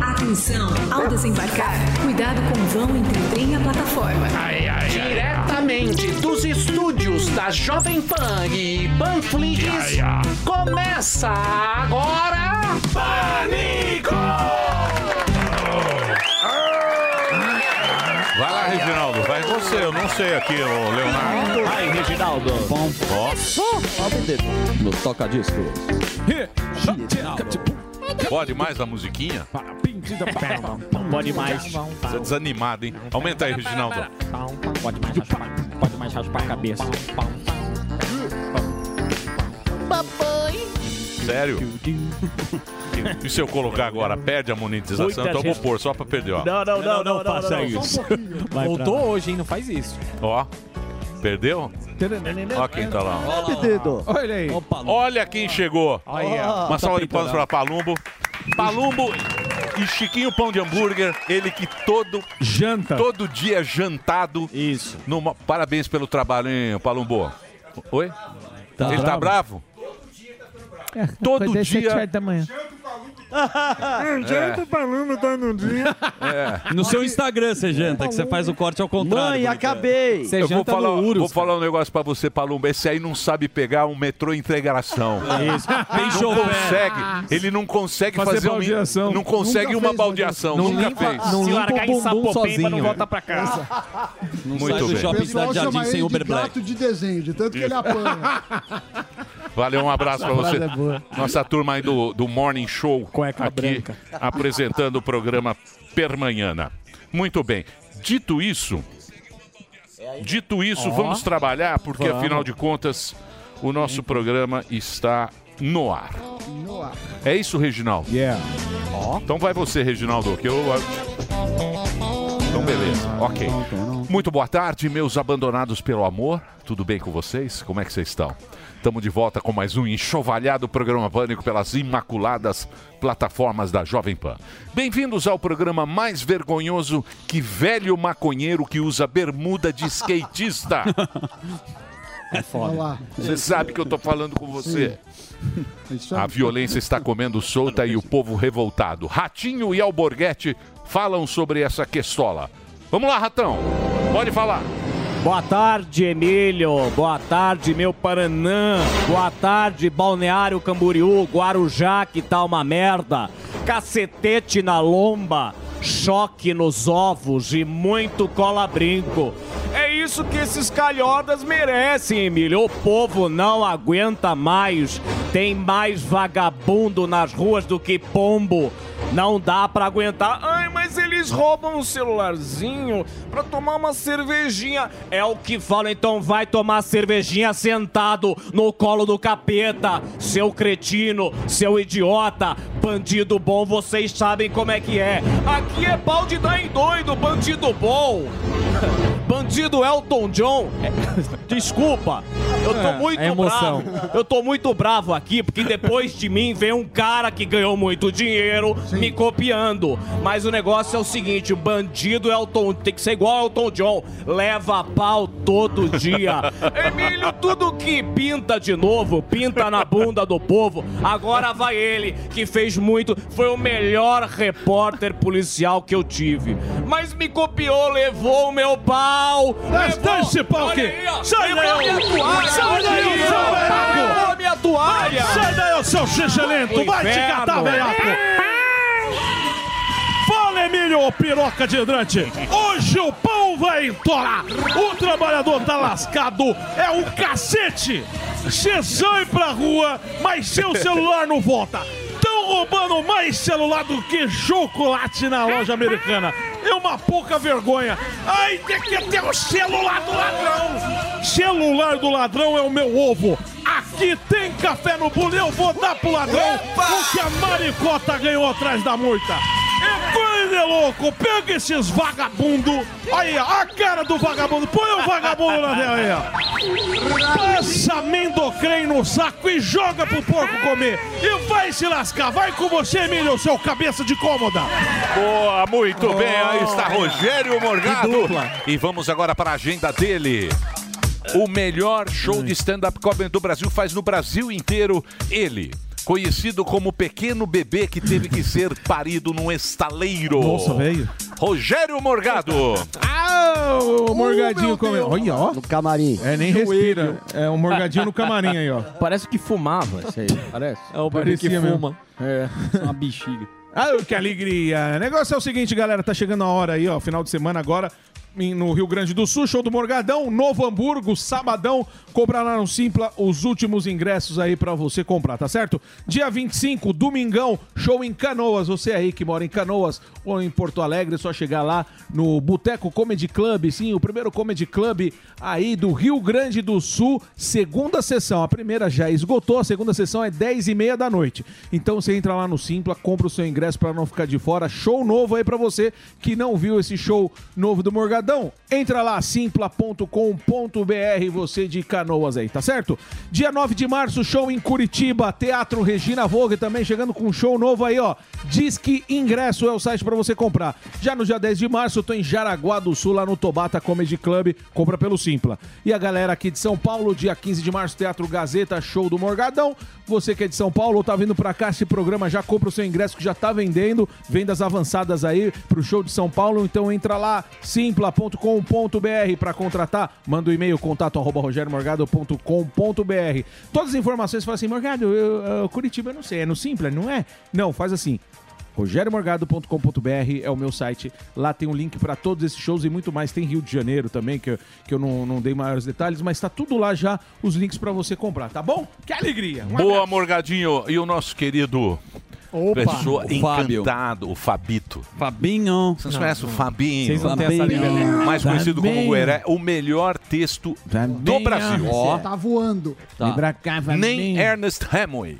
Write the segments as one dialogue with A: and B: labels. A: Atenção, ao desembarcar, cuidado com o vão entre o trem e a plataforma.
B: Ai, ai, Diretamente dos estúdios da Jovem Pan e Panflix,
C: Ai, ai.
B: começa agora...
C: Pânico! Vai lá, Reginaldo. Vai você. Eu não sei aqui, ô Leonardo.
D: Ai, Reginaldo. Bom,
C: Ó,
D: no toca disco.
C: pode mais da musiquinha?
D: Pode mais.
C: Você é desanimado, hein? Aumenta aí, Reginaldo.
D: Pode mais raspar. Pode mais raspar a cabeça.
C: Sério? E se eu colocar agora, perde a monetização,
E: Muita
C: então eu vou
E: gente-
C: pôr, só pra perder, ó.
E: Não, não, não, não, não, um
D: faça isso.
E: Vai pra
D: Voltou hoje, hein? Não faz isso.
C: Ó. Perdeu? Ó quem tá lá. ó.
D: Olha aí. Opa,
C: Olha quem chegou.
D: olha.
C: Uma salva de palmas pra Palumbo. Palumbo e Chiquinho Pão de Hambúrguer, ele que todo,
E: Janta.
C: todo dia é jantado.
D: Isso.
C: Numa- Parabéns pelo trabalho, hein, Palumbo. Oi? Ele tá bravo? Todo
F: É, Foi desde sete
C: dia.
F: horas da manhã.
C: É.
G: No seu Instagram você janta, que você faz o corte ao contrário.
D: Mãe,
G: bonitão.
D: acabei.
C: Eu vou falar, vou falar um negócio pra você, Palumbo. Esse aí não sabe pegar um metrô integração.
G: Bem
C: Não
G: chover.
C: consegue. Ele não consegue
E: Fazer
C: fazer, um-
E: baldeação.
C: Não consegue
F: Nunca
C: uma
F: fez
C: baldeação.
F: baldeação.
C: Nunca
F: Não
C: fez.
F: limpa- não
E: Se
F: limpa
E: largar em
F: o bumbum
E: Sapopemba, não
F: sozinho.
E: volta pra casa.
G: Não
C: Muito
G: sai do
C: bem.
H: O pessoal
G: shopping Cidade
H: chama
G: Jardim sem
H: ele de
G: Uber Black.
H: gato de desenho, de tanto que ele apanha.
C: Valeu, um abraço pra você. Nossa turma aí do, do Morning Show.
E: Cueca
C: aqui,
E: branca.
C: apresentando o programa Permanhana. Muito bem. Dito isso, dito isso, vamos trabalhar, porque afinal de contas, o nosso programa está no ar. É isso, Reginaldo?
E: Yeah.
C: Então vai você, Reginaldo, que eu. Então beleza, ok. Muito boa tarde, meus abandonados pelo amor. Tudo bem com vocês? Como é que vocês estão? Estamos de volta com mais um enxovalhado programa Pânico pelas imaculadas plataformas da Jovem Pan. Bem-vindos ao programa mais vergonhoso que velho maconheiro que usa bermuda de skatista.
H: Olha lá.
C: Você sabe que eu tô falando com você.
H: Isso
C: A
H: aí.
C: violência está comendo solta e o povo revoltado. Ratinho e Alborguete falam sobre essa questola. Vamos lá, Ratão. Pode falar.
D: Boa tarde, Emílio. Boa tarde, meu Paranã. Boa tarde, Balneário Camboriú, Guarujá, que tá uma merda. Cacetete na lomba, choque nos ovos e muito cola-brinco. É isso que esses calhordas merecem, Emílio. O povo não aguenta mais. Tem mais vagabundo nas ruas do que pombo. Não dá pra aguentar. Ai, mas eles roubam o celularzinho pra tomar uma cervejinha. É o que fala, então vai tomar cervejinha sentado no colo do capeta. Seu cretino, seu idiota, bandido bom, vocês sabem como é que é. Aqui é pau de dar em doido, bandido bom. Bandido Elton John. É, Desculpa, eu tô muito
F: é emoção.
D: bravo. Eu tô muito bravo aqui porque depois de mim vem um cara que ganhou muito dinheiro me copiando. Mas o negócio é o seguinte: o bandido Elton tem que ser igual ao Elton John, leva pau todo dia. Emílio, tudo que pinta de novo, pinta na bunda do povo. Agora vai ele que fez muito, foi o melhor repórter policial que eu tive. Mas me copiou, levou o meu pau.
E: Desce,
D: levou-
E: desce, pau
D: Olha
E: aqui.
D: aí, ó,
E: Sai
D: levou
E: daí,
D: a minha toalha.
E: sai daí,
D: Olha aí,
E: seu
D: ó,
E: otário.
D: levou a minha toalha!
E: Sai daí, ô seu xixa lento. Vai te
D: Inferno.
E: catar, velhaco. Fala, Emílio, ô piroca de hidrante. Hoje o pão vai entorar. O trabalhador tá lascado. É o cacete. Você sai pra rua, mas seu celular não volta. Tão roubando mais celular do que chocolate na loja americana. É uma pouca vergonha. Ai, tem que ter o celular do ladrão. Celular do ladrão é o meu ovo. Aqui tem café no bule, eu vou dar pro ladrão o que a maricota ganhou atrás da multa. É coisa louco, pega esses vagabundos. Aí, ó, a cara do vagabundo. Põe o vagabundo na tela aí, ó. Passa mendocrem no saco e joga pro porco comer. E vai se lascar. Vai com você, Emílio, seu cabeça de cômoda.
C: Boa, muito bem. Aí está Rogério Morgado. E vamos agora para a agenda dele. O melhor show de stand-up comedy do Brasil faz no Brasil inteiro ele. Conhecido como pequeno bebê que teve que ser parido num estaleiro.
E: Nossa, velho.
C: Rogério Morgado.
E: Ah, o morgadinho comendo. Olha, ó.
I: No camarim.
E: É, nem respira. É um morgadinho no camarim aí, ó.
F: Parece que fumava, isso aí. Parece. É o
E: bebê que fuma.
F: É, uma bexiga.
E: Ah, que alegria! O negócio é o seguinte, galera, tá chegando a hora aí, ó, final de semana agora, em- no Rio Grande do Sul, show do Morgadão, Novo Hamburgo, sabadão, cobrarão Simpla os últimos ingressos aí pra você comprar, tá certo? Dia 25, domingão, show em Canoas, você aí que mora em Canoas ou em Porto Alegre, é só chegar lá no Boteco Comedy Club, sim, o primeiro Comedy Club aí do Rio Grande do Sul, segunda sessão, a primeira já esgotou, a segunda sessão é 10 e meia da noite. Então você entra lá no Simpla, compra o seu ingresso para não ficar de fora. Show novo aí para você que não viu esse show novo do Morgadão. Entra lá, simpla.com.br, você de canoas aí, tá certo? Dia 9 de março, show em Curitiba, Teatro Regina Vogue também chegando com um show novo aí, ó. Disque Ingresso é o site para você comprar. Já no dia 10 de março, eu tô em Jaraguá do Sul, lá no Tobata Comedy Club, compra pelo Simpla. E a galera aqui de São Paulo, dia 15 de março, Teatro Gazeta, show do Morgadão. Você que é de São Paulo ou tá vindo pra cá, esse programa já compra o seu ingresso que já tá vendendo. Vendas avançadas aí pro show de São Paulo. Então entra lá, simpla.com.br pra contratar. Manda o um e-mail, contato arroba rogeriomorgado.com.br. Todas as informações, fala assim, Morgado, eu, eu- Curitiba, eu não sei, é no Simpla, não é? Não, faz assim, rogeriomorgado.com.br é o meu site. Lá tem um link para todos esses shows e muito mais. Tem Rio de Janeiro também, que eu, que eu não, não dei maiores detalhes, mas tá tudo lá já, os links para você comprar, tá bom? Que alegria! Um
C: Boa, Morgadinho. E o nosso querido. Pessoa
G: O Fábio.
C: encantado, o Fabito.
G: Fabinho.
C: Vocês conhecem o Fabinho?
G: Vocês não têm essa
C: Fabinho.
G: liberdade.
C: Mais conhecido como
G: Fabinho.
C: Gueré, o melhor texto do
H: Bem,
C: Brasil.
H: ah, você Tá voando.
C: Tá. Nem Ernest Hemingway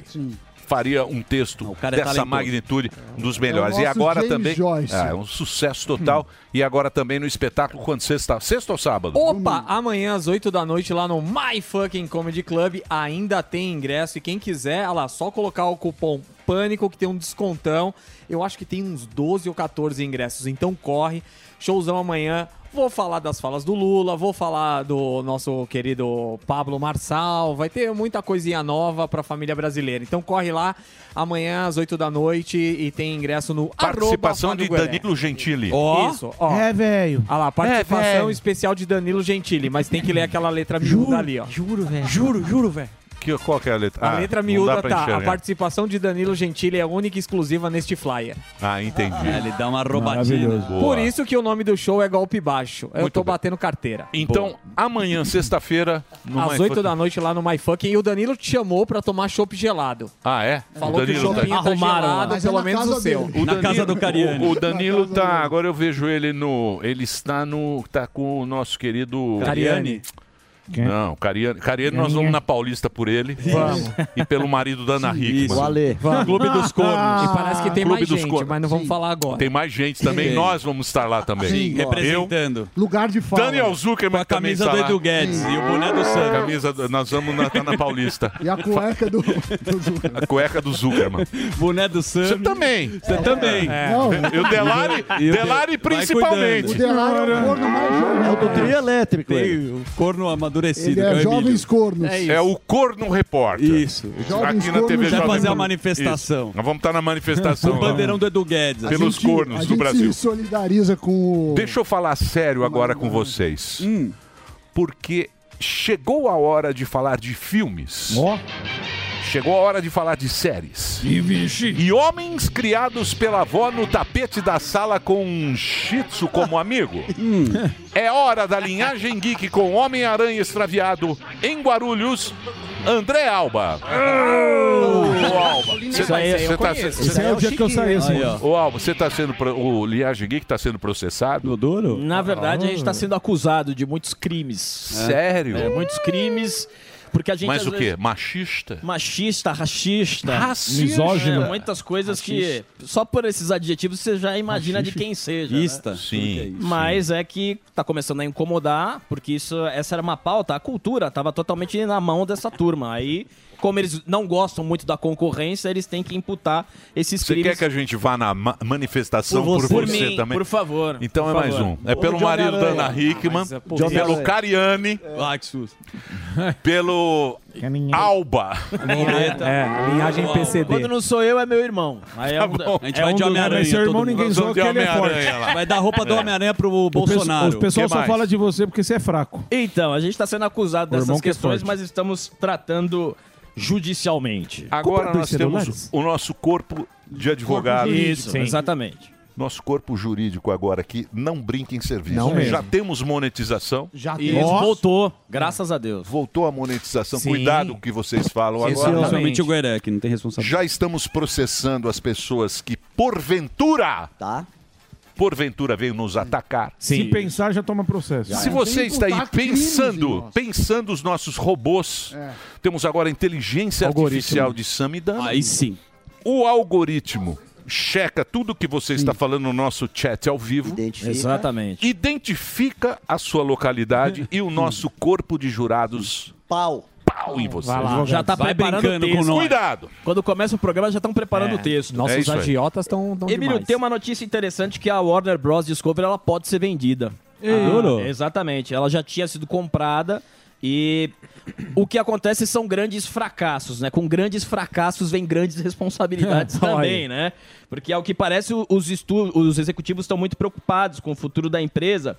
C: faria um texto
G: é
C: dessa
G: talentoso.
C: magnitude, um dos melhores.
H: É o
C: e
H: nosso
C: agora
H: James
C: também.
H: Joyce.
C: É, um sucesso total. E agora também no espetáculo, quando sexta, sexta ou sábado?
F: Opa, amanhã às 8 da noite lá no My Fucking Comedy Club ainda tem ingresso e quem quiser, olha lá, só colocar o cupom Pânico que tem um descontão. Eu acho que tem uns 12 ou 14 ingressos, então corre. Showzão amanhã. Vou falar das falas do Lula, vou falar do nosso querido Pablo Marçal, vai ter muita coisinha nova pra família brasileira. Então corre lá amanhã às 8 da noite e tem ingresso no arroba
C: Participação
F: Fábio
C: de
F: Gueré.
C: Danilo Gentili.
G: Ó.
F: Isso, ó.
E: É, velho.
F: Ah lá, participação
H: É,
C: velho.
F: especial de Danilo Gentili, mas tem que ler aquela letra miúda ali, ó.
D: Juro, velho.
F: Juro, juro, velho.
C: Que, qual que é a letra?
F: A
C: Ah,
F: letra
C: não
F: miúda
C: dá pra
F: tá. A
C: enxergar.
F: participação de Danilo Gentili é única e exclusiva neste flyer.
C: Ah, entendi.
G: É, Ele dá uma robatina.
C: Boa.
F: Por isso que o nome do show é Golpe Baixo. Eu
C: Muito
F: tô
C: bem.
F: batendo carteira.
C: Então, amanhã, sexta-feira, no
F: Às
C: My
F: 8
C: Fucking-
F: da noite lá no MyFucking. E o Danilo te chamou pra tomar chopp gelado.
C: Ah, é?
F: Falou
C: o
F: que o
C: Danilo tá.
F: shopping tá
D: Arrumaram lá.
F: gelado,
H: Mas é
F: pelo
H: na
F: menos
H: casa
F: o seu.
H: dele.
C: O
G: Na casa do Cariani.
C: O, o Danilo
H: Na casa
C: tá.
H: dele.
C: Agora eu vejo ele no. Ele está no. Tá com o nosso querido.
G: Cariani.
C: Não, Cariani. Cariani, nós vamos na Paulista por ele. Vamos. E pelo marido da Ana
I: O
C: Hickman.
I: Ale.
G: Clube dos Cornos.
F: E parece que tem
C: Clube
F: mais
C: dos
F: gente,
C: Cor-
F: mas não vamos falar agora.
C: Tem mais gente também.
G: Sim.
C: Nós vamos estar lá também.
H: Sim.
C: Eu,
G: Representando.
H: Lugar de fala.
C: Daniel Zuckerman
G: Com a
C: também
G: camisa
C: está
G: do
C: lá.
G: Edu Guedes e o boné do
C: A
G: Santos.
C: camisa do- nós vamos na, tá na Paulista.
H: E a cueca do... do Zucca.
C: A cueca do Zuckerman.
G: Boné do Santos.
C: Você também. É.
G: Você também.
H: Não,
C: E o Delari,
G: E o
C: Delari
G: Del- vai
H: o
C: principalmente.
H: Delari é o corno mais jovem.
I: É o do trio elétrico. ele.
G: Tem o corno amadurecido.
H: Ele
G: que
H: é
G: o Emílio.
H: Jovens Cornos.
F: É
C: É o Corno Repórter.
G: Isso.
H: Jovens
C: Aqui na TV
H: Cornos.
G: Vai
C: Jovem
G: fazer a
C: Pan.
G: manifestação.
C: Isso. Nós vamos estar na manifestação.
G: O bandeirão do Edu Guedes.
C: Pelo- pelos cornos
H: a
C: do
H: gente
C: Brasil.
H: se solidariza com o...
C: Deixa eu falar sério agora com vocês.
E: Hum,
C: Porque chegou a hora de falar de filmes.
E: Ó.
C: Chegou a hora de falar de séries.
E: E vixe.
C: E homens criados pela avó no tapete da sala com um shih tzu como amigo. É hora da linhagem geek com Homem-Aranha extraviado em Guarulhos, André Alba. Ô, Alba.
F: Ah! Isso aí eu
C: Você tá-
F: conheço.
C: você-
E: Esse é o dia que eu saí, assim.
G: Aí, ó.
C: Ô, Alba, você tá sendo. pro- O Linhagem Geek tá sendo processado? Ah.
G: Do Duro?
F: Na verdade, a gente tá sendo acusado de muitos crimes.
C: É.
F: É,
C: Sério?
F: muitos crimes. Porque a gente
C: Mas o quê? Machista?
F: machista, racista.
C: Racista.
E: Misógino.
F: muitas coisas que só por esses adjetivos você já imagina de quem seja. né?
G: Ista.
C: Sim.
F: Mas é que tá começando a incomodar, porque isso, essa era uma pauta, a cultura tava totalmente na mão dessa turma. Aí, como eles não gostam muito da concorrência, eles têm que imputar esses
C: Você
F: crimes
C: quer que a gente vá na ma- manifestação por você,
F: por mim,
C: também?
F: por favor.
C: Então é
F: por
C: mais
F: favor.
C: um. É pelo
I: John
C: marido da
I: Aranha.
C: Ana Hickman,
F: Mas é por
C: pelo
I: isso.
C: Cariani,
G: Ah, que susto.
C: pelo Alba.
F: Linha- é, linhagem PCD.
I: Quando não sou eu, é meu irmão. Aí é
C: Tá
I: um-
C: bom.
G: A gente
I: é
G: vai
I: um
G: de
I: dos-
G: Homem-Aranha.
I: mas seu irmão
G: todo
E: ninguém
G: mundo.
E: zoa,
C: de
E: porque ele é
C: Homem-Aranha
E: forte.
C: lá.
G: Vai dar roupa do Homem-Aranha pro Bolsonaro.
E: É. O pessoal
C: Que
E: só
C: mais?
E: fala de você porque você é fraco.
I: Então, a gente está sendo acusado
E: O irmão
I: dessas
E: que é
I: questões,
E: forte.
I: mas estamos tratando judicialmente.
C: Agora
D: Compra dois
C: nós
D: celulares.
C: temos o nosso corpo de advogado.
I: Isso,
D: Sim.
I: exatamente.
C: Nosso corpo jurídico agora aqui não brinca em serviço.
E: Não mesmo.
C: Já temos monetização.
I: Já Isso, voltou, graças a Deus.
C: Voltou a monetização.
F: Sim.
C: Cuidado com o que vocês falam agora.
F: senhor.
G: Principalmente é o Guerec, não tem responsabilidade.
C: Já estamos processando as pessoas que, porventura,
I: Tá?
C: porventura veio nos atacar.
E: Se pensar, já é. toma processo.
C: Se você
H: Sem
C: está aí
H: contar crimes em
C: pensando,
H: nós.
C: pensando os nossos robôs,
H: É.
C: temos agora a inteligência
D: Algoritmo.
C: artificial de Samidana.
G: Aí sim.
C: O algoritmo checa tudo que você está falando no nosso chat ao vivo,
I: Exatamente.
C: identifica a sua localidade e o nosso corpo de jurados
I: Pau.
C: pau em você.
I: Já
C: tá
I: está
G: Vai
I: preparando o
G: brincando com
I: texto.
G: nós.
C: Cuidado!
I: Quando começa o programa, já estão preparando o texto.
C: É
F: Nossos
C: isso aí.
F: agiotas estão
I: Emílio, tem uma notícia interessante que a Warner Bros. Discovery ela pode ser vendida. Ah,
G: juro?
I: exatamente. Ela já tinha sido comprada e o que acontece são grandes fracassos, né? Com grandes fracassos vem grandes responsabilidades também, né? Porque ao que parece o- os, estu- os executivos estão muito preocupados com o futuro da empresa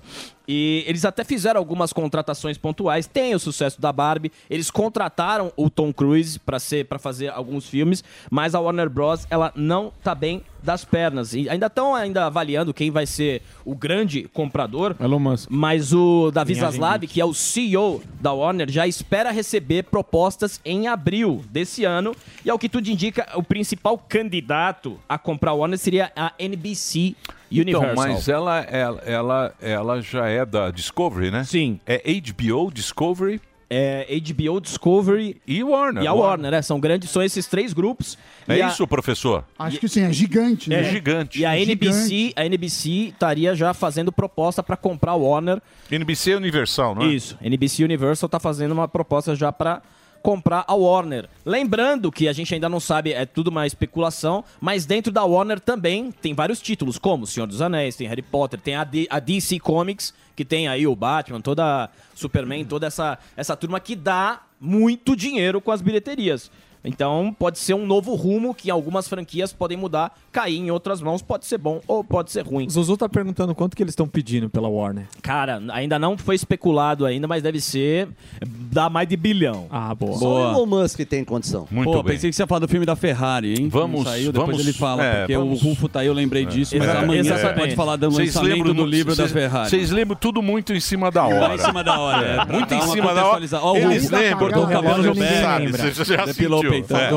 I: e eles até fizeram algumas contratações pontuais. Tem o sucesso da Barbie, eles contrataram o Tom Cruise para ser para fazer alguns filmes, mas a Warner Bros ela não tá bem das pernas e ainda estão ainda avaliando quem vai ser o grande comprador.
E: Elon Musk.
I: Mas o Davi Zaslav, que é o CEO da Warner, já espera receber propostas em abril desse ano. E ao que tudo indica, o principal candidato a comprar a Warner seria a NBC Universal.
C: Então, mas ela, ela, ela, ela já é da Discovery, né?
I: Sim,
C: É HBO, Discovery
I: é HBO Discovery
C: e Warner.
I: e a Warner, né? São grandes, são esses três grupos.
C: É
I: E a-
C: isso, professor?
H: Acho que sim, é gigante,
C: É,
H: né?
C: gigante.
I: E a
H: Gigante.
I: NBC, a NBC estaria já fazendo proposta para comprar a Warner.
C: NBC é Universal, não é?
I: Isso. NBC Universal tá fazendo uma proposta já pra comprar a Warner. Lembrando que a gente ainda não sabe, é tudo uma especulação, mas dentro da Warner também tem vários títulos, como Senhor dos Anéis, tem Harry Potter, tem a, D- a DC Comics, que tem aí o Batman, toda Superman, toda essa essa turma que dá muito dinheiro com as bilheterias. Então, pode ser um novo rumo que algumas franquias podem mudar, cair em outras mãos, pode ser bom ou pode ser ruim.
F: Zuzu tá perguntando quanto que eles estão pedindo pela Warner.
I: Cara, ainda não foi especulado ainda, mas deve ser dá mais de bilhão. um
F: Ah, boa.
G: Boa.
J: Musk tem condição.
C: Muito
G: Pô,
C: bem.
G: pensei que você ia falar do filme da Ferrari, hein?
C: Vamos-
G: Não saiu, depois
C: vamos-
G: ele fala,
C: é,
G: porque
C: vamos-
G: o Rufo tá aí, eu lembrei disso, mas
I: É,
G: amanhã você
I: exatamente.
G: pode falar do lançamento do
C: muito-
G: livro da
C: vocês-
G: Ferrari.
C: Vocês lembram tudo muito em cima da
G: Tá
C: hora.
G: em cima da hora. é, pra
C: Muito
G: dar
C: em
G: uma
C: cima da hora.
G: contextualizada. Ó, o
C: Eles
G: Rufo tá
C: lembram.
G: cortando o cabelo do
C: Você
G: Beck.
C: sabe, você já
G: Depilou o peitão.
C: sentiu. É.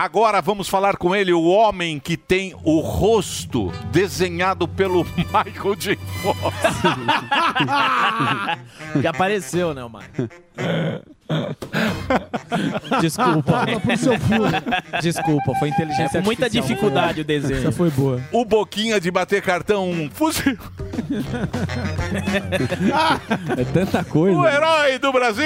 C: Agora vamos falar com ele, o homem que tem o rosto desenhado pelo Michael J. Fox.
I: Que apareceu, né, Marco?
F: Desculpa.
H: Fala pro seu furo.
F: Desculpa, foi
E: é
C: é
F: inteligência
I: É, Com muita
F: artificial.
I: dificuldade o desenho.
H: Foi boa.
C: O boquinha de bater cartão um fuzil.
G: É tanta coisa.
C: O herói do Brasil!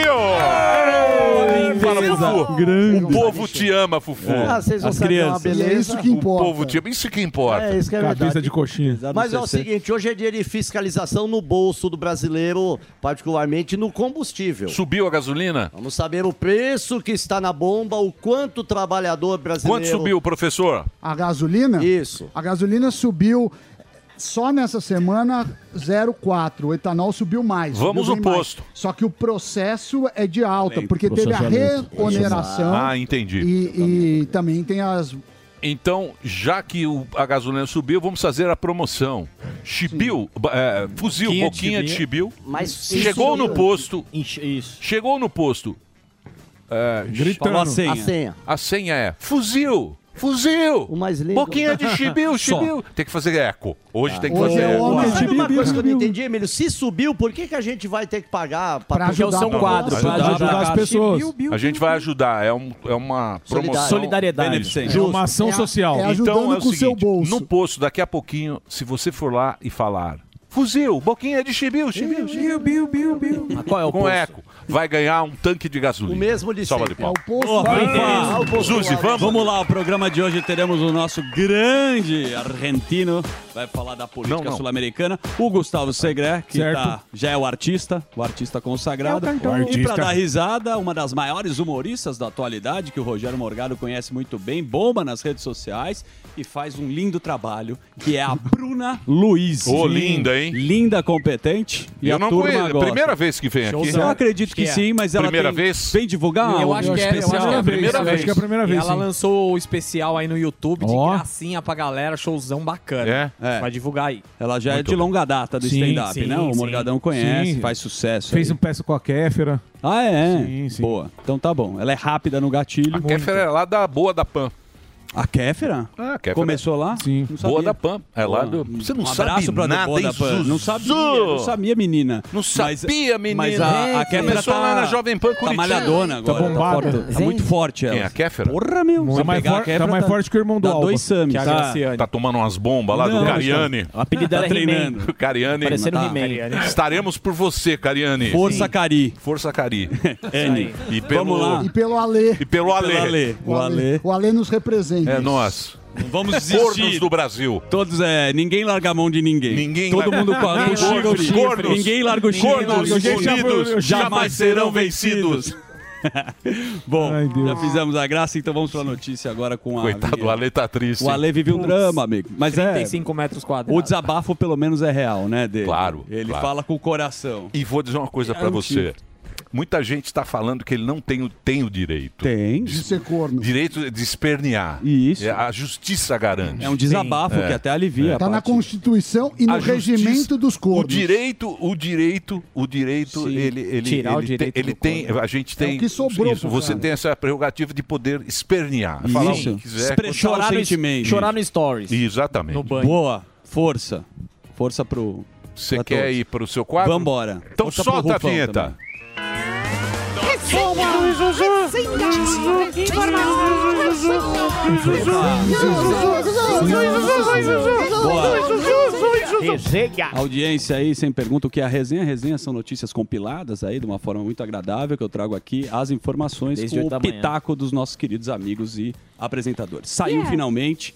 C: Fala, Fufu. O povo te ama, Fufu.
J: Ah, vocês vão
G: As
J: saber uma
G: crianças.
H: E é isso
J: beleza.
H: que
C: O
H: importa.
C: povo te ama. Isso que importa.
J: É isso que é
E: Cabeça
J: verdade.
E: de coxinha.
J: Mas é o seguinte, hoje é dia de fiscalização no bolso do brasileiro, particularmente no combustível.
C: Subiu a gasolina?
J: Vamos saber o preço que está na bomba, o quanto o trabalhador brasileiro...
C: Quanto subiu, professor?
H: A gasolina?
J: Isso.
H: A gasolina subiu só nessa semana 0,4. O etanol subiu mais.
C: Vamos
H: subiu
C: no
H: bem mais.
C: posto.
H: Só que o processo é de alta, porque teve a reoneração.
C: Ah, entendi.
H: E, e também tem as.
C: Então, já que o- a gasolina subiu, vamos fazer a promoção. Chibiu, ba- é, fuzil,
F: Boquinha de
C: boquinha de chibiu.
J: Mas
C: Chegou no posto,
I: Ixi, Isso.
C: chegou no posto. É,
G: Falou a
J: A
G: senha.
J: senha.
C: a senha é fuzil, fuzil,
J: O mais lindo.
C: boquinha de chibiu, chibiu. Tem que fazer eco. Hoje tem que
H: Hoje
C: fazer
H: é
C: eco.
H: homem
J: Sabe uma coisa que eu não
H: de
J: entendi, Emílio? Se subiu, por que, que a gente vai ter que pagar
H: Pra
J: pra um
I: Porque
H: ajudar
I: é o seu
H: a
I: quadro,
H: população.
I: pra
G: Ajudar-
I: ajudar,
E: ajudar as
I: cara.
E: pessoas.
C: A gente vai ajudar, é, um- é uma promoção.
I: Solidariedade.
G: Beneficente.
E: É uma ação
H: É a-
E: social.
H: é a- ajudando
C: Então é o
H: com o
C: seguinte,
H: seu bolso.
C: no posto, daqui a pouquinho, se você for lá e falar fuzil, boquinha de chibiu, chibiu, chibiu.
I: Mas Qual é o
C: com
I: posto?
C: eco. vai ganhar um tanque de gasolina. O mesmo de Salva de
G: sempre. É
C: palmas.
G: o posto Porra,
C: Ah,
G: vamos.
C: o posto. Zuzi, vamos?
G: Vamos lá, o programa de hoje teremos o nosso grande argentino, vai falar da política
C: Não, não.
G: sul-americana, o Gustavo Segré, que
C: Certo.
G: tá- já é o artista, o artista consagrado.
C: É o cartão. O
G: E
C: artista.
G: para dar risada, uma das maiores humoristas da atualidade, que o Rogério Morgado conhece muito bem, bomba nas redes sociais e faz um lindo trabalho, que é a Bruna Luiz.
C: Ô, linda, hein?
G: Linda, competente. E a
C: Eu não
G: turma
C: conheço,
G: gosta.
C: primeira vez que vem aqui.
G: Eu acredito que,
C: Acho que é.
G: sim, mas ela
C: Primeira
G: tem-
C: vez?
G: vem divulgar
F: eu
G: um
F: acho que é, eu acho que
G: especial.
F: é a primeira vez.
G: primeira vez,
F: E ela
G: sim.
F: lançou o especial aí no YouTube de
G: Ó.
F: gracinha pra galera, showzão bacana. Vai divulgar aí.
G: Ela já é
F: É? Muito
G: de
F: bem.
G: longa data do
F: Sim,
G: stand-up,
F: sim,
G: né? O
F: sim.
G: Morgadão conhece,
F: Sim.
G: faz sucesso.
E: Fez
G: aí.
E: um peça com a Kéfera.
G: Ah, é? Boa. Então tá bom. Ela é rápida no gatilho. A
C: Kéfera é lá da Boa da Pan.
G: A Kéfera?
C: Ah, a Kéfera.
G: Começou lá? Sim.
C: Boa da Pan. É lá do- Você não
G: um
C: sabe
G: abraço pra
C: nada,
G: Boa
C: hein,
G: da Pan.
C: Zuzu?
G: Não sabia, não sabia, menina.
C: Não sabia, menina.
G: Mas a, a
C: Ei,
G: Kéfera
C: começou
G: tá,
C: lá na Jovem Pan
G: Tá
C: Curitiba.
G: malhadona
C: Tá
G: agora.
C: bombada.
G: forte. Tá
C: Sim.
G: muito forte ela.
C: Quem é a Kéfera?
G: Porra, meu.
C: Muito.
G: Se
C: Tá mais
G: pegar a
C: forte- tá
G: Kéfera,
C: mais forte que o irmão do
G: dá
C: Alba.
G: dois Samis.
C: Que a
G: tá?
C: Graciane. Tá tomando umas bombas lá do
G: Não,
C: Cariani.
G: o apelido dela é
C: treinando.
G: He-Man.
C: Cariani.
G: Parecendo He-Man.
C: Estaremos por você, Cariani.
G: Força,
C: Sim.
G: Cari. É,
C: Força Cari.
G: N.
C: E pelo,
H: E pelo Alê.
C: E pelo Ale.
H: O Alê. O Alê nos representa.
C: É nós.
G: Vamos desistir.
C: Cornos do Brasil.
G: Todos é, ninguém larga a mão de ninguém.
C: Ninguém
G: Todo mundo com a
C: Ninguém
G: com
C: larga o
G: chifre.
C: chifre.
G: Ninguém larga o chifre.
C: Cornos unidos jamais serão
G: vencidos. Bom, já fizemos a graça, então vamos pra notícia agora com a.
C: Coitado, o Ale tá triste.
G: O Ale vive um drama, amigo. Mas é.
F: 35 metros quadrados.
G: O desabafo, pelo menos, é real, né, dele?
C: Claro.
G: Ele
C: claro.
G: fala com o coração.
C: E vou dizer uma coisa
G: É
C: pra
G: um
C: você. Muita gente está falando que ele não tem, o- tem o direito.
G: Tem.
C: De
H: ser corno.
C: Direito de espernear. É,
G: Isso.
C: a justiça garante.
G: É um desabafo
C: Sim. É.
G: que até alivia.
H: Tá
G: a
H: na
G: parte.
H: Constituição e no
C: A justiça-
H: regimento dos corpos.
C: O direito, o direito, o direito,
H: Sim.
C: ele, ele,
H: Tirar o
C: ele
H: direito
C: tem, ele
H: do
C: tem-
H: corpo.
C: a gente
H: É o
C: tem,
H: que sobrou
C: isso,
H: pro
C: você
H: cara.
C: tem essa prerrogativa de poder espernear,
G: Isso.
C: falar o que quiser, um
G: Expressar Chorar o no- sentimento. chorar
F: no stories,
C: exatamente.
G: Boa. Força. Força pro.
C: Você
G: pra
C: quer
G: todos.
C: ir pro seu quadro?
G: Vambora.
C: Então
G: Força pro
C: solta a
G: Rufão
C: vinheta.
G: também.
D: Resenha.
G: Audiência aí, sem pergunta o que é a resenha. A resenha são notícias compiladas aí de uma forma muito agradável que eu trago aqui as informações
F: Desde
G: com
F: oito
G: o
F: da manhã.
G: pitaco dos nossos queridos amigos e apresentadores. Saiu
F: Yeah.
G: finalmente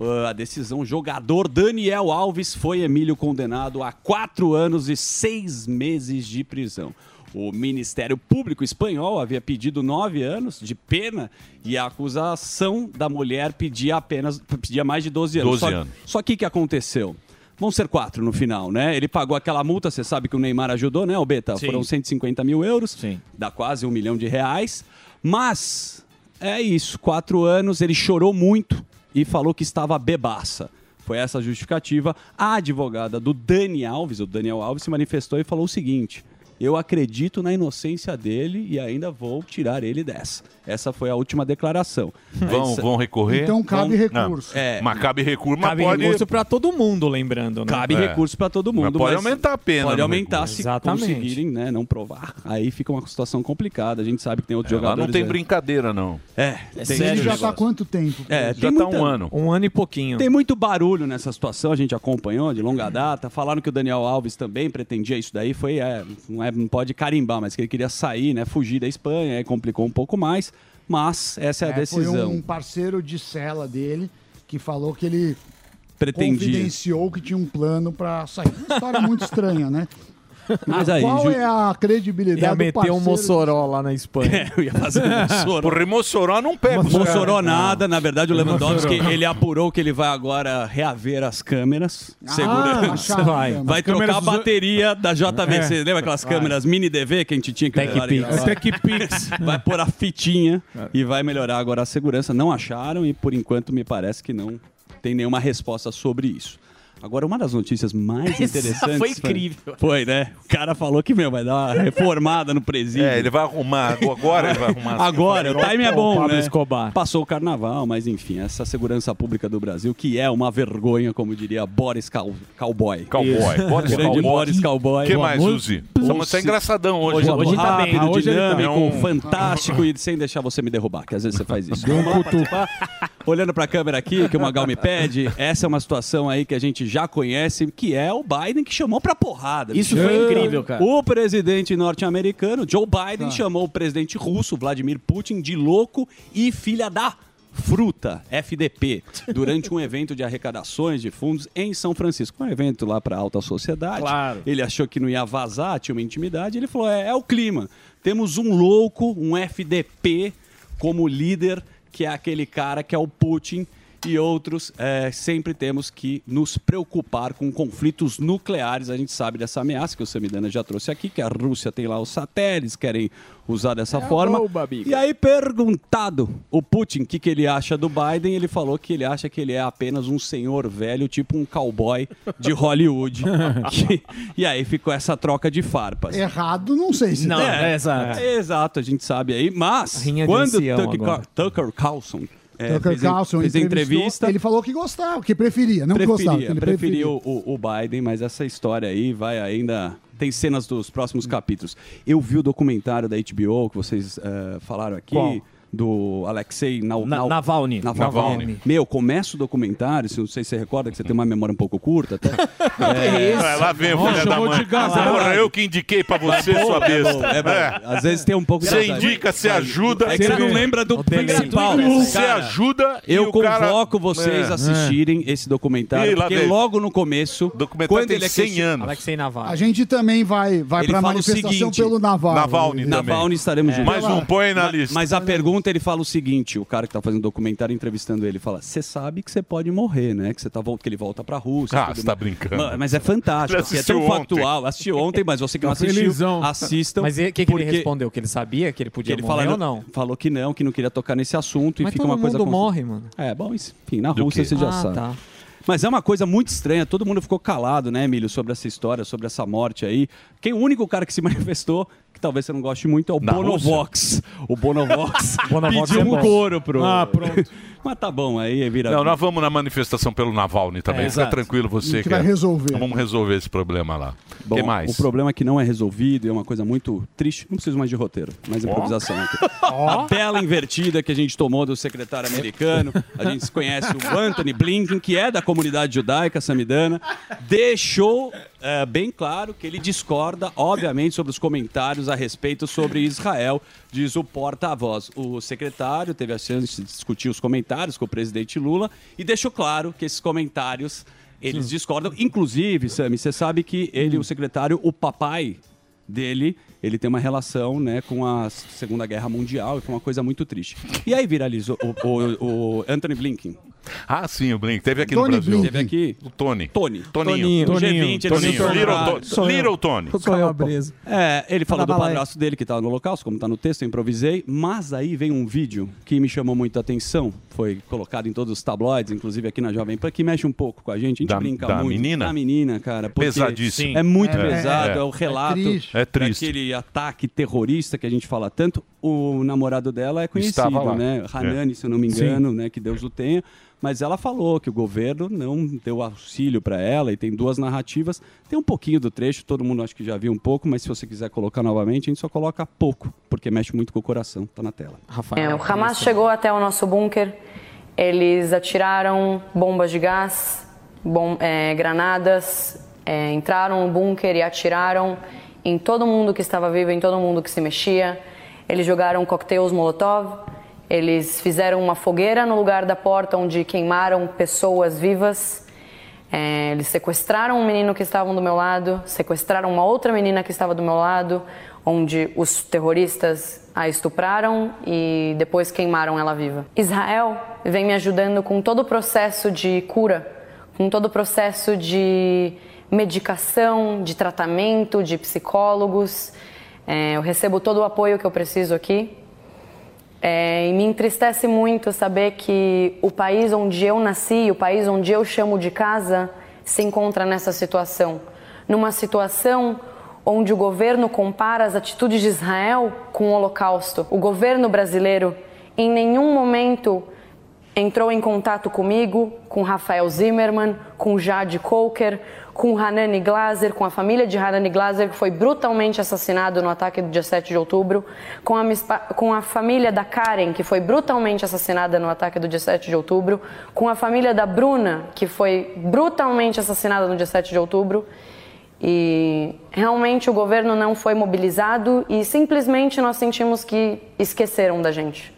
G: uh, a decisão. O jogador Daniel Alves foi Emílio condenado a quatro anos e seis meses de prisão. O Ministério Público Espanhol havia pedido nove anos de pena e a acusação da mulher pedia apenas pedia mais de 12 anos.
C: 12
G: Só-
C: anos.
G: só que o que aconteceu? Vão ser quatro no final, né? Ele pagou aquela multa, você sabe que o Neymar ajudou, né, Albeta?
F: Sim.
G: Foram 150 mil euros, dá quase um milhão de reais. Mas é isso, quatro anos, ele chorou muito e falou que estava bebaça. Foi essa a justificativa. A advogada do Dani Alves, o Daniel Alves, se manifestou e falou o seguinte: eu acredito na inocência dele e ainda vou tirar ele dessa. Essa foi a última declaração.
C: Vão,
G: Essa-
C: vão recorrer. Vão- não.
G: É.
C: Mas cabe recurso, mas
G: Cabe
C: pode...
G: recurso
F: pra todo mundo, lembrando, né?
G: Cabe
C: É.
G: recurso pra todo mundo.
C: Mas pode aumentar a pena né?
G: Pode
C: no
G: aumentar
C: recurso.
G: se
C: Exatamente.
G: conseguirem, né? Não provar. Aí fica uma situação complicada. A gente sabe que tem outros
C: É, lá
G: jogadores.
C: não tem
G: aí.
C: brincadeira, não.
G: É, tem
H: Ele já
G: sério o
H: tá há
G: negócio.
H: quanto tempo?
G: É, tem
C: tá
G: muita-
F: Um ano e pouquinho.
G: Tem muito barulho nessa situação, a gente acompanhou de longa data. Falaram que o Daniel Alves também pretendia isso daí, foi, é, não, é- não pode carimbar, mas que ele queria sair, né? Fugir da Espanha, aí complicou um pouco mais. Mas essa é a
H: É, Foi
G: decisão.
H: um parceiro de cela dele que falou que ele
G: Pretendia.
H: confidenciou que tinha um plano pra sair. Uma história muito estranha, né?
G: Mas aí,
H: Qual
G: Ju-
H: é a credibilidade
G: Ia
H: do
G: meter um
H: parceiro?
F: Mossoró lá na Espanha.
G: É, eu ia fazer Mossoró.
C: Porra, e Mossoró não pega os caras. né?
G: Mossoró nada, na verdade o Lewandowski
C: Mossoró.
G: ele apurou que ele vai agora reaver as câmeras,
C: Ah,
G: segurança,
C: achava.
G: vai,
C: As
G: vai trocar
C: câmeras
G: a
C: dos-
G: bateria da JVC,
C: É.
G: lembra aquelas
C: Vai.
G: câmeras mini DV que a gente tinha que
E: Tech
G: levar em
E: Pix.
G: casa?
E: É, Tech
G: Vai pôr a fitinha
C: É.
G: e vai melhorar agora a segurança. Não acharam e por enquanto me parece que não tem nenhuma resposta sobre isso. Agora, uma das notícias mais
F: Essa
G: interessantes.
F: foi incrível.
G: Foi, né? O cara falou que, meu, vai dar uma reformada no presídio.
C: É, ele vai arrumar. Agora ele vai arrumar. assim.
G: Agora, o time é
C: O
G: bom,
C: Pablo
G: né?
C: Escobar.
G: Passou o carnaval, mas enfim, essa segurança pública do Brasil, que é uma vergonha, como diria Boris Cal- Cowboy.
C: Cowboy.
G: Isso.
C: Boris
G: Grande
C: Cowboy.
G: Boris Cowboy.
C: O que mais,
G: Muito-
C: Uzi? Você tá engraçadão hoje.
G: Hoje,
C: Hoje
G: tá
C: tá bem.
G: rápido,
C: Ah, hoje ele tá
G: dinâmico,
C: bem.
G: fantástico e sem deixar você me derrubar, que às vezes você faz isso.
E: Deu um
G: Vamos lá
E: cutuco.
G: participar? olhando para a câmera aqui, que o Magal me pede, essa é uma situação aí que a gente já conhece, que é o Biden que chamou para porrada.
I: Isso
G: bicho.
I: foi incrível, cara.
G: O presidente norte-americano, Joe Biden, chamou o presidente russo, Vladimir Putin, de louco e filha da fruta, FDP, durante um evento de arrecadações de fundos em São Francisco. Um evento lá para alta sociedade. Claro. Ele achou que não ia vazar, tinha uma intimidade. Ele falou: é, é o clima. Temos um louco, um FDP, como líder, que é aquele cara que é o Putin. E outros, é, sempre temos que nos preocupar com conflitos nucleares. A gente sabe dessa ameaça que o Samidana já trouxe aqui, que a Rússia tem lá os satélites, querem usar dessa forma.
I: bomba, amigo.
G: E aí, perguntado o Putin o que, que ele acha do Biden, ele falou que ele acha que ele é apenas um senhor velho, tipo um cowboy de Hollywood. Que- e aí ficou essa troca de farpas.
H: Errado, não sei se tá.
G: É, é, exato, a gente sabe aí. Mas,
H: Rinha de
G: quando
H: ancião
G: Tucker,
H: agora.
G: Car- Tucker Carlson é,
H: Tucker
G: fez, en-
H: Carlson
G: fez
H: entrevistou,
G: entrevista,
H: Ele falou que gostava, que preferia, não que gostava. que
G: preferia,
H: Ele
G: preferia o, o- o Biden, mas essa história aí vai ainda. Tem cenas dos próximos capítulos. Eu vi o documentário da HBO que vocês eh, falaram aqui.
I: Qual?
G: Do Alexei Nau-
I: Na-
G: Nau-
I: Navalny. Navalny.
G: Navalny. Meu, começa o documentário, se não sei se você recorda, que você tem uma memória um pouco curta até. é.
C: Vai lá ver, filha da mãe. Porra, eu que indiquei pra você,
G: É bom,
C: sua
G: é
C: besta.
G: bom, é bom. Às vezes tem um pouco
C: Você
G: dessa-
C: indica, você ajuda.
G: É que você não lembra do principal.
C: Você
G: Cara,
C: ajuda e
G: Eu
C: o cara-
G: convoco vocês
C: É.
G: a assistirem esse documentário,
C: Ih, lá
G: porque
C: vem.
G: logo no começo, quando ele é question-
F: Alexei Navalny.
H: A gente também vai, vai
G: Ele
H: pra
G: fala o
H: manifestação
G: seguinte,
H: pelo Naval.
G: Navalny estaremos juntos.
H: Mas não
C: É. um, põe na
G: lista. Mas a pergunta, ele fala o seguinte, o cara que tá fazendo o documentário, entrevistando ele, fala, você sabe que você pode morrer, né? Que você tá voltando, que ele volta pra Rússia.
C: Ah,
G: tudo
C: você tá
G: mais."
C: brincando.
G: Ma- Mas é fantástico,
C: Ele
G: assim, é
C: assistiu
G: tão
C: ontem.
G: factual. Assisti ontem, mas você que não
F: Tá
G: assistiu,
F: felizão.
G: assistam.
F: Mas e- que que ele
G: porque-
F: respondeu? Que ele sabia que ele podia
G: ele
F: morrer
G: fala,
F: ou não?
G: Falou que não, que não queria tocar nesse assunto
F: Mas
G: e fica
F: todo
G: uma coisa
F: mundo
G: confusa.
F: morre, mano.
G: É, bom, isso- enfim, na
F: Do
G: Rússia
F: quê?
G: você já
F: Ah,
G: sabe.
F: tá.
G: Mas é uma coisa muito estranha, todo mundo ficou calado, né, Emílio, sobre essa história, sobre essa morte aí. Quem o único cara que se manifestou, que talvez você não goste muito, é o
C: Na
G: Bonovox. O Bonovox,
C: Bonovox
G: pediu
C: é
G: um
C: bom.
G: couro pro.
C: Ah,
G: pronto. Mas tá bom, aí vira.
C: Não, nós vamos na manifestação pelo Navalny também.
G: É,
C: Fica
G: exato.
C: tranquilo
G: A
C: você. é.
G: gente vai resolver.
C: Vamos resolver esse problema lá. O
G: Bom,
C: que mais?
G: O problema é que não é resolvido e é uma coisa muito triste. Não preciso mais de roteiro, mais improvisação aqui. A bela invertida que a gente tomou do secretário americano. A gente conhece o Anthony Blinken, que é da comunidade judaica samidana. Deixou eh, bem claro que ele discorda, obviamente, sobre os comentários a respeito sobre Israel, diz o porta-voz. O secretário teve a chance de discutir os comentários com o presidente Lula e deixou claro que esses comentários eles discordam. Inclusive, Sami, você sabe que ele, o secretário, o papai dele, ele tem uma relação né, com a Segunda Guerra Mundial e foi uma coisa muito triste. E aí viralizou o, o- o Anthony Blinken.
C: Ah, sim, o Blink. Teve aqui
G: Tony
C: no Brasil.
G: Teve aqui.
C: O Tony.
G: Tony.
C: Toninho.
G: Do
C: Toninho.
G: G20.
C: Toninho.
G: Toninho.
C: Little
F: Ah,
C: Tony. Sou eu. Little Tony. Sou eu, pô.
G: É, ele falou do
C: Fala, Balaia.
G: padrasto dele que estava no holocausto, como está no texto, eu improvisei. Mas aí vem um vídeo que me chamou muito a atenção. Foi colocado em todos os tabloides, inclusive aqui na Jovem Pan, que mexe um pouco com a gente. A gente
C: Da-
G: brinca
C: da
G: muito.
C: menina?
G: Da menina, cara. porque
C: Pesadíssimo.
G: É muito
C: É,
G: pesado. É,
C: é.
G: o relato
C: É triste. É triste.
G: daquele ataque terrorista que a gente fala tanto. O namorado dela é
C: Estava lá.
G: conhecido, né? Hanani,
C: É.
G: se eu não me engano,
C: Sim.
G: né? Que Deus o tenha. Mas ela falou que o governo não deu auxílio para ela e tem duas narrativas. Tem um pouquinho do trecho, todo mundo acho que já viu um pouco, mas se você quiser colocar novamente, a gente só coloca pouco, porque mexe muito com o coração. Tá na tela.
K: É, o Hamas chegou até o nosso bunker, eles atiraram bombas de gás, bom- é, granadas, é, entraram no bunker e atiraram em todo mundo que estava vivo, em todo mundo que se mexia. Eles jogaram coquetéis Molotov, eles fizeram uma fogueira no lugar da porta onde queimaram pessoas vivas. É, eles sequestraram um menino que estava do meu lado, sequestraram uma outra menina que estava do meu lado, onde os terroristas a estupraram e depois queimaram ela viva. Israel vem me ajudando com todo o processo de cura, com todo o processo de medicação, de tratamento, de psicólogos. É, eu recebo todo o apoio que eu preciso aqui. É, e me entristece muito saber que o país onde eu nasci, o país onde eu chamo de casa, se encontra nessa situação. Numa situação onde o governo compara as atitudes de Israel com o Holocausto. O governo brasileiro, em nenhum momento, entrou em contato comigo, com Rafael Zimmerman, com Jade Coker, com Hanani Glaser, com a família de Hanani Glaser, que foi brutalmente assassinado no ataque do dia 7 de outubro, com a, mispa- com a família da Karen, que foi brutalmente assassinada no ataque do dia 7 de outubro, com a família da Bruna, que foi brutalmente assassinada no dia 7 de outubro. E realmente o governo não foi mobilizado e simplesmente nós sentimos que esqueceram da gente.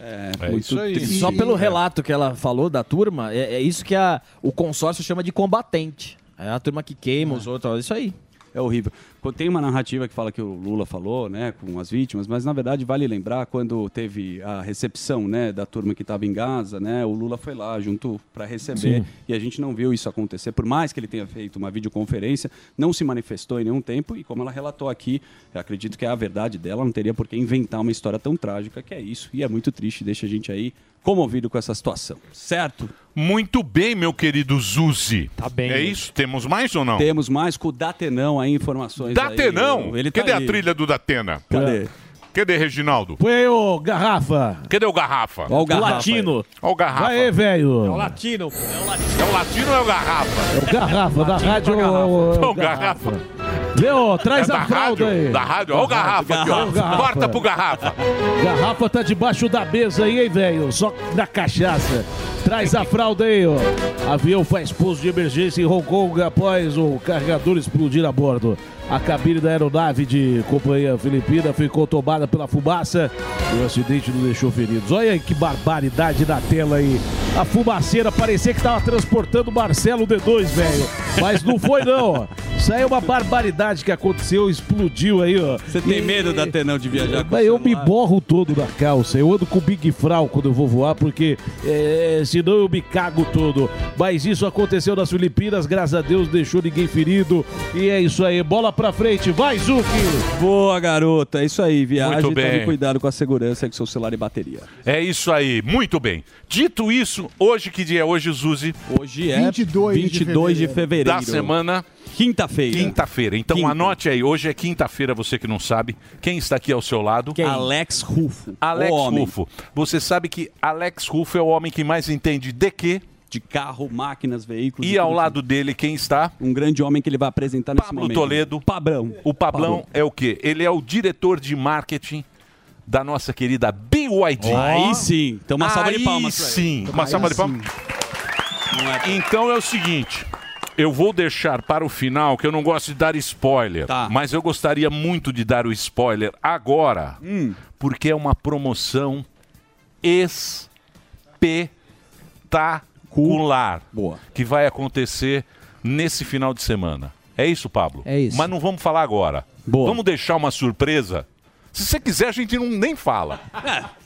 G: É,
I: muito
G: isso aí.
I: triste. Só pelo relato que ela falou da turma, é, é isso que a, o consórcio chama de combatente. É a turma que queima os outros, é isso aí.
G: É horrível. Quando Tem uma narrativa que fala que o Lula falou, né, com as vítimas, mas na verdade vale lembrar quando teve a recepção, né, da turma que estava em Gaza, né, o Lula foi lá junto para receber
L: Sim.
G: e a gente não viu isso acontecer, por mais que ele tenha feito uma videoconferência, não se manifestou em nenhum tempo e como ela relatou aqui, eu acredito que é a verdade dela, não teria por que inventar uma história tão trágica que é isso e é muito triste, deixa a gente aí comovido com essa situação, certo?
C: Muito bem, meu querido Zuzi. Tá
G: bem.
C: É isso? Temos mais ou não?
G: Temos mais com o Datenão aí informações
C: Datenão?
G: aí. Ele tá
C: Cadê
G: aí.
C: a trilha do Datena?
G: Cadê?
C: Cadê, Reginaldo?
E: Põe aí o Garrafa.
C: Cadê o Garrafa?
E: Ó o Garrafa Latino. aí.
C: Ó o Garrafa.
E: Vai aí, velho. É o
C: Latino. É o Latino ou é o
E: É
C: Garrafa?
E: o Garrafa, da rádio.
C: É
E: o-
C: o Garrafa.
E: Leo, traz
C: É
E: a
C: da
E: fralda
C: rádio,
E: aí.
C: Da rádio. Ó É o Garrafa aqui, ó.
E: Ó o Garrafa.
C: Corta pro Garrafa.
E: Garrafa tá debaixo da mesa aí, hein, velho? Só da cachaça. Traz a fralda aí, ó. Avião faz pouso de emergência em Hong Kong após o carregador explodir a bordo. A cabine da aeronave de companhia filipina ficou tomada pela fumaça e o acidente não deixou feridos. Olha aí que barbaridade na tela aí. A fumaceira parecia que tava transportando Marcelo D2, velho. Mas não foi, não, ó. Isso aí é uma barbaridade que aconteceu, explodiu aí, ó.
G: Você tem medo da Tenão de viajar com
E: Mas eu me borro todo na calça. Eu ando com Big Frau quando eu vou voar, porque é, senão eu me cago todo. Mas isso aconteceu nas Filipinas, graças a Deus, deixou ninguém ferido. E é isso aí. Bola pra frente. Vai, Zuki!
G: Boa, garota. É isso aí. Viagem,
C: Muito
G: tome
C: bem.
G: cuidado com a segurança, com seu celular e bateria.
C: É isso aí. Muito bem. Dito isso, hoje que dia é hoje, Zuzi?
G: Hoje é 22 de 22 de fevereiro.
C: Da semana...
G: Quinta-feira.
C: Quinta-feira. Então anote aí. Hoje é quinta-feira, você que não sabe. Quem está aqui ao seu lado?
G: Alex Rufo.
C: Alex
G: O homem.
C: Rufo. Você sabe que Alex Rufo é o homem que mais entende de quê?
G: De carro, máquinas, veículos.
C: E ao lado dele, quem está?
G: Um grande homem que ele vai apresentar nesse
C: Pablo
G: momento.
C: Toledo.
G: Pabrão.
C: O Pablão
G: Pablo.
C: é o quê? Ele é o diretor de marketing da nossa querida BYD.
G: Aí sim. Então uma salva de palmas pra
C: Aí
G: ele.
C: sim. Uma
G: Aí
C: salva de
G: sim.
C: palmas. Então é o seguinte. Eu vou deixar para o final, que eu não gosto de dar spoiler, mas eu gostaria muito de dar o spoiler agora, porque é uma promoção espetacular que vai acontecer nesse final de semana. É isso, Pablo? É isso. Mas não vamos falar agora. Vamos deixar uma surpresa. Se você quiser, a gente não nem fala.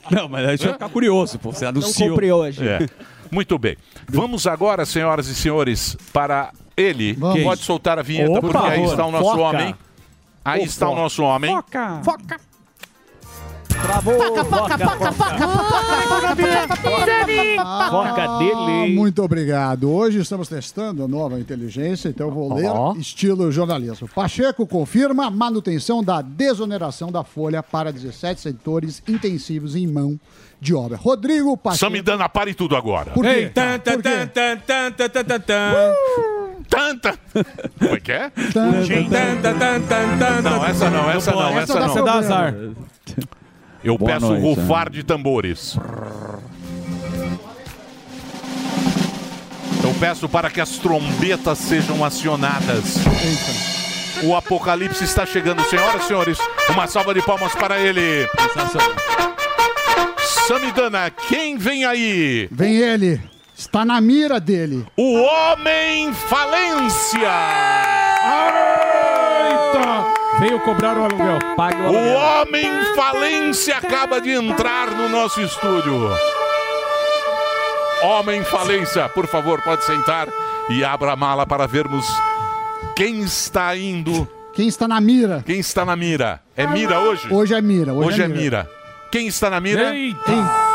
G: Não, mas aí você vai ficar curioso, pô. Você anunciou.
C: É. Muito bem. Vamos agora, senhoras e senhores, para ele.
G: Vamos.
C: Pode soltar a vinheta,
G: Opa,
C: porque aí
G: favor.
C: está o nosso
G: Foca.
C: homem. Aí
G: Ô,
C: está o
G: foca.
C: nosso homem.
G: Foca.
B: Foca.
D: Travou.
B: Foca, foca, foca, foca, foca, foca, foca,
H: Ah, muito obrigado. Hoje estamos testando a nova inteligência, então eu vou ler
M: Ó.
H: estilo jornalismo. Pacheco confirma a manutenção da desoneração da folha para 17 setores intensivos em mão de obra. Rodrigo Pacheco.
C: Só me dando a para e tudo agora.
H: Por quê?
C: Ei,
H: Tá,
C: tan, tan,
H: por quê? Uh!
C: tan, tan, tan, tan, tan, tan. Tanta! Como é que é? Gente. Não, essa não, essa não,
B: Essa
C: essa é
B: dá problema.
C: não.
B: Essa dá azar.
C: Eu
B: Boa
C: peço
B: noite,
C: rufar de tambores. Eu peço para que as trombetas sejam acionadas. O apocalipse está chegando, senhoras e senhores. Uma salva de palmas para ele. Samidana, quem vem aí?
H: Vem ele. Está na mira dele.
C: O homem falência! Eita!
E: Veio cobrar o aluguel. Pague
C: O homem falência acaba de entrar no nosso estúdio. Homem falência, por favor, pode sentar e abra a mala para vermos quem está indo.
H: Quem está na mira?
C: Quem está na mira? É mira hoje?
H: Hoje é mira. Hoje,
C: Hoje é mira. Quem está na mira?
H: Eita!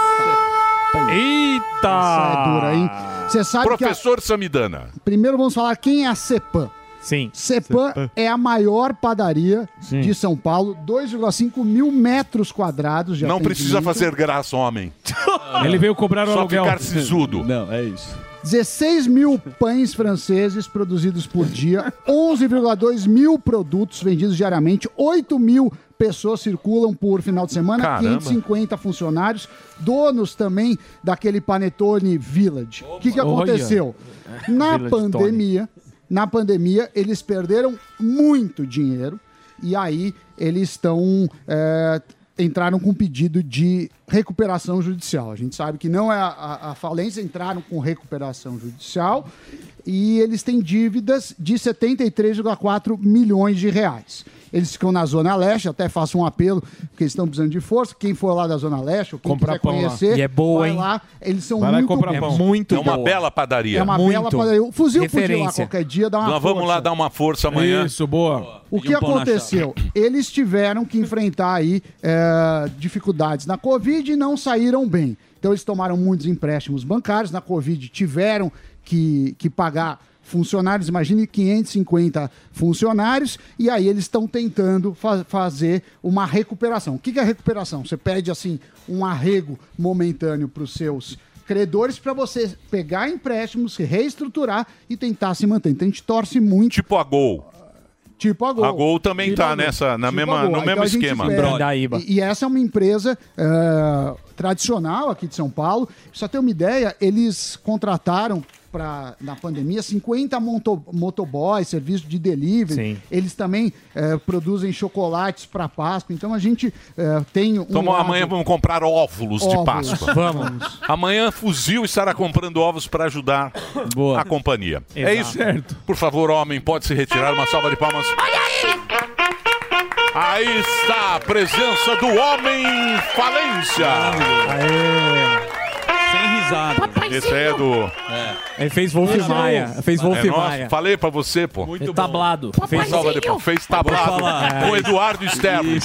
H: Essa é dura, hein? Você sabe que a-
C: Professor Samidana.
H: Primeiro vamos falar quem é a CEPAM.
F: Sim.
H: CEPAM é a maior padaria de São Paulo, 2,5 mil metros quadrados de
C: Não
H: atendimento.
C: precisa fazer graça, homem.
E: Ele veio cobrar o
C: Só
E: aluguel.
C: ficar sisudo.
G: Não, é isso.
H: 16 mil pães franceses produzidos por dia, 11,2 mil produtos vendidos diariamente, 8 mil pessoas circulam por final de semana,
C: Caramba.
H: 550 funcionários, donos também daquele Panetone Village. O que, que
L: Olha.
H: aconteceu? Na
L: Village Tony.
H: pandemia, na pandemia, eles perderam muito dinheiro e aí eles estão. é, entraram com pedido de recuperação judicial. A gente sabe que não é a, a- a falência, entraram com recuperação judicial e eles têm dívidas de 73,4 milhões de reais. Eles ficam na Zona Leste, até faço um apelo, porque eles estão precisando de força. Quem for lá da Zona Leste, ou quem
C: Comprar
H: quiser
C: pão lá.
H: conhecer,
C: E é boa,
H: vai
C: hein?
H: lá. Eles são
C: Vai lá e
H: muito
C: compra
H: bons.
C: pão. um É uma bela padaria.
H: É uma bela
C: Muito.
H: padaria. O fuzil podia ir lá
C: Referência.
H: qualquer dia, dar uma
C: Nós vamos lá dar uma força amanhã.
E: Isso, boa.
H: o
C: um
G: um
H: que aconteceu? Eles tiveram que enfrentar aí é, dificuldades na Covid e não saíram bem. Então eles tomaram muitos empréstimos bancários na Covid, tiveram que, que pagar funcionários, imagine 550 funcionários, e aí eles estão tentando fa- fazer uma recuperação. O que, que é recuperação? Você pede assim um arrego momentâneo para os seus credores para você pegar empréstimos, se reestruturar e tentar se manter. Então a gente torce muito.
C: Tipo a Gol.
H: Tipo a Gol.
C: A Gol também
H: Tipo
C: tá
H: a Gol.
C: nessa- na mesma-
H: a Gol. então
C: no mesmo
H: a gente
C: esquema.
H: espera.
C: Brandaíba.
H: E, e essa é uma empresa ah, tradicional aqui de São Paulo. Só ter uma ideia, eles contrataram para na pandemia 50 monto- motoboys, serviço de delivery.
C: Sim.
H: Eles também eh, produzem chocolates para Páscoa. Então a gente eh, tem um
C: Então
H: lado-
C: amanhã vamos comprar óvulos, de
H: Óvulos.
C: Páscoa.
H: Vamos.
C: Amanhã fuzil estará comprando ovos para ajudar a companhia. É
M: Exato.
C: isso? Por favor, homem, pode se retirar. Uma salva de palmas. Olha aí! Aí está a presença do homem falência.
G: Sem risada.
C: Esse aí é do...
F: Ele fez Wolf
C: Esse é
F: Maia,
C: o-
F: fez Wolf
C: É nosso?
F: Maia.
C: Falei pra você, pô.
F: Muito tablado.
C: Fez salva de palmas. Fez tablado
F: falar. É
G: É
C: com Eduardo Sterling.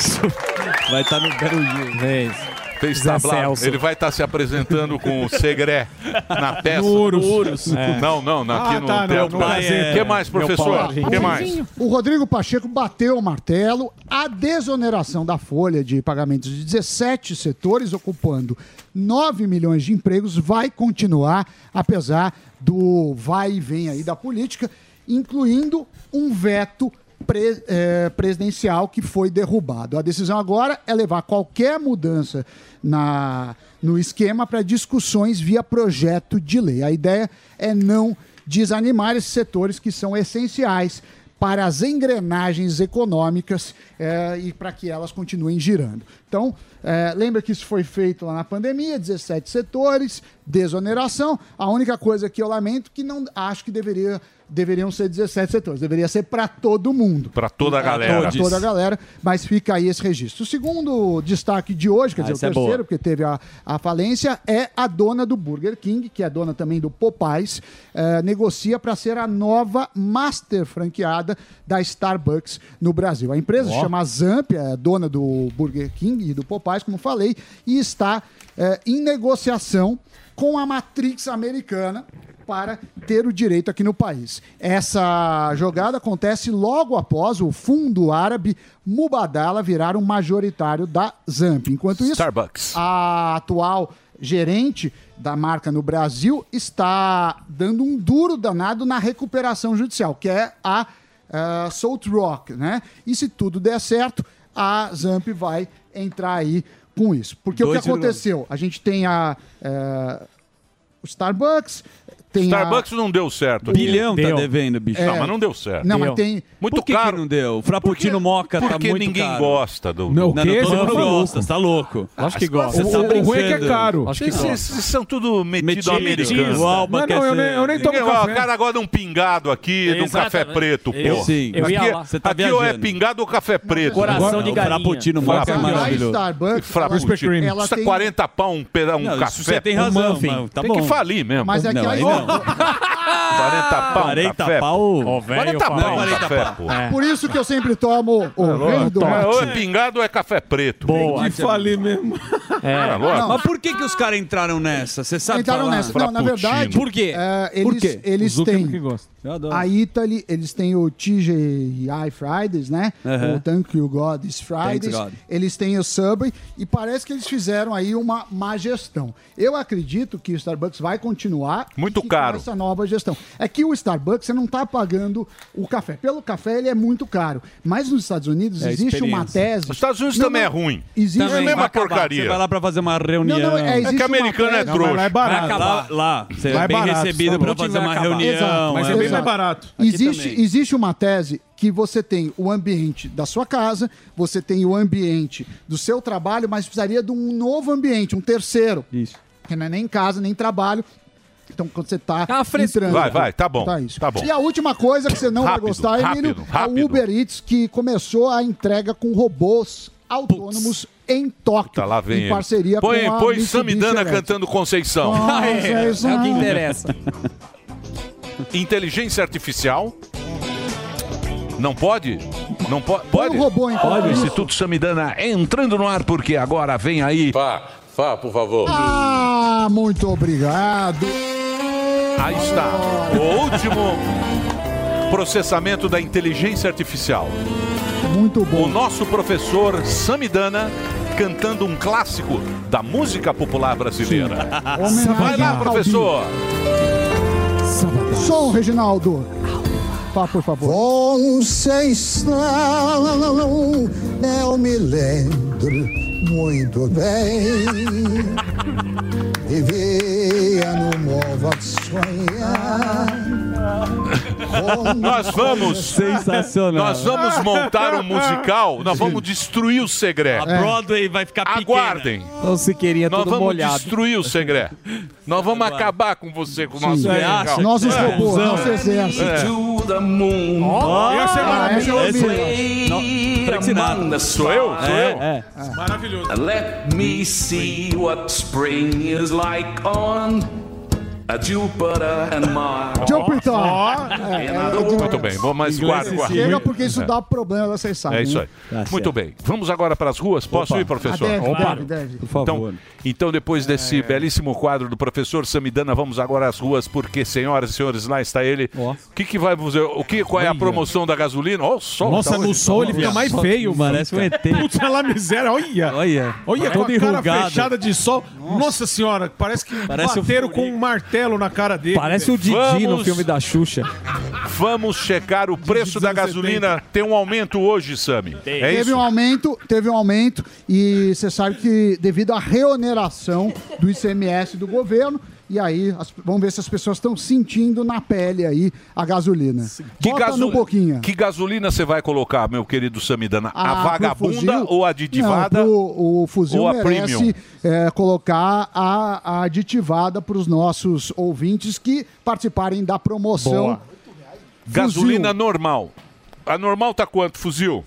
G: Vai estar no Beruí.
C: Fez
F: Zé
C: tablado.
F: Celso.
C: Ele vai estar se apresentando com o Segré na peça.
H: No Urus. Urus.
C: É. Não, não, não, aqui
H: Ah,
C: no
H: tá, não,
C: Teatro.
H: no Brasil.
G: é
C: O que mais, professor? O que mais?
H: O Rodrigo Pacheco bateu o martelo. A desoneração da folha de pagamentos de 17 setores, ocupando 9 milhões de empregos, vai continuar, apesar do vai e vem aí da política, incluindo um veto pre- eh, presidencial que foi derrubado. A decisão agora é levar qualquer mudança na, no esquema para discussões via projeto de lei. A ideia é não desanimar esses setores que são essenciais para as engrenagens econômicas eh, e para que elas continuem girando. Então, eh, lembra que isso foi feito lá na pandemia, 17 setores, desoneração. A única coisa que eu lamento é que não acho que deveria, deveriam ser 17 setores, deveria ser para todo mundo.
C: Pra toda a
H: Pra
C: galera.
H: toda a galera, mas fica aí esse registro. O segundo destaque de hoje, quer
G: Ah,
H: dizer, o
G: essa é
H: terceiro,
G: boa.
H: porque teve a, a falência, é a dona do Burger King, que é dona também do Popeyes, eh, negocia para ser a nova master franqueada da Starbucks no Brasil. A empresa se
L: Ó.
H: chama Zamp, é dona do Burger King e do Popeyes, como falei, e está eh, em negociação com a Matrix americana para ter o direito aqui no país. Essa jogada acontece logo após o fundo árabe Mubadala virar um majoritário da Zamp. Enquanto isso,
C: Starbucks.
H: a atual gerente da marca no Brasil está dando um duro danado na recuperação judicial, que é a ah, Salt Rock, né? E se tudo der certo, a Zamp vai entrar aí com isso. Porque o que
C: 2,9.
H: aconteceu? A gente tem a eh, o Starbucks, tem
C: Starbucks
H: a...
C: não deu certo.
G: Bilhão tá Deu. devendo, bicho.
C: Não,
G: É.
C: mas não deu certo.
G: Não, mas Deu. tem-
C: Muito
G: Por que que
C: caro.
G: não deu? Frappuccino Moca tá
C: porque
G: muito
C: ninguém
G: caro.
C: gosta do...
G: Não, o Não, não, quê? todo Você mundo tá maluco. gosta, você tá louco. Acho que gosta.
C: Você
G: O- o ruim é que é caro.
C: Acho
G: Acho
C: que
G: que
C: esses,
G: gosta.
C: esses são tudo metido
G: Metido.
C: americano.
G: O Alba Não, quer não, eu ser- nem- eu nem tomo
C: Ninguém- ó,
G: café.
C: O cara agora de um pingado aqui, de um
G: Exatamente.
C: café preto,
G: Eu-
C: pô.
G: sim. Eu ia
C: aqui
G: lá. Você tá
C: aqui ou é
G: viajando.
C: pingado ou café preto.
G: Coração de Não, o galinha. tá, frappuccino moca é maravilhoso.
H: Starbucks,
C: Frappuccino.
H: ela- ela
C: Custa
H: tem-
C: 40 pão tá um, peda- um
G: Não,
C: café.
G: isso você tem razão,
C: Um muffin.
G: mas tá
C: tem que
G: bom.
C: falir mesmo.
H: Mas é que aí-
C: 40 pau. um
G: 40
C: café,
G: pau?
C: pô.
G: Ô, velho,
C: 40
G: fala
C: pau. um
G: aí.
C: café,
G: 40
C: pô.
G: pau. É.
H: Por isso que eu sempre tomo o
G: Tá
C: Toma, Ou é
H: verdote.
C: pingado ou é café preto.
G: Boa. Tem que falir
E: mesmo.
C: Cara, Tá, lógico.
G: Mas por que, que os caras entraram nessa? Você sabe
H: Entraram
G: falar?
H: nessa. Não, na verdade.
G: Por quê?
H: é, eles,
G: Por quê?
H: Eles têm.
G: Eu adoro.
H: A Italy, eles têm o TGI Fridays, né?
G: Aham.
H: O Thank You God is
G: Thanks
H: Fridays.
G: God.
H: Eles têm o Subway e parece que eles fizeram aí uma má gestão. Eu acredito que o Starbucks vai continuar
C: Muito caro.
H: essa nova gestão. É que o Starbucks você não está pagando o café. Pelo café ele é muito caro. Mas nos Estados Unidos
G: É,
H: existe uma
G: experiência.
H: tese.
C: Os Estados Unidos
H: Não,
C: também
H: não.
C: é ruim.
H: Existe
C: Também. É a mesma
G: Vai acabar.
C: porcaria.
G: Você vai lá pra fazer uma reunião.
H: Não, não, é, existe
G: que
H: uma
C: americano
H: tese-
C: é trouxa.
H: Não, mas lá
G: Vai acabar. Lá, você é
H: Vai
G: bem
H: barato,
G: recebido
H: Starbucks
G: pra fazer
H: vai
G: uma
H: acabar.
G: reunião.
H: Exato,
C: Ah,
E: mas é bem mais
H: exato.
E: barato. Aqui
H: Existe,
E: também.
H: existe uma tese que você tem o ambiente da sua casa, você tem o ambiente do seu trabalho, mas precisaria de um novo ambiente, um terceiro.
G: Isso.
H: Que não é nem casa, nem trabalho. Então, quando você tá. Ah,
C: Vai, vai, tá bom. Tá, bom.
H: E a última coisa que você não
C: Rápido,
H: vai gostar,
C: rápido,
H: Emílio, é
C: rápido.
H: o Uber Eats, que começou a entrega com robôs autônomos em Tóquio.
C: Tá lá, vem
H: Em
C: ele.
H: parceria
C: põe,
H: com a
C: Põe
H: Mitsubishi
C: Samidana
H: Electric.
C: cantando Conceição.
H: Nossa, é isso aí.
C: Inteligência artificial. Não pode? Não po pode?
H: robô, então.
C: Olha o
H: Isso.
C: Instituto Samidana entrando no ar, porque agora vem aí. Fá, Fá, por favor.
H: Ah, muito obrigado. é.
C: Aí está. O último processamento da inteligência artificial.
H: Muito bom.
C: O nosso professor Samidana cantando um clássico da música popular brasileira.
H: Homenagem
C: Vai lá,
H: ao
C: professor.
H: Som, Reginaldo. Fá, por favor.
L: Conceição, eu me lembro muito bem. Vivia no mova de sonhar.
C: Nós vamos.
G: Sensacional.
C: Nós vamos montar um musical, nós vamos destruir o Segré.
G: A Broadway vai ficar pequena.
C: Aguardem.
I: Então, se
F: É
I: queria
C: Nós
I: todo
C: vamos
I: molhado.
C: destruir o Segré. Nós vamos acabar com você, com o nosso
I: Sim. Você acha
C: musical. É.
I: que Nós os é? robôs, nosso
H: exército.
C: Ó,
H: Ah,
B: ia
H: é
B: ser maravilhoso.
C: é Sou eu? Sou
B: É,
C: eu?
B: é.
M: Maravilhoso. Let me see what spring is like on a Jupiter and Mars.
H: Jupiter. É, é,
C: Muito bem, vou mais guarda, guarda.
H: Chega porque isso dá problema, vocês sabem.
C: É isso
H: né?
C: aí.
E: Tá
C: Muito bem. Vamos agora para as ruas? Posso
H: Opa.
C: ir, professor?
H: Ah, deve, deve, deve. É. Por
C: Então, então, depois desse belíssimo quadro do professor Samidana, vamos agora às ruas, porque, senhoras e senhores, lá está ele. O que, que vai fazer? O que, qual é a promoção da gasolina? Olha o sol.
E: Nossa,
C: tá
E: no
C: hoje.
E: sol ele fica
C: Olha.
E: mais feio.
G: Parece um ET.
E: Puta lá miséria, olha.
G: Olha.
E: Olha, com
G: Todo
E: a cara
G: enrugado.
E: fechada de sol. Nossa, senhora, parece que
G: Parece um
E: bateram com um martelo na cara dele.
C: Parece o Didi no Vamos- filme
I: da Xuxa.
C: Vamos checar o preço da gasolina. Tem um aumento hoje, Sami. É
H: teve
C: isso?
H: um aumento, teve um aumento e você sabe que devido à reoneração do ICMS do governo, e aí as- vamos ver se as pessoas estão sentindo na pele aí a gasolina. Bota
C: gaso-
H: no pouquinho.
C: que gasolina você vai colocar, meu querido Samidana? a
H: Ah, pro
C: vagabunda
H: fuzil-
C: ou a adivada?
H: Não, pro- o fuzil
C: ou a
H: merece
C: premium?
H: é, colocar a, a aditivada para os nossos ouvintes que participarem da promoção.
C: Boa. Gasolina normal. A normal tá quanto, fuzil?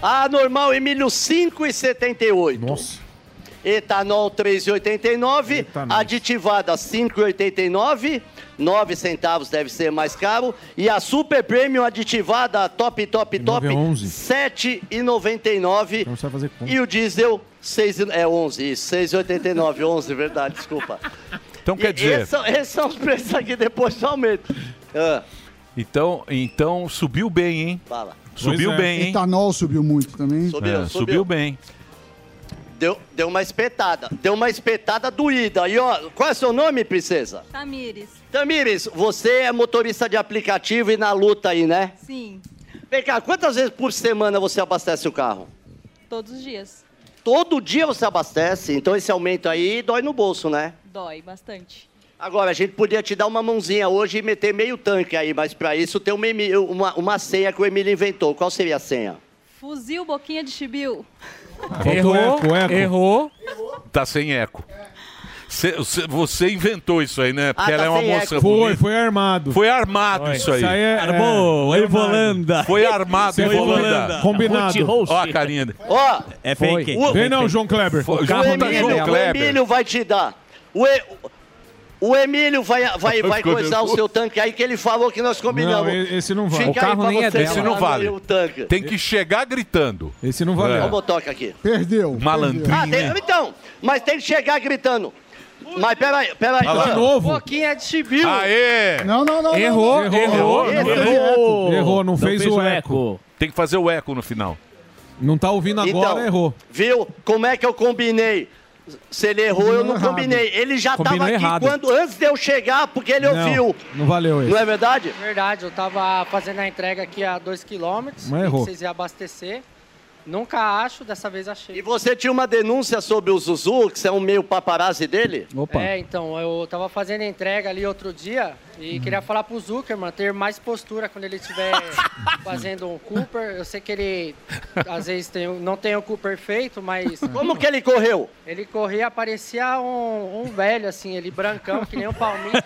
J: A Ah, normal Emílio 5,78. Nossa. Etanol 3,89, aditivada 5,89, 9 centavos deve ser mais caro e a Super Premium aditivada top top top 7,99
E: é Então você vai fazer conta.
J: e o diesel 6 e- é 11, isso, 6,89, 11, verdade, desculpa. é
C: Então quer
J: E
C: dizer-
J: esses são- esses são os preços aqui depois do aumento. Ah,
C: Então, então subiu bem, hein?
J: Fala.
C: Subiu bem, hein?
H: Etanol subiu muito também.
J: Subiu,
C: É,
J: subiu.
C: subiu bem.
J: Deu, deu uma espetada. Deu uma espetada doída. E ó, qual é seu nome, princesa?
B: Tá.
N: Tamires,
J: Tamires, você é motorista de aplicativo e na luta aí, né?
N: sim,
J: Vem cá, quantas vezes por semana você abastece o carro?
N: todos os dias.
J: Todo dia você abastece, então esse aumento aí dói no bolso, né?
N: Dói bastante.
J: Agora, a gente podia te dar uma mãozinha hoje e meter meio tanque aí, mas pra isso tem uma, emi- uma, uma senha que o Emílio inventou. Qual seria a senha?
N: Fuzil boquinha de chibiu.
C: Errou,
I: errou.
C: um Tá sem eco. Cê- cê- você inventou isso aí, né? Porque
E: Ah, tá
C: ela é uma
E: sem
C: moça.
E: eco. Foi,
C: bonita.
E: foi armado.
C: Foi armado isso aí.
E: Isso aí é-
G: Armou,
E: é-
G: é, Evolanda.
C: Foi armado,
G: Foi
C: Evolanda.
G: Evolanda. Combinado.
C: Ó a carinha. dele.
J: Ó,
G: É
C: Foi.
G: fake.
C: Vem não,
B: tá
E: João Kleber. tá
C: Foi-
J: O
C: João
J: Emílio,
C: Kleber.
J: o Emílio vai te dar. O E- O Emílio vai, vai, vai
E: Ficou
J: coisar o
E: nervoso.
J: seu tanque aí que ele falou que nós
E: Não,
J: combinamos.
E: e- esse não vale.
J: Fica aí pra
E: é
J: você
C: Esse
J: falar
C: não
J: no
C: vale.
J: meu tá tanque.
C: Tem que chegar gritando. É.
E: Esse não
J: Olha o motoca aqui.
H: Perdeu.
C: Malandrinho.
J: Ah, tem-
C: né?
J: então, mas tem que chegar gritando. Mas peraí, peraí.
C: Olha lá. De
J: novo. Boquinha de Chibiu.
C: Aê!
H: Não, não, não.
C: Errou, errou, errou,
J: Esse
C: errou.
J: errou.
E: Errou, não, fez, o eco.
C: Tem que fazer o eco no final.
E: Não tá ouvindo agora,
J: Então,
E: errou.
J: Viu como é que eu combinei? Se ele errou, eu não
E: Errado.
J: combinei. Ele já
E: Combinou
J: estava aqui
E: errado.
J: quando, antes de eu chegar, porque ele
E: não,
J: ouviu.
E: Não valeu
J: Não
E: esse.
J: é verdade?
O: Verdade, eu tava fazendo a entrega aqui a 2km,
J: Mas errou.
O: vocês iam abastecer. Nunca acho, dessa vez achei.
J: E você tinha uma denúncia sobre o Zuzu, que você é um meio paparazzi dele?
O: É, então, eu tava fazendo a entrega ali outro dia e
J: Hum.
O: queria falar pro Zuckerman ter mais postura quando ele estiver fazendo um Cooper. Eu sei que ele, às vezes, tem, um- não tem o Cooper feito, mas...
J: Como que ele correu?
O: Ele corria, parecia um, um velho, assim, ele brancão, que nem um palmito.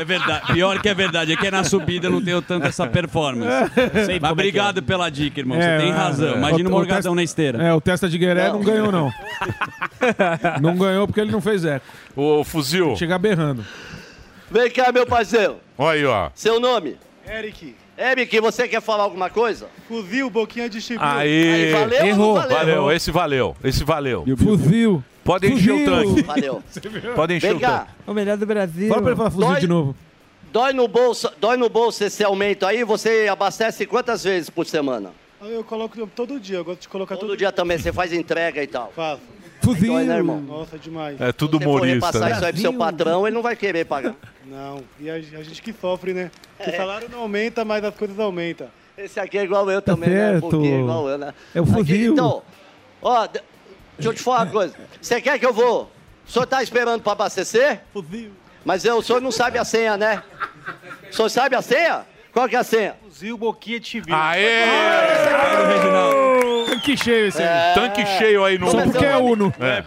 G: É verdade. Pior que é verdade, é que na subida eu não tenho tanto essa performance.
O: Sei
G: Mas
O: como é que
G: obrigado pela dica, irmão.
E: É,
G: Você tem
E: é,
G: razão.
E: é.
G: Imagina o
E: O- o
G: Morgadão
E: teste-
G: na esteira.
E: É, o testa de Gueré não,
G: Não.
E: ganhou, não. não ganhou porque ele não fez eco.
C: Ô, fuzil.
E: Chegar berrando.
J: Vem cá, meu parceiro.
C: Olha aí, ó.
J: Seu nome?
P: Eric,
J: Eric, você quer falar alguma coisa?
P: fuzil, boquinha de chibiu.
C: Aí,
J: valeu ou não
C: errou.
J: valeu?
C: Valeu, esse valeu, esse valeu.
E: Fuzil.
C: Pode encher o tanque.
J: Valeu.
C: Pode encher
J: Vem
C: o
J: cá.
C: tanque.
J: O melhor do Brasil.
E: Fala pra ele falar fuzil de novo.
J: Dói no bolso, dói no bolso esse aumento aí, você abastece quantas vezes por semana?
P: Eu coloco todo dia, eu gosto de colocar todo,
J: Todo dia também você faz entrega e tal.
P: Faço.
E: Fuzil.
J: Dói, né, irmão?
P: Nossa, demais.
C: É tudo
J: Se for
C: humorista,
J: repassar
C: né?
J: isso aí pro seu patrão, ele não vai querer pagar.
P: Não, e a, a gente que sofre, né? Porque
J: É.
P: o salário não aumenta, mas as coisas aumentam.
J: Esse aqui é igual eu também, né? Um
P: certo.
J: pouquinho igual eu, né?
P: É o fuzil.
J: então, ó, d- deixa eu te falar uma coisa. Você quer que eu vou? O senhor tá esperando pra abastecer? Fuzil. Mas eu, o senhor não sabe a senha, né? O senhor sabe a senha? Qual que é a senha?
P: Fuzil, boquinha de chibiu.
C: Aê!
E: Tanque cheio esse
P: É.
E: aí.
C: Tanque cheio aí no
E: Só porque é Uno.
C: É.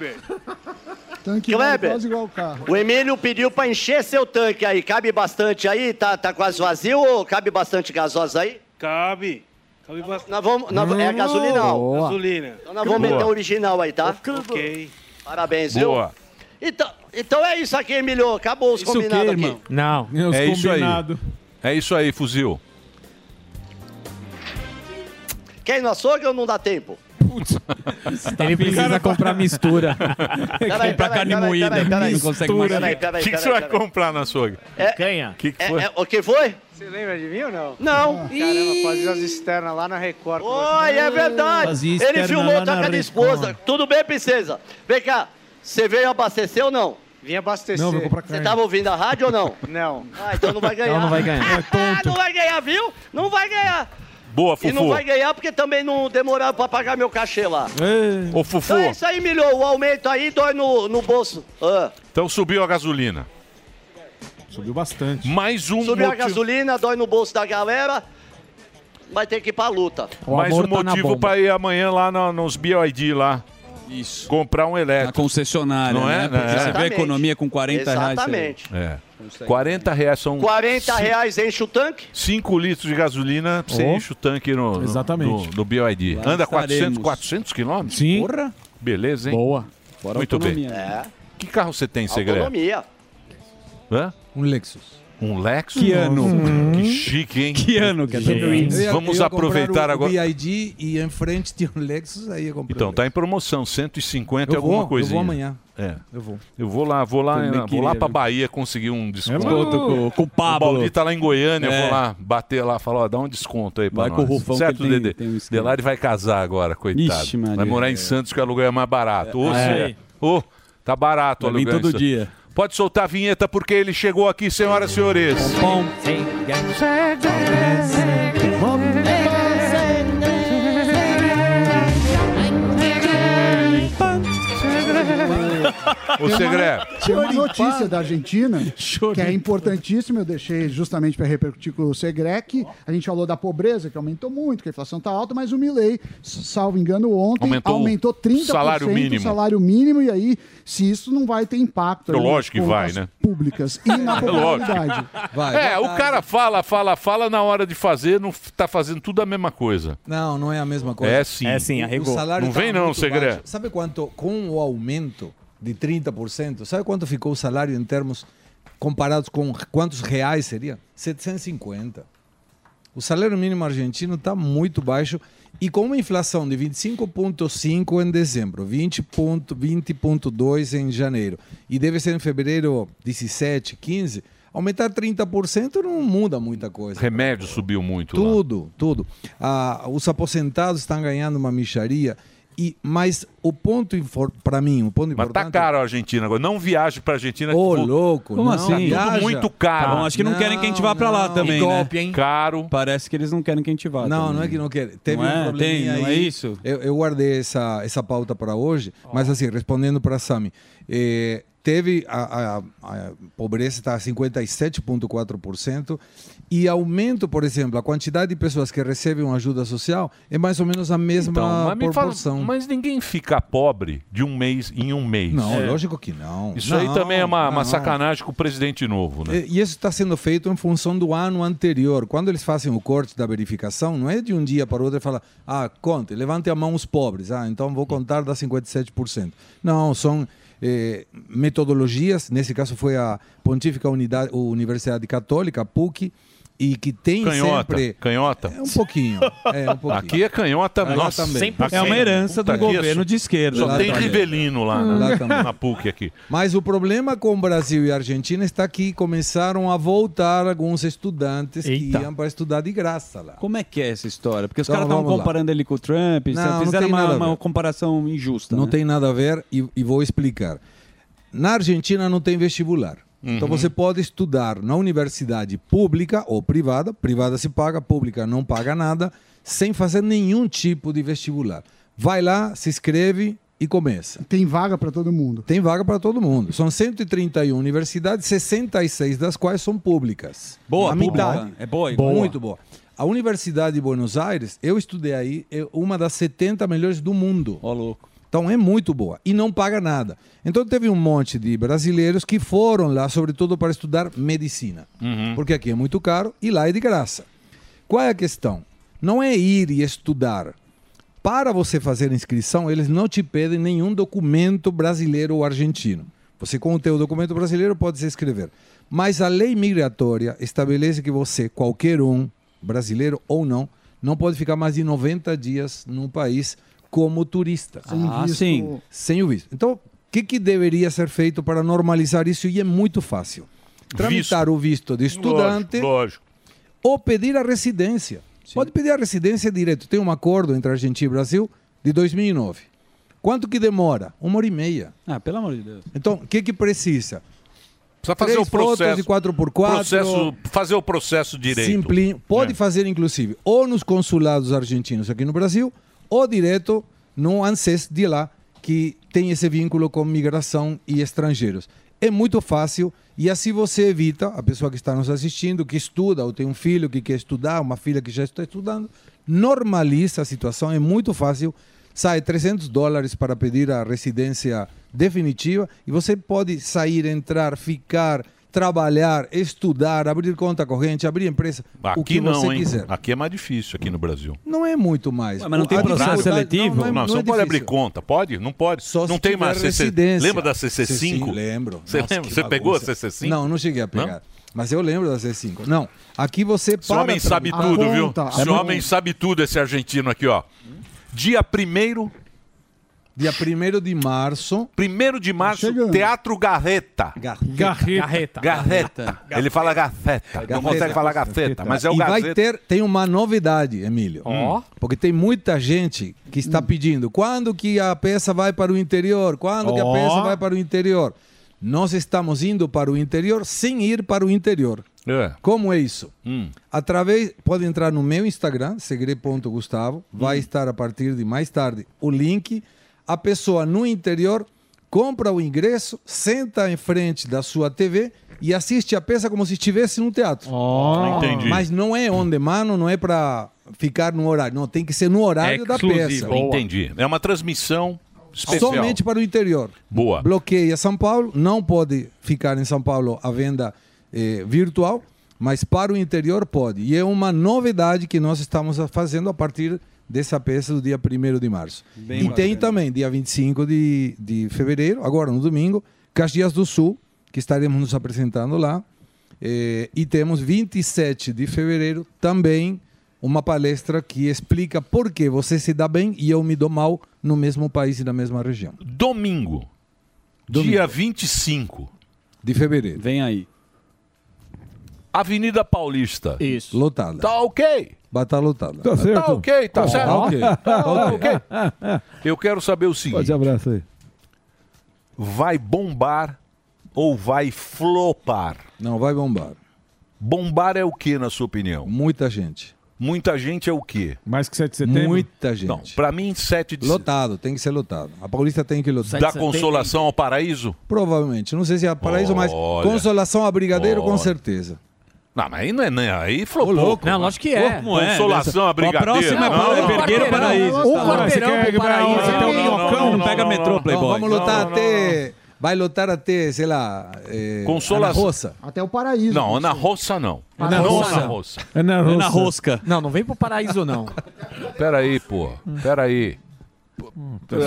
H: Tanque
J: Kleber.
H: vale quase igual o carro.
J: O Emílio pediu pra encher seu tanque aí. Cabe bastante aí? Tá, tá quase vazio ou cabe bastante gasosa aí?
P: Cabe. Cabe bastante.
J: Nós vamos, nós- é gasolina, não.
P: Gasolina.
J: Então nós vamos meter o original aí, tá?
P: Ok.
J: Parabéns,
P: Boa.
J: viu? Então, então é isso aqui, Emílio. Acabou os
C: Isso o quê,
J: combinados aqui.
C: irmão? Não.
E: Os
C: é isso aí.
E: combinado.
C: É isso aí, fuzil.
J: Quer ir no açougue ou não dá tempo?
F: Ele precisa comprar mistura.
J: Peraí, peraí, peraí, peraí, peraí. Mistura. Peraí, peraí,
C: O que, que você
J: peraí,
C: vai
J: peraí.
C: comprar na açougue?
J: Canha.
C: Que que
J: É,
C: foi?
J: é, o que foi?
O: Você lembra de mim ou não?
J: Não.
O: Caramba, fazia as externas lá na Record.
J: Oi, é verdade.
O: Fazia
J: Ele
O: externa
J: filmou,
O: lá
J: tá
O: na
J: com a minha esposa. Tudo bem, princesa? Vem cá, você veio abastecer ou não?
O: Vim abastecer.
J: Não, vou comprar Você tava ouvindo a rádio ou não?
O: Não.
J: Ah, então não vai ganhar.
O: Não, não vai ganhar. É
J: Ah, não vai ganhar, viu? Não vai ganhar.
C: Boa,
J: E não
C: Fufu.
J: vai ganhar porque também não demoraram pra pagar meu cachê lá.
C: Ô, Fufu,
J: Então é isso aí, milhou. O aumento aí dói no, no bolso. Ah.
C: então subiu a gasolina.
E: Subiu bastante.
C: Mais um
J: Subiu a
C: motivo-
J: gasolina, dói no bolso da galera. Vai ter que ir pra luta.
C: Mais um
G: tá
C: motivo pra ir amanhã lá na- nos BioID lá.
G: Isso.
C: Comprar um elétrico. Na
G: concessionária,
C: não
G: né?
C: é?
G: Porque você vê a
J: Exatamente.
G: economia com 40
J: Exatamente.
C: É. 40 reais são
J: 40 reais enche o tanque.
C: 5 litros de gasolina, você
J: Oh.
C: enche o tanque no, no,
E: Exatamente.
C: no, no BioID.
E: Lá
C: Anda
E: estaremos.
C: 400, 400 quilômetros?
E: Sim.
C: Porra. Beleza, hein?
E: Boa.
G: Fora
C: Muito bem.
G: autonomia,
J: né?
C: Que carro você tem, Segredo?
J: Autonomia.
C: Hã?
G: Um Lexus.
C: Um Lexus?
G: Que ano?
C: Que chique, hein?
G: Que ano que é? Eu ia-
C: Vamos aproveitar
Q: O
C: agora.
Q: BID e em frente tinha um Lexus, aí eu comprei.
C: Então, tá em promoção, 150 e
Q: Eu vou,
C: alguma
Q: eu
C: coisinha.
Q: vou amanhã.
C: É.
Q: Eu vou.
C: Eu vou lá, vou lá,
Q: Também
C: vou
Q: queria,
C: lá pra
Q: viu?
C: Bahia conseguir um desconto.
G: Desconto É com- com o Pablo.
C: O Baldi tá lá em Goiânia,
G: É.
C: eu vou lá bater lá, falar, ó, dá um desconto aí pra
G: Vai
C: nós.
G: com o Rufão
C: certo,
G: que ele tem-
C: Dedê?
G: tem um esquema.
C: Delari vai casar agora, coitado.
G: Ixi, Maria.
C: vai morar em Santos que o aluguel é mais barato. Ou
G: É.
C: seja, ô, tá barato o
G: Vai vir
C: aluguel. em
G: todo
C: Santos.
G: dia.
C: Pode soltar a vinheta porque ele chegou aqui, senhoras e senhores. Bom. Ô,
H: Tem
C: Segré.
H: uma- Tinha uma notícia da Argentina que é importantíssima, eu deixei justamente para repercutir com o Segré, que a gente falou da pobreza, que aumentou muito, que a inflação está alta, mas o Milley, s- salvo engano, ontem
C: Aumentou
H: aumentou,
C: o
H: 30%
C: salário
H: o
C: mínimo.
H: salário mínimo, e aí, se isso não vai ter impacto aí
C: Lógico que
H: nas
C: vai,
H: contas
C: né?
H: públicas e na
C: É lógico.
H: popularidade.
C: é, o cara fala, fala, fala, na hora de fazer, não f- tá fazendo tudo a mesma coisa.
Q: Não, não é a mesma coisa.
C: É sim.
Q: O salário
C: Não
Q: tá
C: vem não,
Q: muito
C: Segredo.
Q: baixo. Sabe quanto? Com o aumento de 30%, sabe quanto ficou o salário em termos comparados com quantos reais seria? 750. O salário mínimo argentino está muito baixo e com uma inflação de 25,5 em dezembro, 20,2 em janeiro e deve ser em fevereiro 17, 15, aumentar 30% não muda muita coisa.
C: Remédio subiu muito. lá.
Q: Tudo, tudo. Ah, os aposentados estão ganhando uma micharia. E, mas o ponto para mim, o ponto
C: Mas
Q: importante.
C: tá caro a Argentina agora. Não viaje pra Argentina.
Q: Ô,
C: que vo-
Q: louco,
C: Como
Q: não.
C: assim? Tá tudo
Q: Viaja.
C: muito caro.
G: Bom, acho
Q: Ah.
G: que não, querem que a gente vá pra lá também, né?
C: Caro.
G: Parece que eles não querem que a gente vá.
Q: Não,
G: também.
Q: não é que não quer. Teve um
G: Não é?
Q: probleminha
G: Tem, não
Q: aí.
G: é isso?
Q: Eu, eu guardei essa, essa pauta para hoje, mas assim, respondendo para Sami, eh, teve a, a- a pobreza está a 57,4% e aumento, por exemplo, a quantidade de pessoas que recebem uma ajuda social é mais ou menos a mesma
C: Então, mas, me fala-
Q: Tá proporção.
C: mas ninguém fica pobre de um mês em um mês.
Q: Não, lógico que não.
C: Isso
Q: Não,
C: aí também é uma,
Q: não.
C: uma sacanagem com o presidente novo, né?
Q: É, E e isso está sendo feito em função do ano anterior. Quando eles fazem o corte da verificação, não é de um dia para o outro e fala, ah, conte, levante a mão os pobres. Ah, então vou contar da 57%. Não, são eh, metodologias, nesse caso foi a Pontífica Unidade, Universidade Católica, a PUC, e que tem
C: Canhota.
Q: sempre...
C: Canhota.
Q: É um pouquinho. É um pouquinho.
C: Aqui é canhota,
Q: Lá
C: nossa.
Q: também.
C: 100%.
Q: É uma herança do
C: aqui é
Q: governo
C: só-
Q: de esquerda.
C: Só
Q: Lá
C: tem
Q: também.
C: Rivelino lá,
Q: Hum. Lá
C: na,
Q: também.
C: na PUC aqui.
Q: Mas o problema com o Brasil e a Argentina está que começaram a voltar alguns estudantes
G: Eita.
Q: que iam para estudar de graça lá.
G: Como é que é essa história? Porque os
Q: Então,
G: caras estavam
Q: vamos lá.
G: comparando ele com o Trump,
Q: Não, não
G: fizeram
Q: tem nada
G: uma,
Q: a ver.
G: uma comparação injusta.
Q: Não
G: né?
Q: tem nada a ver e, e vou explicar. Na Argentina não tem vestibular. Então
G: Uhum.
Q: você pode estudar na universidade pública ou privada, privada se paga, pública não paga nada, sem fazer nenhum tipo de vestibular. Vai lá, se inscreve e começa.
H: Tem vaga para todo mundo.
Q: Tem vaga para todo mundo. São 131 universidades, 66 das quais são públicas. a
G: Boa, pública.
Q: metade.
G: É boa,
Q: boa.
G: boa.
Q: Muito boa. A Universidade de Buenos Aires, eu estudei aí, é uma das 70 melhores do mundo. Ó, louco. Então é muito boa e não paga nada. Então teve um monte de brasileiros que foram lá, sobretudo para estudar medicina. Porque aqui é muito caro e lá é de graça. Qual é a questão? Não é ir e estudar. Para você fazer a inscrição, eles não te pedem nenhum documento brasileiro ou argentino. Você, com o teu documento brasileiro, pode se inscrever. Mas a lei migratória estabelece que você, qualquer um, brasileiro ou não, não pode ficar mais de 90 dias num país como turista.
G: Sem Ah, visto. sim.
Q: Sem o visto. Então, o que, que deveria ser feito para normalizar isso? E é muito fácil. Tramitar o visto de estudante ou pedir a residência. Pode pedir a residência direto. Tem um acordo entre Argentina e Brasil de 2009. Quanto que demora? Uma hora e meia.
G: Ah, pelo amor de Deus.
Q: Então, o que que precisa?
C: Precisa fazer
Q: Três
C: o
Q: fotos de
C: processo.
Q: 4x4.
C: Processo- fazer o processo direito.
Q: Simplinho. Pode
C: É.
Q: fazer, inclusive, ou nos consulados argentinos aqui no Brasil, ou direto no ANSES de lá, que tem esse vínculo com migração e estrangeiros. É muito fácil e assim você evita, a pessoa que está nos assistindo, que estuda, ou tem um filho que quer estudar, uma filha que já está estudando, normaliza a situação, é muito fácil. Sai 300 dólares para pedir a residência definitiva e você pode sair, entrar, ficar, trabalhar, estudar, abrir conta corrente, abrir empresa,
C: Aqui
Q: o que
C: não,
Q: você
C: hein?
Q: quiser.
C: Aqui é mais difícil, aqui no Brasil.
Q: Não é muito mais.
C: Ué,
G: mas não tem
Q: A
G: processo
Q: dificuldade-
G: seletivo?
Q: é-
C: Não, você
Q: é
C: não pode
Q: difícil.
C: abrir conta, pode? Não pode.
Q: Só
C: não
Q: se
C: tem
Q: tiver
C: mais CC.
Q: residência.
C: Lembra da CC5?
Q: Sim, lembro.
C: Você
Q: Nossa,
C: lembra?
Q: que
C: Você pegou a
Q: bagunça.
C: CC5?
Q: Não, não cheguei a pegar. Mas eu lembro da C5. Não, aqui você
C: Esse
Q: para...
C: homem sabe
Q: tramitar.
C: tudo, viu?
Q: A
C: Esse
Q: conta. É
C: homem sabe tudo, esse argentino aqui, ó. Dia 1
Q: Dia 1 de março.
C: 1 de março, Teatro Garreta.
Q: Garreta.
C: Garreta. Ele fala gafeta. Não consegue falar gafeta, mas é o
Q: e
C: gafeta.
Q: vai ter, tem uma novidade, Emílio. Hum.
C: Ó.
Q: Porque tem muita gente que está
G: Hum.
Q: pedindo quando que a peça vai para o interior, quando que a
C: Ó.
Q: peça vai para o interior. Nós estamos indo para o interior sem ir para o interior.
C: É.
Q: Como é isso?
C: Hum.
Q: Através, pode entrar no meu Instagram, segre.gustavo,
C: Hum.
Q: vai estar a partir de mais tarde o link. A pessoa no interior compra o ingresso, senta em frente da sua TV e assiste a peça como se estivesse num teatro.
C: Entendi.
Q: Mas não é on demand, não é para ficar no horário. Não, tem que ser no horário da peça.
C: É Entendi. É uma transmissão especial.
Q: Somente para o interior.
C: Boa.
Q: Bloqueia São Paulo, não pode ficar em São Paulo a venda eh, virtual, mas para o interior pode. E é uma novidade que nós estamos a- fazendo a partir dessa peça do dia 1 de março.
G: Bem
Q: e tem
G: bacana.
Q: também, dia 25 de, de fevereiro, agora no domingo, Caxias do Sul, que estaremos nos apresentando lá. Eh, e temos 27 de fevereiro também uma palestra que explica por que você se dá bem e eu me dou mal no mesmo país e na mesma região.
C: Domingo. Dia 25.
Q: De fevereiro.
G: Vem aí.
C: Avenida Paulista.
D: Isso.
Q: Lotada.
C: Tá ok.
Q: Vai estar lotada.
C: Tá certo. Tá ok, tá certo.
Q: ok.
C: Tá ok. Eu quero saber o seguinte.
R: Pode abraço aí.
C: Vai bombar ou vai flopar?
Q: Não, vai bombar.
C: Bombar é o que, na sua opinião?
Q: Muita gente.
C: Muita gente é o quê?
E: Mais que 7 de
Q: setembro? Muita gente. Não,
C: pra mim, 7 de
Q: Lotado, tem que ser lotado. A Paulista tem que lotar.
C: Da consolação ao paraíso?
Q: Provavelmente. Não sei se é a Paraíso, mas
C: Olha.
Q: Consolação a Brigadeiro, com
C: Olha.
Q: certeza.
C: Não, mas aí não é, né? Aí flopou.
Q: louco.
C: Não,
I: lógico que é.
C: Como é? Consolação, a brigadeiro.
G: próxima é
C: Não,
G: Paulo
C: não, não.
G: Vergueiro, Paraíso.
C: Um
G: Tá.
C: quarteirão
G: Você quer
C: pro
G: quebrar
C: Paraíso,
G: um-
C: até
G: não,
C: um
G: não,
C: minhocão.
G: Não pega metrô, Playboy.
Q: Vamos lotar até. Vai lotar até, sei lá. É,
C: Consolação.
Q: Ana Roça.
H: Até o paraíso.
C: Não, Ana Roça não.
H: Ana
C: não
H: Roça.
C: Ana Roça.
H: Ana Roça. Ana
G: Rosca.
F: Não, não vem pro paraíso, não.
C: Peraí, pô. Peraí.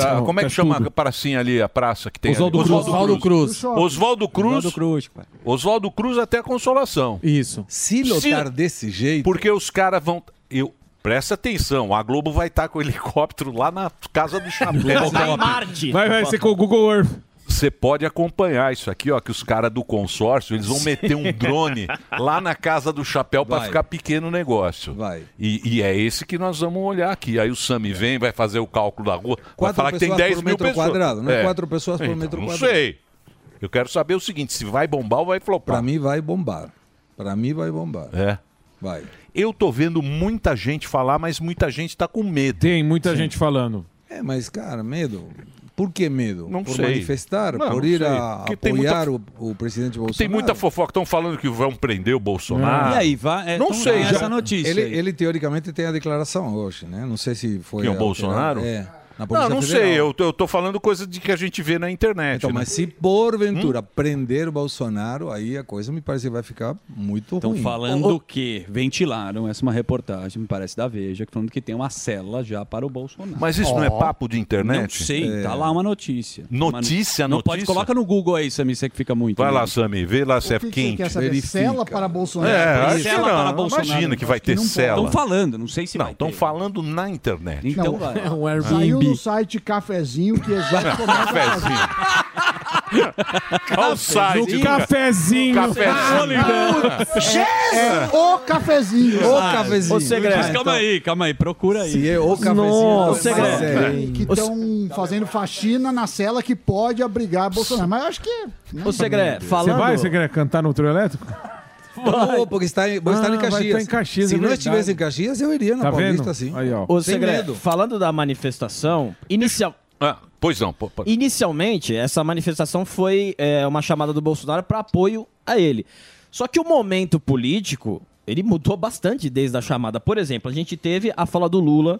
C: Ah, como é que chama a pracinha ali, a praça que tem
F: Oswaldo
C: ali?
F: Cruz. Oswaldo Cruz.
C: Oswaldo Cruz.
F: Oswaldo
G: Cruz.
C: Oswaldo Cruz até a consolação.
F: Isso.
Q: Se lotar desse jeito.
C: Porque os caras vão. Eu... Presta atenção, a Globo vai estar com o helicóptero lá na casa do Chapéu.
Q: é
E: Tá em Marte. Vai, vai ser com o Google Earth.
C: Você pode acompanhar isso aqui, ó, que os caras do consórcio, eles vão
E: Sim.
C: meter um drone lá na casa do chapéu para
E: Vai.
C: ficar pequeno o negócio.
Q: Vai. É.
C: E, e é esse que nós vamos olhar aqui. Aí o Sami vem, vai fazer o cálculo da rua, vai
Q: Quatro
C: falar que tem
Q: pessoas
C: 10
Q: por
C: mil
Q: metro
C: pessoas. Então,
Q: quadrado, não é quatro pessoas por metro
C: não
Q: quadrado.
C: sei. Eu quero saber o seguinte, se vai bombar ou vai flopar.
Q: Pra mim vai bombar. Pra mim vai bombar.
C: É.
Q: Vai.
C: Eu tô vendo muita gente falar, mas muita gente tá com medo.
E: Tem muita gente falando.
Q: É, mas, cara, medo. Por que medo?
C: Não
Q: por
C: sei.
Q: manifestar?
C: Não,
Q: por
C: não
Q: ir
C: sei.
Q: a
C: Porque tem
Q: apoiar
C: muita-
Q: o, o presidente Bolsonaro?
C: Tem muita fofoca, estão falando que vão prender o Bolsonaro.
Q: E aí, é
G: vai,
C: não sei, já-
Q: Ele, ele, teoricamente tem a declaração hoje, né? Não sei se foi.
C: Quem, o
Q: alterado.
C: Bolsonaro?
Q: É. Na
C: não,
Q: Polícia
C: não
Q: Federal.
C: sei, eu, tô- eu tô falando coisa de que a gente vê na internet.
Q: Então,
C: né? Hum?
Q: mas se porventura prender o Bolsonaro, aí a coisa me parece que vai ficar muito
G: Estão
Q: ruim.
G: falando que ventilaram essa é uma reportagem, me parece da Veja, que falando que tem uma cela já para o Bolsonaro.
C: Mas isso não é
G: Ó.
C: papo de internet?
G: Não sei,
C: É.
G: tá lá uma notícia.
C: Notícia,
G: Uma no- Não
C: notícia?
G: pode, coloca no Google aí, Samir, você que fica muito.
C: Vai lá,
G: mesmo.
C: Sami, vê lá se é
G: que que
C: quente.
G: você quer saber? Verifica.
H: Cela para Bolsonaro.
C: É, acho que
G: Cela para
C: não.
G: Bolsonaro.
C: Imagina que vai
G: Acho
C: ter
G: não pode.
C: cela.
G: Estão falando, não sei se
C: Não, estão falando na internet.
G: Então Não, vai. é um Airbnb.
H: Saiu no site Cafezinho que exato
C: Cafezinho. Calçadinho.
E: Cafezinho. Ah,
H: É, é o cafezinho.
G: Ah, o segredo. Mas calma aí, calma aí, procura aí.
Q: Se é o cafezinho,
H: Nossa,
G: o
H: segredo. é, Que estão fazendo faxina na cela que pode abrigar Bolsonaro. Mas eu acho que. né?
I: Ô, Segré, falando...
E: Você vai, você quer cantar no trio elétrico?
Q: Eu não vou, Oh, porque está em, vou estar em
E: Ah, vai
Q: Caxias.
E: estar em Caxias,
Q: se
E: é
Q: não
E: verdade.
Q: estivesse em Caxias, eu iria na
E: Tá
Q: Paulista,
E: vendo?
Q: sim.
E: Aí, ó.
I: Ô,
Q: Sem
I: Segré,
Q: medo.
I: falando da manifestação, inicial...
C: Ah, pois não. pô, pô.
I: Inicialmente, essa manifestação foi é, uma chamada do Bolsonaro para apoio a ele. Só que o momento político, ele mudou bastante desde a chamada. Por exemplo, a gente teve a fala do Lula,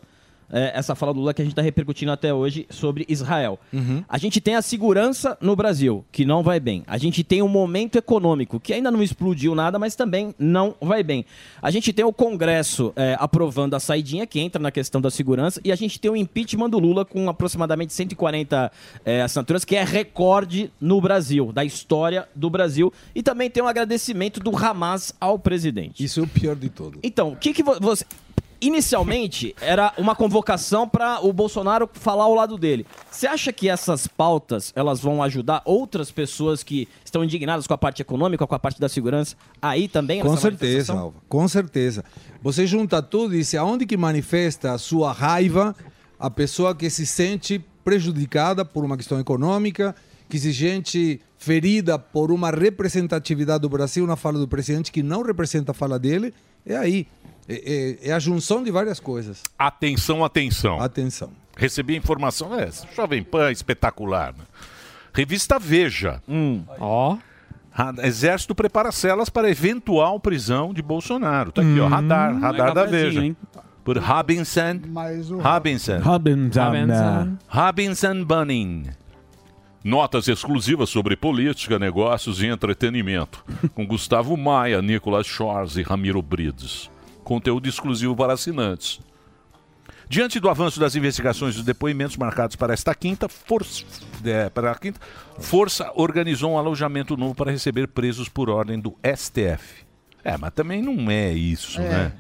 I: é, essa fala do Lula que a gente está repercutindo até hoje sobre Israel.
R: Uhum.
Q: Uhum.
I: A gente tem a segurança no Brasil, que não vai bem. A gente tem o momento econômico, que ainda não explodiu nada, mas também não vai bem. A gente tem o Congresso é, aprovando a saidinha, que entra na questão da segurança, e a gente tem o impeachment do Lula com aproximadamente 140 é, assinaturas, que é recorde no Brasil, da história do Brasil. E também tem o agradecimento do Hamas ao presidente.
Q: Isso é o pior de todo.
I: Então, o que, que vo- você. Inicialmente, era uma convocação para o Bolsonaro falar ao lado dele. Você acha que essas pautas elas vão ajudar outras pessoas que estão indignadas com a parte econômica, com a parte da segurança, aí também?
Q: Com
I: nessa
Q: certeza,
I: manifestação?
Q: Alva. Com certeza. Você junta tudo e se aonde que manifesta a sua raiva, a pessoa que se sente prejudicada por uma questão econômica, que se sente ferida por uma representatividade do Brasil na fala do presidente que não representa a fala dele, é aí. É, é- é a junção de várias coisas.
C: Atenção, atenção.
Q: Atenção.
C: Recebi a informação é essa. Jovem Pan, espetacular. né? Revista Veja.
G: Hum.
C: Ó. Exército prepara celas para eventual prisão de Bolsonaro. Tá aqui,
G: Hum,
C: ó. Radar, radar
Q: é
C: da
Q: cafezinho,
C: Veja.
Q: hein?
C: Por Robinson.
H: Mas o.
C: Robinson.
E: Robinson.
C: Robinson Bunning. Notas exclusivas sobre política, negócios e entretenimento. Com Gustavo Maia, Nicolas Shores e Ramiro Brides. Conteúdo exclusivo para assinantes. Diante do avanço das investigações e dos depoimentos marcados para esta quinta, força, é, para a quinta, Força organizou um alojamento novo para receber presos por ordem do STF. É, mas também não é isso, né?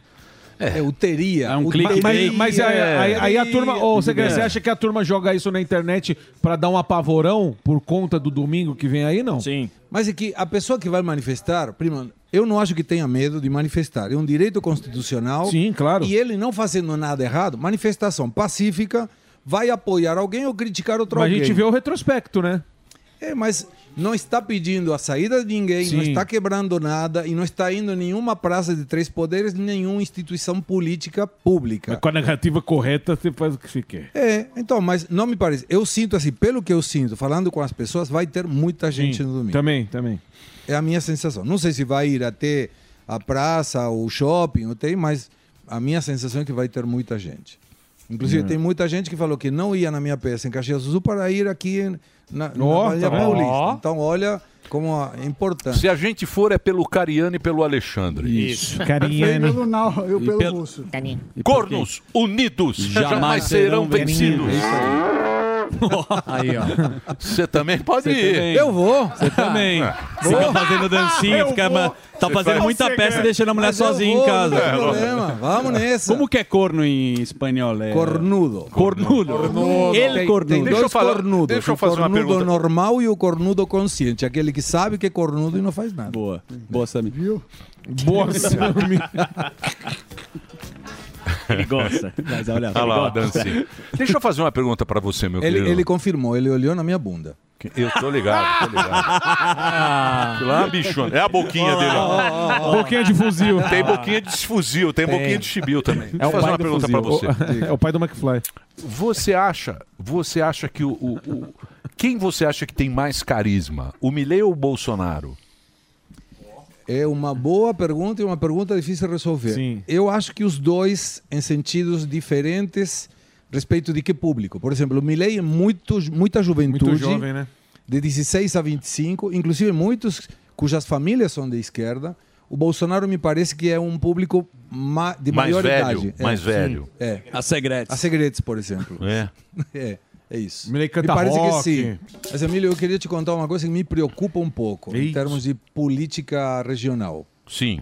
C: É.
Q: o é teria. É um
E: Mas, mas, mas aí, aí- aí a turma. Ô, você, você acha que a turma joga isso na internet pra dar um apavorão por conta do domingo que vem aí, não?
D: Sim.
Q: Mas é que a pessoa que vai manifestar, prima, eu não acho que tenha medo de manifestar. É um direito constitucional. Sim, claro. E ele não fazendo nada errado, manifestação pacífica, vai apoiar alguém ou criticar outro
E: Mas a
Q: alguém.
E: gente vê o retrospecto, né?
Q: É, mas não está pedindo a saída de ninguém, não
E: Sim.
Q: está quebrando nada e não está indo em nenhuma praça de três poderes, em nenhuma instituição política pública.
E: Com a narrativa correta, você faz o que você quer.
Q: É, então, mas não me parece. Eu sinto assim, pelo que eu sinto, falando com as pessoas, vai ter muita gente
E: Sim,
Q: no domingo.
E: Também, também.
Q: É a minha sensação. Não sei se vai ir até a praça ou o shopping, ou tem, mas a minha sensação é que vai ter muita gente. Inclusive,
E: Hum.
Q: tem muita gente que falou que não ia na minha peça em Caxias do Sul para ir aqui em- na, na
C: Ó,
Q: Bahia
C: tá vendo?
Q: Paulista.
C: Ó.
Q: Então, olha como a- é
F: Tá.
Q: importante.
C: Se a gente for, é pelo Cariano e pelo Alexandre. Isso.
H: Eu pelo Nau, eu pelo
C: pelo-
H: Russo.
C: Cornos unidos jamais, serão vencidos.
F: É Aí, ó.
C: Você também pode
F: Você
C: ir. Ah.
F: também. Eu
Q: vou.
F: Você
G: Tá.
F: também.
C: Você tá
F: Fica fazendo dancinha, fica ma- tá fazendo muita peça e deixando a mulher sozinha em casa.
Q: Vamos nessa.
R: Como que é corno em espanhol? É...
Q: Cornudo.
R: Cornudo. Ele
Q: Tem-
R: cornudo.
Q: Tem
R: Deixa
Q: dois
R: eu falar-
Q: cornudos.
R: deixa eu
Q: o
R: fazer uma
Q: cornudo
R: pergunta.
Q: normal e o cornudo consciente. Aquele que sabe que é cornudo e não faz nada.
R: Boa. Boa, Samir.
Q: Viu?
R: Boa, Samir.
Q: Ele
R: gosta. Mas olha,
C: Olha lá,
R: ele
C: a
R: gosta.
C: dancinha. Deixa eu fazer uma pergunta pra você, meu
Q: Ele,
C: querido.
Q: ele confirmou, ele olhou na minha bunda.
C: Eu tô ligado, tô
E: Ah.
C: ligado. lá, bicho, é a boquinha dele. ó.
E: Boquinha de fuzil.
C: Tem boquinha de fuzil, tem,
E: Tem.
C: boquinha de chibiu
E: É
C: também.
E: o
C: Deixa eu fazer
E: pai
C: uma
E: do
C: pergunta pra
E: fuzil.
C: você.
E: É o pai do McFly.
C: Você acha, você acha que o, o- o- quem você acha que tem mais carisma, o Milei ou o Bolsonaro?
Q: É uma boa pergunta e uma pergunta difícil de resolver.
C: Sim.
Q: Eu acho que os dois em sentidos diferentes respeito de que público. Por exemplo, o Milei é muito, ju- muita juventude.
E: Muito jovem, né?
Q: De 16 a 25, inclusive muitos cujas famílias são de esquerda. O Bolsonaro me parece que é um público ma- de
C: Mais
Q: maior
C: velho,
Q: idade.
C: mais
Q: é.
C: velho.
Q: Sim. É.
R: A segredos.
Q: A segredos, por exemplo.
C: É.
Q: É, é isso.
E: Milei canta
Q: me parece
E: rock.
Q: que sim. Mas, Emílio, eu queria te contar uma coisa que me preocupa um pouco em termos de política regional.
C: Sim.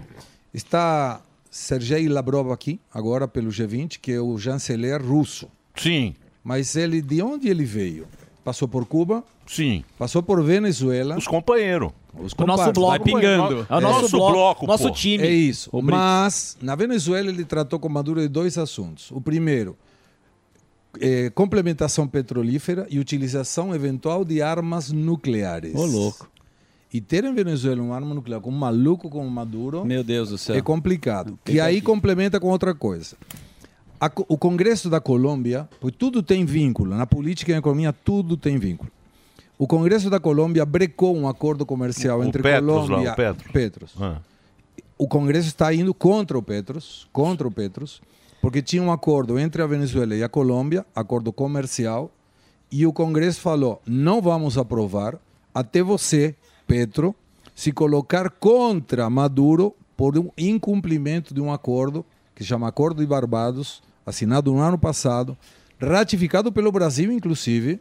Q: Está Sergei Lavrov aqui, agora pelo G20, que é o chanceler russo.
C: Sim.
Q: Mas ele, de onde ele veio? Passou por Cuba?
C: Sim.
Q: Passou por Venezuela?
C: Os companheiros.
Q: Os
C: O nosso bloco. Vai pingando. É o nosso Nosso bloco, bloco, nosso pô. time.
Q: É isso.
C: O Brits.
Q: Mas, na Venezuela, ele tratou com Maduro de dois assuntos. O primeiro, é, complementação petrolífera e utilização eventual de armas nucleares.
R: Ô, louco.
Q: E ter em Venezuela uma arma nuclear com um maluco como Maduro
R: Meu Deus do céu.
Q: é complicado. E aí complementa com outra coisa. A co- o Congresso da Colômbia, pois tudo tem vínculo, na política e na economia tudo tem vínculo. O Congresso da Colômbia brecou um acordo comercial
C: O
Q: entre
C: Petros lá,
Q: Colômbia
C: o Petros.
Q: Petros.
C: Ah.
Q: O Congresso está indo contra o Petros, contra o Petros, porque tinha um acordo entre a Venezuela e a Colômbia, acordo comercial, e o Congresso falou: não vamos aprovar até você, Petro, se colocar contra Maduro por um incumprimento de um acordo que chama Acordo de Barbados, assinado no ano passado, ratificado pelo Brasil, inclusive,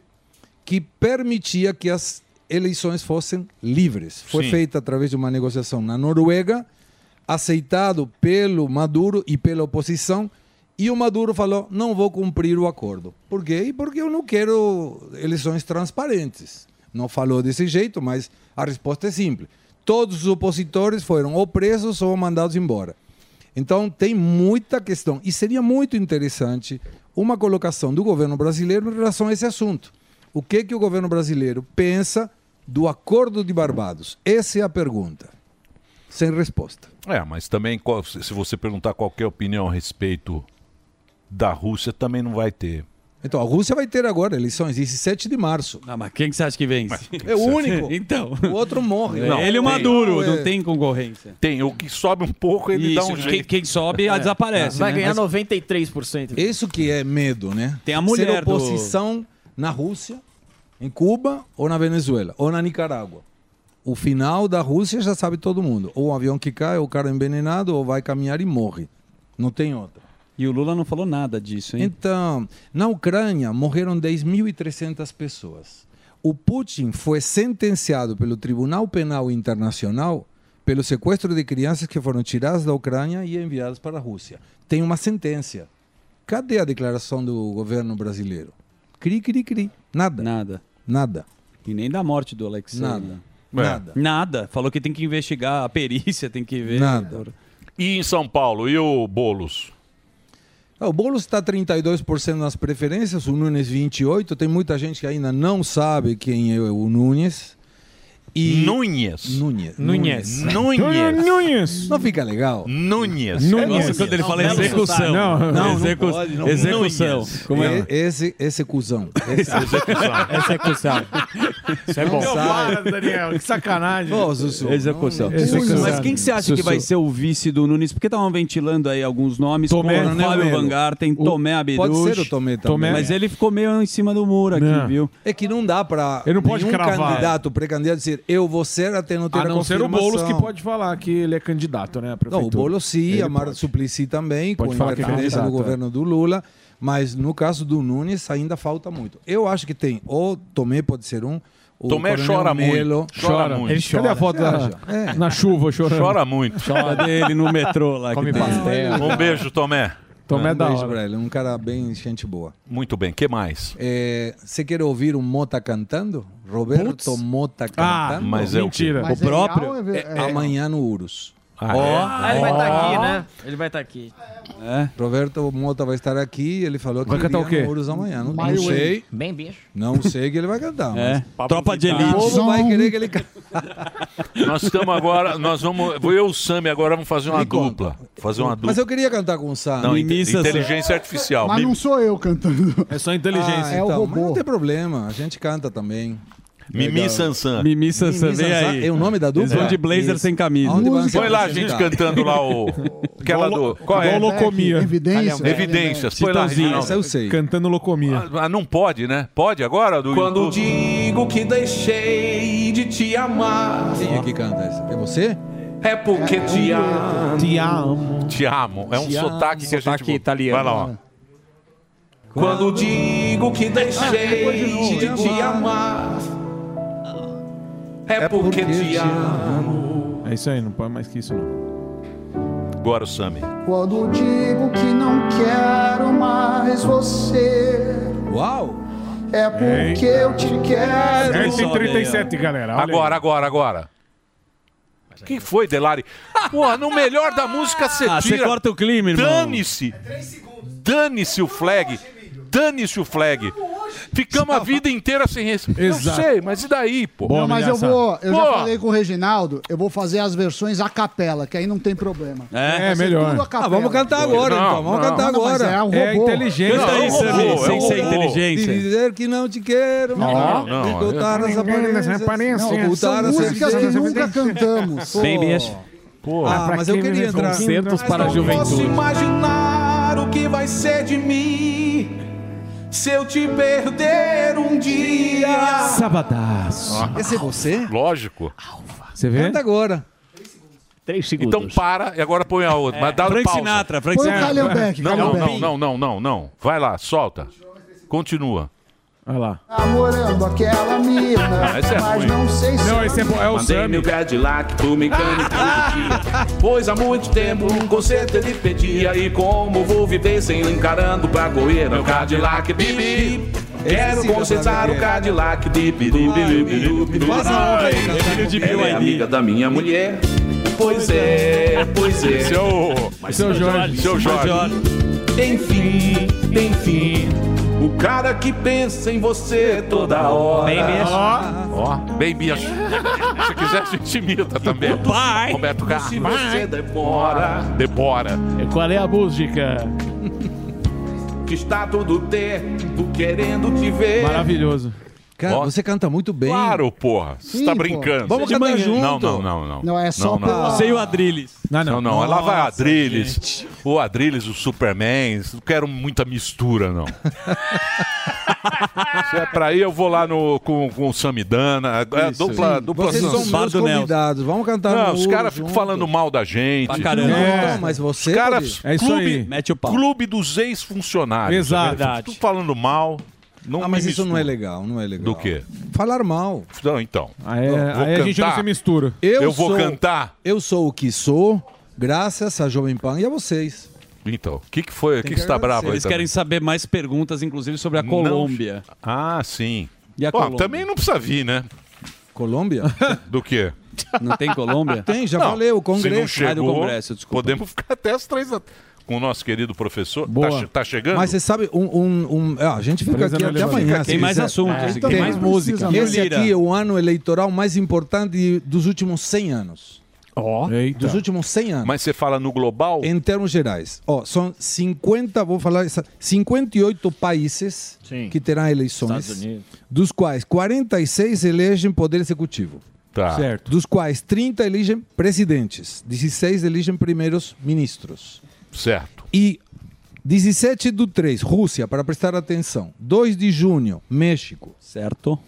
Q: que permitia que as eleições fossem livres. Foi
R: Sim.
Q: feita através de uma negociação na Noruega, aceitado pelo Maduro e pela oposição, e o Maduro falou: não vou cumprir o acordo. Por quê? E Porque eu não quero eleições transparentes. Não falou desse jeito, mas a resposta é simples. Todos os opositores foram ou presos ou mandados embora. Então tem muita questão e seria muito interessante uma colocação do governo brasileiro em relação a esse assunto. O que que o governo brasileiro pensa do Acordo de Barbados? Essa é a pergunta. Sem resposta.
C: É, mas também qual- se se você perguntar qualquer opinião a respeito da Rússia, também não vai ter.
Q: Então, a Rússia vai ter agora eleições 17 de março.
R: Ah, mas quem que você acha que vence?
Q: É o único.
R: então.
Q: O outro morre.
R: É, ele e o Maduro, não tem concorrência.
C: Tem, o que sobe um pouco, ele dá
R: Isso,
C: um
R: quem-
C: jeito. É.
R: quem sobe, a- desaparece,
I: Vai
R: né?
I: ganhar
R: Mas-
I: 93%.
Q: Isso que é medo, né?
R: Tem a mulher
Q: Ser oposição
I: Então,
Q: na Rússia, em Cuba ou na Venezuela ou na Nicarágua. O final da Rússia já é sabe todo mundo. Ou um avião que cai, ou o cara envenenado, ou vai caminhar e morre. Não tem outra.
R: E o Lula não falou nada disso, hein?
Q: Então, na Ucrânia morreram 10.300 pessoas. O Putin foi sentenciado pelo Tribunal Penal Internacional pelo sequestro de crianças que foram tiradas da Ucrânia e enviadas para a Rússia. Tem uma sentença. Cadê a declaração do governo brasileiro? Cri, cri, cri. Nada.
R: Nada.
Q: Nada.
R: E nem da morte do né? Alexandre.
Q: Nada. Nada.
R: É. Nada. Falou que tem que investigar a perícia, tem que ver.
Q: Nada.
C: E em São Paulo, e o Boulos?
Q: Ah, O Boulos está 32% nas preferências, o Nunes 28%. Tem muita gente que ainda não sabe quem é o Nunes. E...
C: Nunes.
Q: Nunes.
C: Nunes. Nunes.
Q: Não fica legal?
C: Nunes.
Q: Nunes.
R: Nossa, quando ele fala execução.
Q: Não, não, não
R: Execu-
Q: pode, não.
R: execução.
Q: Nunes.
R: Como é?
Q: E- Esse, execução.
R: Execução.
Q: é
R: Execução. Isso é bom.
E: Não para, Daniel, que sacanagem.
Q: Ô, Zuzu.
R: Execução.
E: Não, execução.
R: Mas quem que você acha que vai ser o vice do Nunes? Porque estavam ventilando aí alguns nomes,
Q: Tomé,
R: como o
Q: né,
R: Fábio
Q: Melo?
R: Vangarten,
Q: O-
R: Tomé Abiruch.
Q: pode ser o Tomé também.
E: né?
Q: Tomé.
R: Mas ele ficou meio em cima do muro aqui,
Q: Não.
R: viu?
Q: É que não dá pra
R: Ele não pode
Q: nenhum
R: cravar.
Q: candidato, pré-candidato, dizer eu vou ser até não ter
E: é. A não ser o Boulos que
Q: confirmação.
E: pode falar que ele é candidato, né? à
Q: Não, o
E: prefeitura.
Q: Boulos sim,
E: Ele
Q: a Mara
E: pode.
Q: Suplicy também,
E: Pode
Q: com a
E: falar que é
Q: referência do
E: candidato,
Q: governo do Lula. Mas no caso do Nunes ainda falta muito. Eu acho que tem, ou Tomé pode ser um, o
C: Tomé
Q: Coronel
C: chora muito,
Q: Melo.
C: chora Chora. muito. Ele chora.
E: Cadê a foto
Q: Você
E: da,
Q: acha? É.
E: na chuva chorando?
C: Chora muito.
R: Chora dele no metrô lá.
E: Come pastel.
C: Um beijo, Tomé.
Q: Ah, um beijo pra ele, um cara bem gente boa.
C: Muito bem, que mais?
Q: É, Você quer ouvir um Mota cantando? Roberto Mota cantando?
C: mas é o quê? Mentira.
Q: O
C: Mas é
Q: próprio?
C: real, é-
Q: É amanhã no Urus.
C: Ah, é?
I: Ah, ele vai estar aqui, né? Ele vai estar aqui.
Q: É. Roberto Mota vai estar aqui, ele falou que
E: Vai cantar
Q: iria
E: o quê?
Q: no Urus amanhã. Não, não
I: Bem-
Q: sei.
I: Bem bicho.
Q: Não sei que ele vai cantar.
R: É.
Q: mas-
R: Tropa de
Q: O
R: elite.
Q: povo vai querer que ele cante.
C: Nós estamos agora, nós vamos, eu e o Sami agora vamos fazer uma dupla. Fazer uma dupla.
Q: Mas eu queria cantar com o Sam.
C: Não, inte- inteligência artificial.
H: Mas
C: Mi-
H: não sou eu cantando.
Q: É só
H: inteligência. Ah, é o robô.
Q: Mas não tem problema, a gente canta também.
C: Mimi
Q: Legal.
C: Sansan.
R: Mimi Sansan,
Q: Mimi
R: vem
Q: Sansan
R: aí.
Q: É o nome da dupla?
R: Eles vão de blazer
Q: Isso.
R: sem camisa.
Q: Aonde vai
C: Põe lá a
Q: cantar?
C: gente cantando lá o. Aquela do. Qual é?
E: Locomia.
C: Evidências. Evidências. Põe lá, Reginaldo.
E: eu sei. Cantando Locomia.
C: Ah, não pode, né? Pode agora? Do
M: Quando
C: YouTube?
M: digo que deixei de te amar,
Q: Quem é que canta essa? É você?
M: é porque te amo.
E: Te amo.
C: Te amo. É um
M: Te amo.
C: sotaque que a gente.
M: Sotaque
C: italiano. Vai lá, ó.
M: Quando digo que
B: depois de
M: deixei
B: novo.
M: de te amar, é porque te amo.
E: É isso aí, não pode mais que isso, não.
C: Agora o Sami.
L: Quando digo que não quero mais você,
Q: Uau!
L: é porque eu te quero.
E: galera.
C: Agora, agora, agora. Quem foi, Delari? Porra, no melhor da música você tira.
R: Ah, você corta o clima, irmão.
E: É
C: Dane-se. Dane-se o flag. Dane-se o flag. Ficamos a vida inteira sem esse. Eu
E: Exato.
C: sei, mas e daí, pô?
E: Boa,
H: não, mas eu
E: Milhaça.
H: vou. Eu já
C: Pô.
H: falei com o Reginaldo, eu vou fazer as versões a capela, que aí não tem problema.
R: É,
H: Vai ser
R: melhor.
H: tudo a capela.
R: Ah, vamos cantar agora, Não, então. Vamos não. cantar
H: Não, mas
R: agora.
H: É, um robô. um
R: É inteligente. Canta aí, Sammy, sem ser
Q: De
R: inteligência.
Q: dizer que não te quero.
R: Não,
Q: não.
C: é.
R: não.
Q: Ocultar as aparências. Não,
H: Não,
Q: ocultar
H: são
Q: as assim.
H: músicas que
Q: evidências.
H: nunca cantamos.
R: Bem bicho.
Q: Ah, mas eu queria entrar.
R: para a
M: Posso
R: juventude.
M: imaginar o que vai ser de mim se eu te perder um dia.
E: Sabadaço.
Q: Esse é você?
C: Lógico.
E: Você vê?
Q: Canta agora.
E: Três segundos. É.
C: Então para e agora põe a outra. Mas dá
R: Frank
C: pausa.
R: Sinatra, Frank Põe o Sinatra. Calhambeck,
C: Não, não, não,
R: Calhambeck.
C: não, não, não, não. Vai lá, solta. Continua.
E: Olha lá.
L: Namorando aquela mina,
C: Ah, esse é
L: mas
C: ruim.
L: não sei se.
M: Mandei meu Cadillac pro mecânico todo dia. Pois há muito tempo um conserto ele pedia. E como vou viver sem encarando pra correr? Meu Cadillac bibi. Quero
B: sim,
M: consertar o Cadillac de
B: Faz a honra aí, cara.
M: Filho de Ela é amiga da minha mulher. Pois é, pois é.
B: Esse é o-
M: Mas
B: esse é o Jorge.
M: Seu Jorge. Enfim, enfim. O cara que pensa em você toda hora.
C: Bem mesmo.
M: Ó.
C: Ó, bem bicho. Se quiser, a gente imita também. Pai. Roberto Carlos.
M: Se você demora.
C: Debora.
E: Qual é a música?
M: que está todo tempo querendo te ver.
E: Maravilhoso.
Q: Cara,
C: Ó.
Q: você canta muito bem.
C: Claro, porra. Você
Q: Sim,
C: tá
Q: pô.
C: brincando.
Q: Vamos
C: Você
Q: cantar
C: de manhã.
Q: junto.
C: Não, não, não, não.
Q: Não, é só
C: não,
Q: pela- Você e o
C: Adrilles. Não, não. não, Lá vai Adrilles. O Adrilles, o Superman. Não quero muita mistura, não. Se é pra ir, eu vou lá no, com, com o Samidana. É,
Q: Isso.
C: dupla,
Q: Sim,
C: dupla
Q: Vocês são meus convidados. Vamos cantar
C: Não,
Q: no
C: os
Q: Ouro
C: caras ficam
Q: junto.
C: falando mal da gente.
Q: Pra caramba. Não,
C: É.
Q: mas você,
C: Os caras,
Q: Rodrigo, é isso
C: clube,
Q: aí. Mete o pau.
C: clube dos ex-funcionários.
Q: Exato.
C: Verdade. Tu falando mal. Não
Q: Ah,
C: me
Q: mas isso não
C: mistura.
Q: é legal, não é legal.
C: Do quê?
Q: Falaram mal.
C: Não, então.
R: Ah, é?
E: é-
Q: Não, vou cantar. Eu,
C: vou
Q: sou-
C: cantar.
Q: Eu sou o que sou, graças a Jovem Pan e a vocês.
C: Então, o que, que foi? O que,
Q: Tem
C: que você tá bravo aí?
R: Eles querem saber mais perguntas, inclusive sobre a
C: Não-
R: Colômbia.
C: Ah, sim.
R: E a
C: Bom,
R: Colômbia?
C: também não precisa vir, né?
Q: Colômbia?
C: Do quê?
R: Não tem Colômbia?
Q: Tem, já falei, o
C: Se não
Q: Congresso.
C: chegou,
Q: Ah, do Congresso, desculpa.
C: podemos ficar até as três da... com o nosso querido professor.
Q: Boa.
C: Tá, che- tá chegando?
Q: Mas você sabe, um, um- um- ah, a gente fica
C: Presa
Q: aqui
C: no
Q: até
C: elevador.
Q: amanhã.
C: Tem
Q: se
C: é mais
Q: quiser.
C: assunto,
Q: É,
C: tem
Q: então,
C: mais música.
Q: Esse
C: Lira.
Q: aqui é o ano eleitoral mais importante dos últimos 100 anos.
C: Ó.
Q: Dos últimos 100 anos.
C: Mas você fala no global?
Q: Em termos gerais, ó, são 50, vou falar, essa- 58 países
C: Sim.
Q: que terão
C: Estados
Q: eleições,
C: Unidos.
Q: dos quais 46 elegem poder executivo.
C: Tá.
Q: Certo. Dos quais 30 elegem presidentes, 16 elegem primeiros ministros.
C: Certo.
Q: E 17 do 3, Rússia, para prestar atenção. 2 de junho, México. Certo.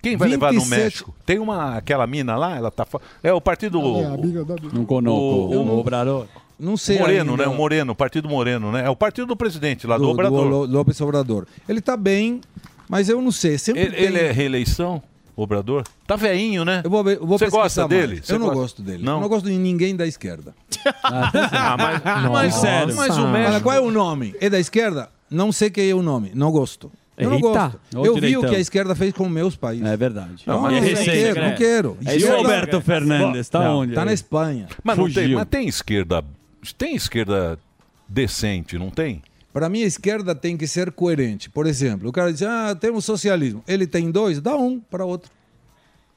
C: Quem vai levar no México? Tem uma, aquela mina lá, ela tá. fa- É o partido.
Q: Não
C: o- o-
Q: Obrador. Não sei
C: Moreno,
Q: ainda.
C: né? O Moreno, o partido Moreno, né? É o partido do presidente lá, do,
Q: do,
C: Obrador.
Q: do Lo- López Obrador. Ele tá bem, mas eu não sei. Sempre
C: Ele,
Q: tem-
C: ele é reeleição, Obrador? Tá veinho, né? Você
Q: pesquisar
C: gosta
Q: mais.
C: dele? Você
Q: Eu não
C: gosta-
Q: gosto dele.
C: Não?
Q: Eu não gosto de ninguém da esquerda.
C: Ah, mas- mas- Nossa. mas o México-
Q: Fala, Qual é o nome? É da esquerda? Não sei quem é o nome. Não gosto. Eu não
R: Eita.
Q: gosto.
R: Ou
Q: Eu vi
R: direitão.
Q: o que a esquerda fez com meus países. É verdade.
R: Não,
Q: Não,
R: mas é
Q: não
R: recente,
Q: quero,
R: né?
Q: não quero.
R: É isso aí, Roberto Fernandes, tá
C: Não.
R: onde?
Q: Tá na Espanha.
C: Mas, não tem, mas tem esquerda. Tem esquerda decente, não tem?
Q: Para mim, a esquerda tem que ser coerente. Por exemplo, o cara diz: ah, temos socialismo. Ele tem dois, dá um para outro.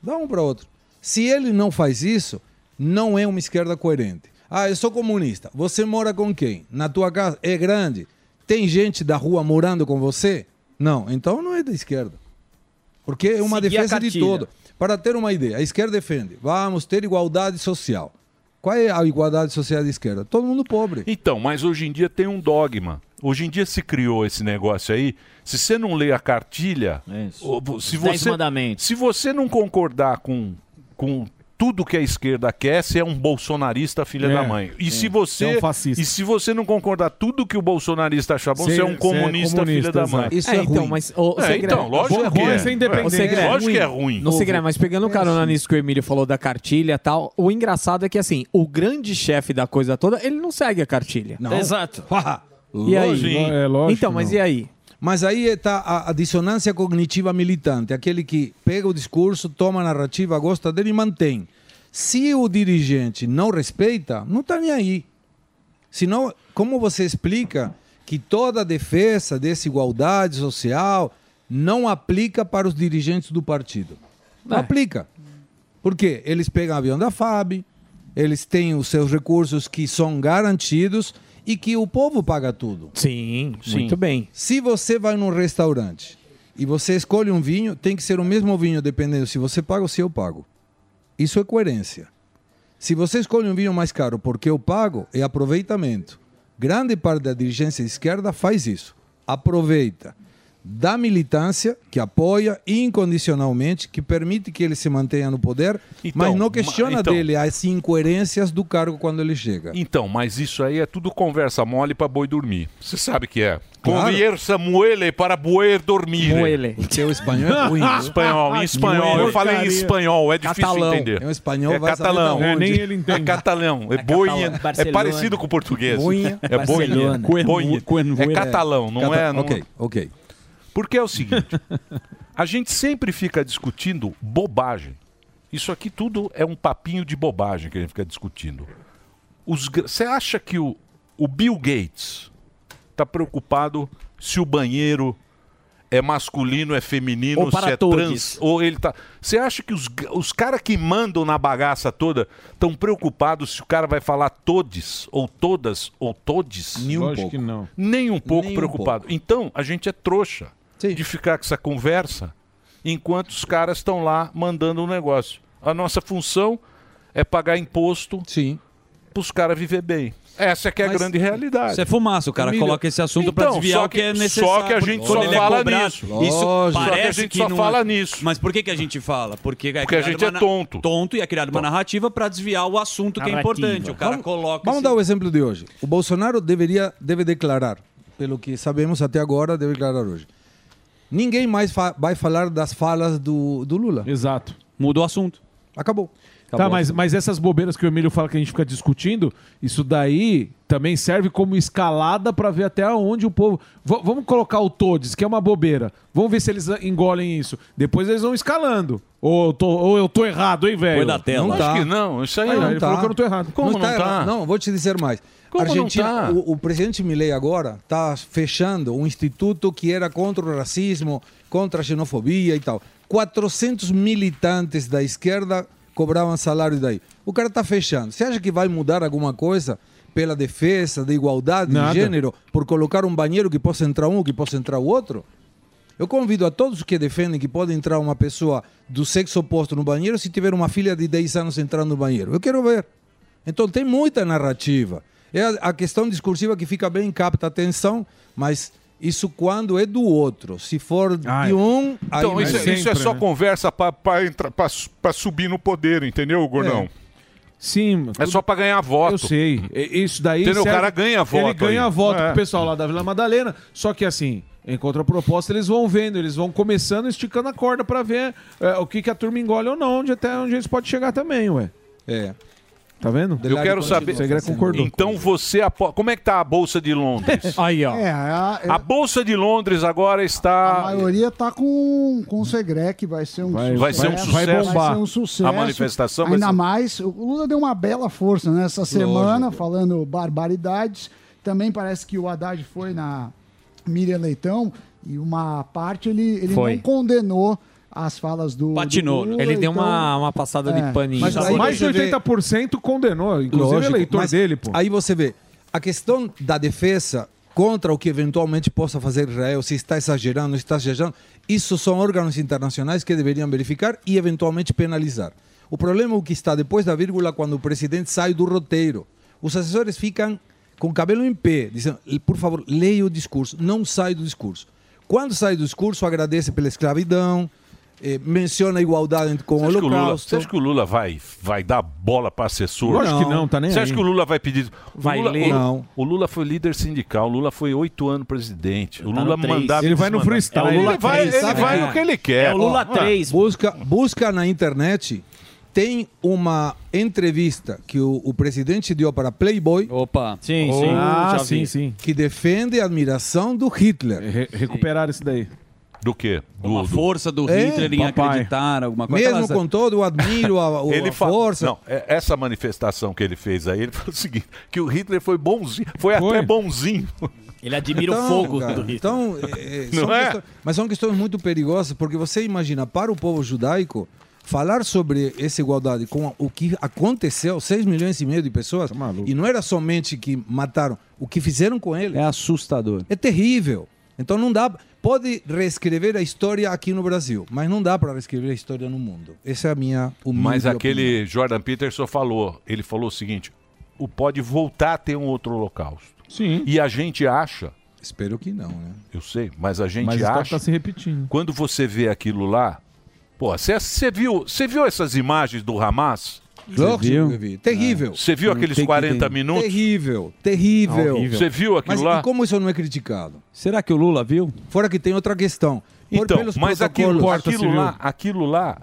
Q: Dá um para outro. Se ele não faz isso, não é uma esquerda coerente. Ah, eu sou comunista. Você mora com quem? Na tua casa é grande? Tem gente da rua morando com você? Não, então não é da esquerda. Porque é uma
R: Seguir a
Q: defesa de
R: cartilha.
Q: todo. Para ter uma ideia, a esquerda defende: vamos ter igualdade social. Qual é a igualdade social da esquerda? Todo mundo pobre.
C: Então, mas hoje em dia tem um dogma. Hoje em dia se criou esse negócio aí. Se você não lê a cartilha, ou vo- se
I: Os Dez
C: você, se você não concordar com, com tudo que a esquerda quer, você é um bolsonarista filha
E: É,
C: da mãe. E
E: é.
C: se
E: Você
C: você
E: é um fascista.
C: e se você não concordar tudo que o bolsonarista acha bom,
E: Você-
C: você é
E: você
C: um
E: é
C: comunista,
E: comunista,
C: filha da mãe.
E: exato. Isso é
F: então,
E: ruim.
F: mas. ô,
C: É,
F: Segre-
C: então, lógico
F: Bom,
C: que
F: bom,
C: é.
F: é ser independente.
C: Ô, Segre-
F: É
C: Lógico que é ruim.
F: Ô, Segre, mas pegando carona nisso que o Emílio falou da cartilha e tal, o engraçado é que, assim, o grande chefe da coisa toda, ele não segue a cartilha.
R: Exato.
F: E aí? então, mas e aí?
Q: Mas aí está a, a dissonância cognitiva militante, aquele que pega o discurso, toma a narrativa, gosta dele e mantém. Se o dirigente não respeita, não está nem aí. Senão, como você explica que toda a defesa dessa igualdade social não aplica para os dirigentes do partido?
F: É.
Q: Não aplica. Por quê? Eles pegam avião da FAB, eles têm os seus recursos que são garantidos e que o povo paga tudo.
F: Sim, muito bem.
Q: Se você vai num restaurante e você escolhe um vinho, tem que ser o mesmo vinho, dependendo se você paga ou se eu pago. Isso é coerência. Se você escolhe um vinho mais caro porque eu pago, é aproveitamento. Grande parte da dirigência esquerda faz isso. Aproveita da militância que apoia incondicionalmente, que permite que ele se mantenha no poder, mas não questiona
C: ma- então-
Q: dele as incoerências do cargo quando ele chega.
C: Então, mas isso aí é tudo conversa mole para boi dormir. Você sabe que é. Conversa muele para boi dormir.
Q: Muele. Seu espanhol é ruim. viu?
C: Espanhol, em espanhol. Eu falei em
Q: Porcaria.
C: espanhol, é difícil
Q: Catalão.
C: entender.
Q: É um espanhol,
C: é
Q: vai
C: catalão.
Q: saber da onde. É, nem ele
C: É catalão. É, boinha. É
Q: Barcelona.
C: parecido com o português.
Q: Boinha,
C: é boinha.
Q: Barcelona.
C: Boinha.
Q: Cuervo-
C: É catalão, não
Q: Cata-
C: é? Não...
Q: Ok, ok.
C: Porque é o seguinte: a gente sempre fica discutindo bobagem. Isso aqui tudo é um papinho de bobagem que a gente fica discutindo. Você acha que o, o Bill Gates está preocupado se o banheiro é masculino, é feminino,
F: Ou para
C: se é
F: todos.
C: trans, ou ele tá. Você acha que os, ga- os caras que mandam na bagaça toda estão preocupados se o cara vai falar todes, ou todas, ou todes?
E: Nem um Lógico pouco. que não.
C: Nem um pouco
E: Nem um
C: preocupado. Então, a gente é trouxa de ficar com essa conversa enquanto os caras estão lá mandando um negócio. A nossa função é pagar imposto para os caras viver bem. Essa é que é a
G: Mas
C: grande realidade. Então,
G: isso é fumaça, o cara coloca esse assunto pra desviar
C: só
G: o que é necessário,
C: Só que a gente
G: porque
C: só
G: quando ele é
C: fala
G: cobrado,
C: nisso.
G: isso
C: Lógico. só que a
G: parece
C: gente
G: que
C: só
G: não
C: fala
G: é-
C: nisso.
G: Mas por que, que a gente fala? Porque, é
C: Porque a
G: criado
C: gente
G: uma
C: é
G: na-
C: tonto.
G: Tonto e é criada uma narrativa pra desviar o assunto que é
Q: Narrativa.
G: importante. O cara coloca.
Q: Vamos
G: esse-
Q: dar o exemplo de hoje. O Bolsonaro deveria deve declarar, pelo que sabemos até agora, deve declarar hoje. Ninguém mais fa- vai falar das falas do, do Lula.
E: Exato.
G: Mudou o assunto.
Q: Acabou.
E: Tá, mas, mas essas bobeiras que o Emílio fala que a gente fica discutindo, isso daí também serve como escalada pra ver até onde o povo. V- vamos colocar o Todes, que é uma bobeira. Vamos ver se eles engolem isso. Depois eles vão escalando. Ou eu tô, ou eu tô errado, hein, velho?
Q: Não tá.
E: Ah, Ele
C: tá.
E: falou que eu não tô errado.
G: tá
Q: errado. Não, vou te dizer mais.
E: Como não
Q: Argentina,
E: tá?
Q: o, o presidente Milei agora está fechando um instituto que era contra o racismo, contra a xenofobia e tal. 400 militantes da esquerda cobravam salário daí. O cara está fechando. Você acha que vai mudar alguma coisa pela defesa da igualdade
E: Nada.
Q: de gênero por colocar um banheiro que possa entrar um, que possa entrar o outro? Eu convido a todos que defendem que pode entrar uma pessoa do sexo oposto no banheiro se tiver uma filha de 10 anos entrando no banheiro. Eu quero ver. Então tem muita narrativa. É a, a questão discursiva que fica bem, capta a atenção, mas isso quando é do outro. Se for de um, aí
C: Ah, Então, isso,
Q: vai. né?
C: isso é só
E: né?
C: conversa para subir no poder, entendeu, Gordão?
E: É. Sim.
C: É só para ganhar voto.
E: Eu sei. E- Isso daí.
C: Entendeu? O
E: serve-
C: cara ganha voto.
E: Ele ganha
C: aí.
E: voto
C: É.
E: pro pessoal lá da Vila Madalena. Só que assim, em contraproposta, eles vão vendo, eles vão começando, esticando a corda pra ver é, o que, que a turma engole ou não, onde até onde eles podem chegar também, ué.
Q: É.
E: Tá vendo?
C: Eu quero saber.
E: O Segre concordou.
C: Então você apo... Como é que tá a Bolsa de Londres?
E: Aí,
H: É, a,
C: A Bolsa de Londres agora
H: a
C: está.
H: maioria tá com, com o Segré, que vai ser um
C: Vai,
H: sucesso.
C: vai ser um sucesso.
H: Vai, ser um sucesso.
C: A manifestação vai
H: Ainda
C: ser-
H: mais, o Lula deu uma bela força nessa semana, falando barbaridades. Também parece que o Haddad foi na Miriam Leitão e uma parte ele, ele
F: Foi.
H: não condenou as falas do. do Lula,
F: né? Ele deu
H: então-
F: uma, uma passada
H: É,
F: de paninho.
H: mas
F: Sabe?
H: aí
E: Mais de
H: você vê-
E: 80% condenou, inclusive
Q: Lógico,
E: eleitor
Q: mas
E: dele, pô.
Q: Aí você vê, a questão da defesa contra o que eventualmente possa fazer Israel, se está exagerando, se está exagerando, isso são órgãos internacionais que deveriam verificar e eventualmente penalizar. O problema é o que está depois da vírgula quando o presidente sai do roteiro. Os assessores ficam com o cabelo em pé, dizendo, por favor, leia o discurso, não sai do discurso. Quando sai do discurso, agradece pela escravidão, eh, menciona a igualdade com o
C: Você acha, que o Lula,
Q: holocausto.
C: você acha que o Lula vai, vai dar bola para assessor?
Q: Lógico que não, tá nem
C: Você
Q: aí.
C: acha que o Lula vai pedir. O
Q: Vai
C: Lula,
Q: ler.
C: O,
Q: Não.
C: o Lula foi líder sindical, o Lula foi oito anos presidente. O
Q: Tá
C: Lula
Q: no três.
C: mandava. e desmandava. É, o Lula vai, ele vai
Q: é.
C: no que
G: É,
C: ele quer. Ah, Ó,
Q: Busca, busca na internet. Tem uma entrevista que o, o presidente deu para Playboy.
G: Opa.
Q: Sim,
E: sim. Ah, sim, sim.
Q: Que defende a admiração do Hitler.
E: recuperaram isso daí.
C: Do quê? Do,
G: Uma força do
Q: É,
G: Hitler em
Q: papai.
G: acreditar, alguma coisa.
Q: Mesmo
G: Aquelas-
Q: com todo, eu admiro a, o-
C: Ele
Q: a
C: fa-
Q: força.
C: Não, é- essa manifestação que ele fez aí, ele falou o seguinte: que o Hitler foi bonzinho, foi,
Q: Foi.
C: até bonzinho.
I: Ele
Q: Então, cara, Então, é, é,
C: Não
Q: são
C: é?
Q: questões- mas são questões muito perigosas, porque você imagina, para o povo judaico, falar sobre essa igualdade com o que aconteceu, 6 milhões e meio de pessoas,
C: Tá
Q: e não era somente que mataram, o que fizeram com ele. É
G: assustador.
Q: É terrível. Então não dá. Pode reescrever a história aqui no Brasil, mas não dá para reescrever a história no mundo. Essa é a minha humilde
C: Mas
Q: opinião.
C: aquele Jordan Peterson falou, ele falou o seguinte: o pode voltar a ter um outro holocausto.
E: Sim.
C: E a gente acha.
Q: Espero que não, né?
C: Eu sei, mas a gente
E: Mas isso tá-
C: acha.
E: tá se repetindo.
C: Quando você vê aquilo lá, pô, você- você viu, você viu essas imagens do Hamas?
Q: Lógico que eu vi. Terrível.
C: Você viu aqueles 40 minutos?
Q: Terrível, terrível.
C: Ah, horrível. Você viu aquilo
Q: Mas
C: lá?
Q: E como isso não é criticado?
G: Será que o Lula viu?
Q: Fora que tem outra questão. Por-
C: Então,
Q: pelos
C: mas
Q: protocolos-
C: aquilo, aquilo lá, aquilo lá,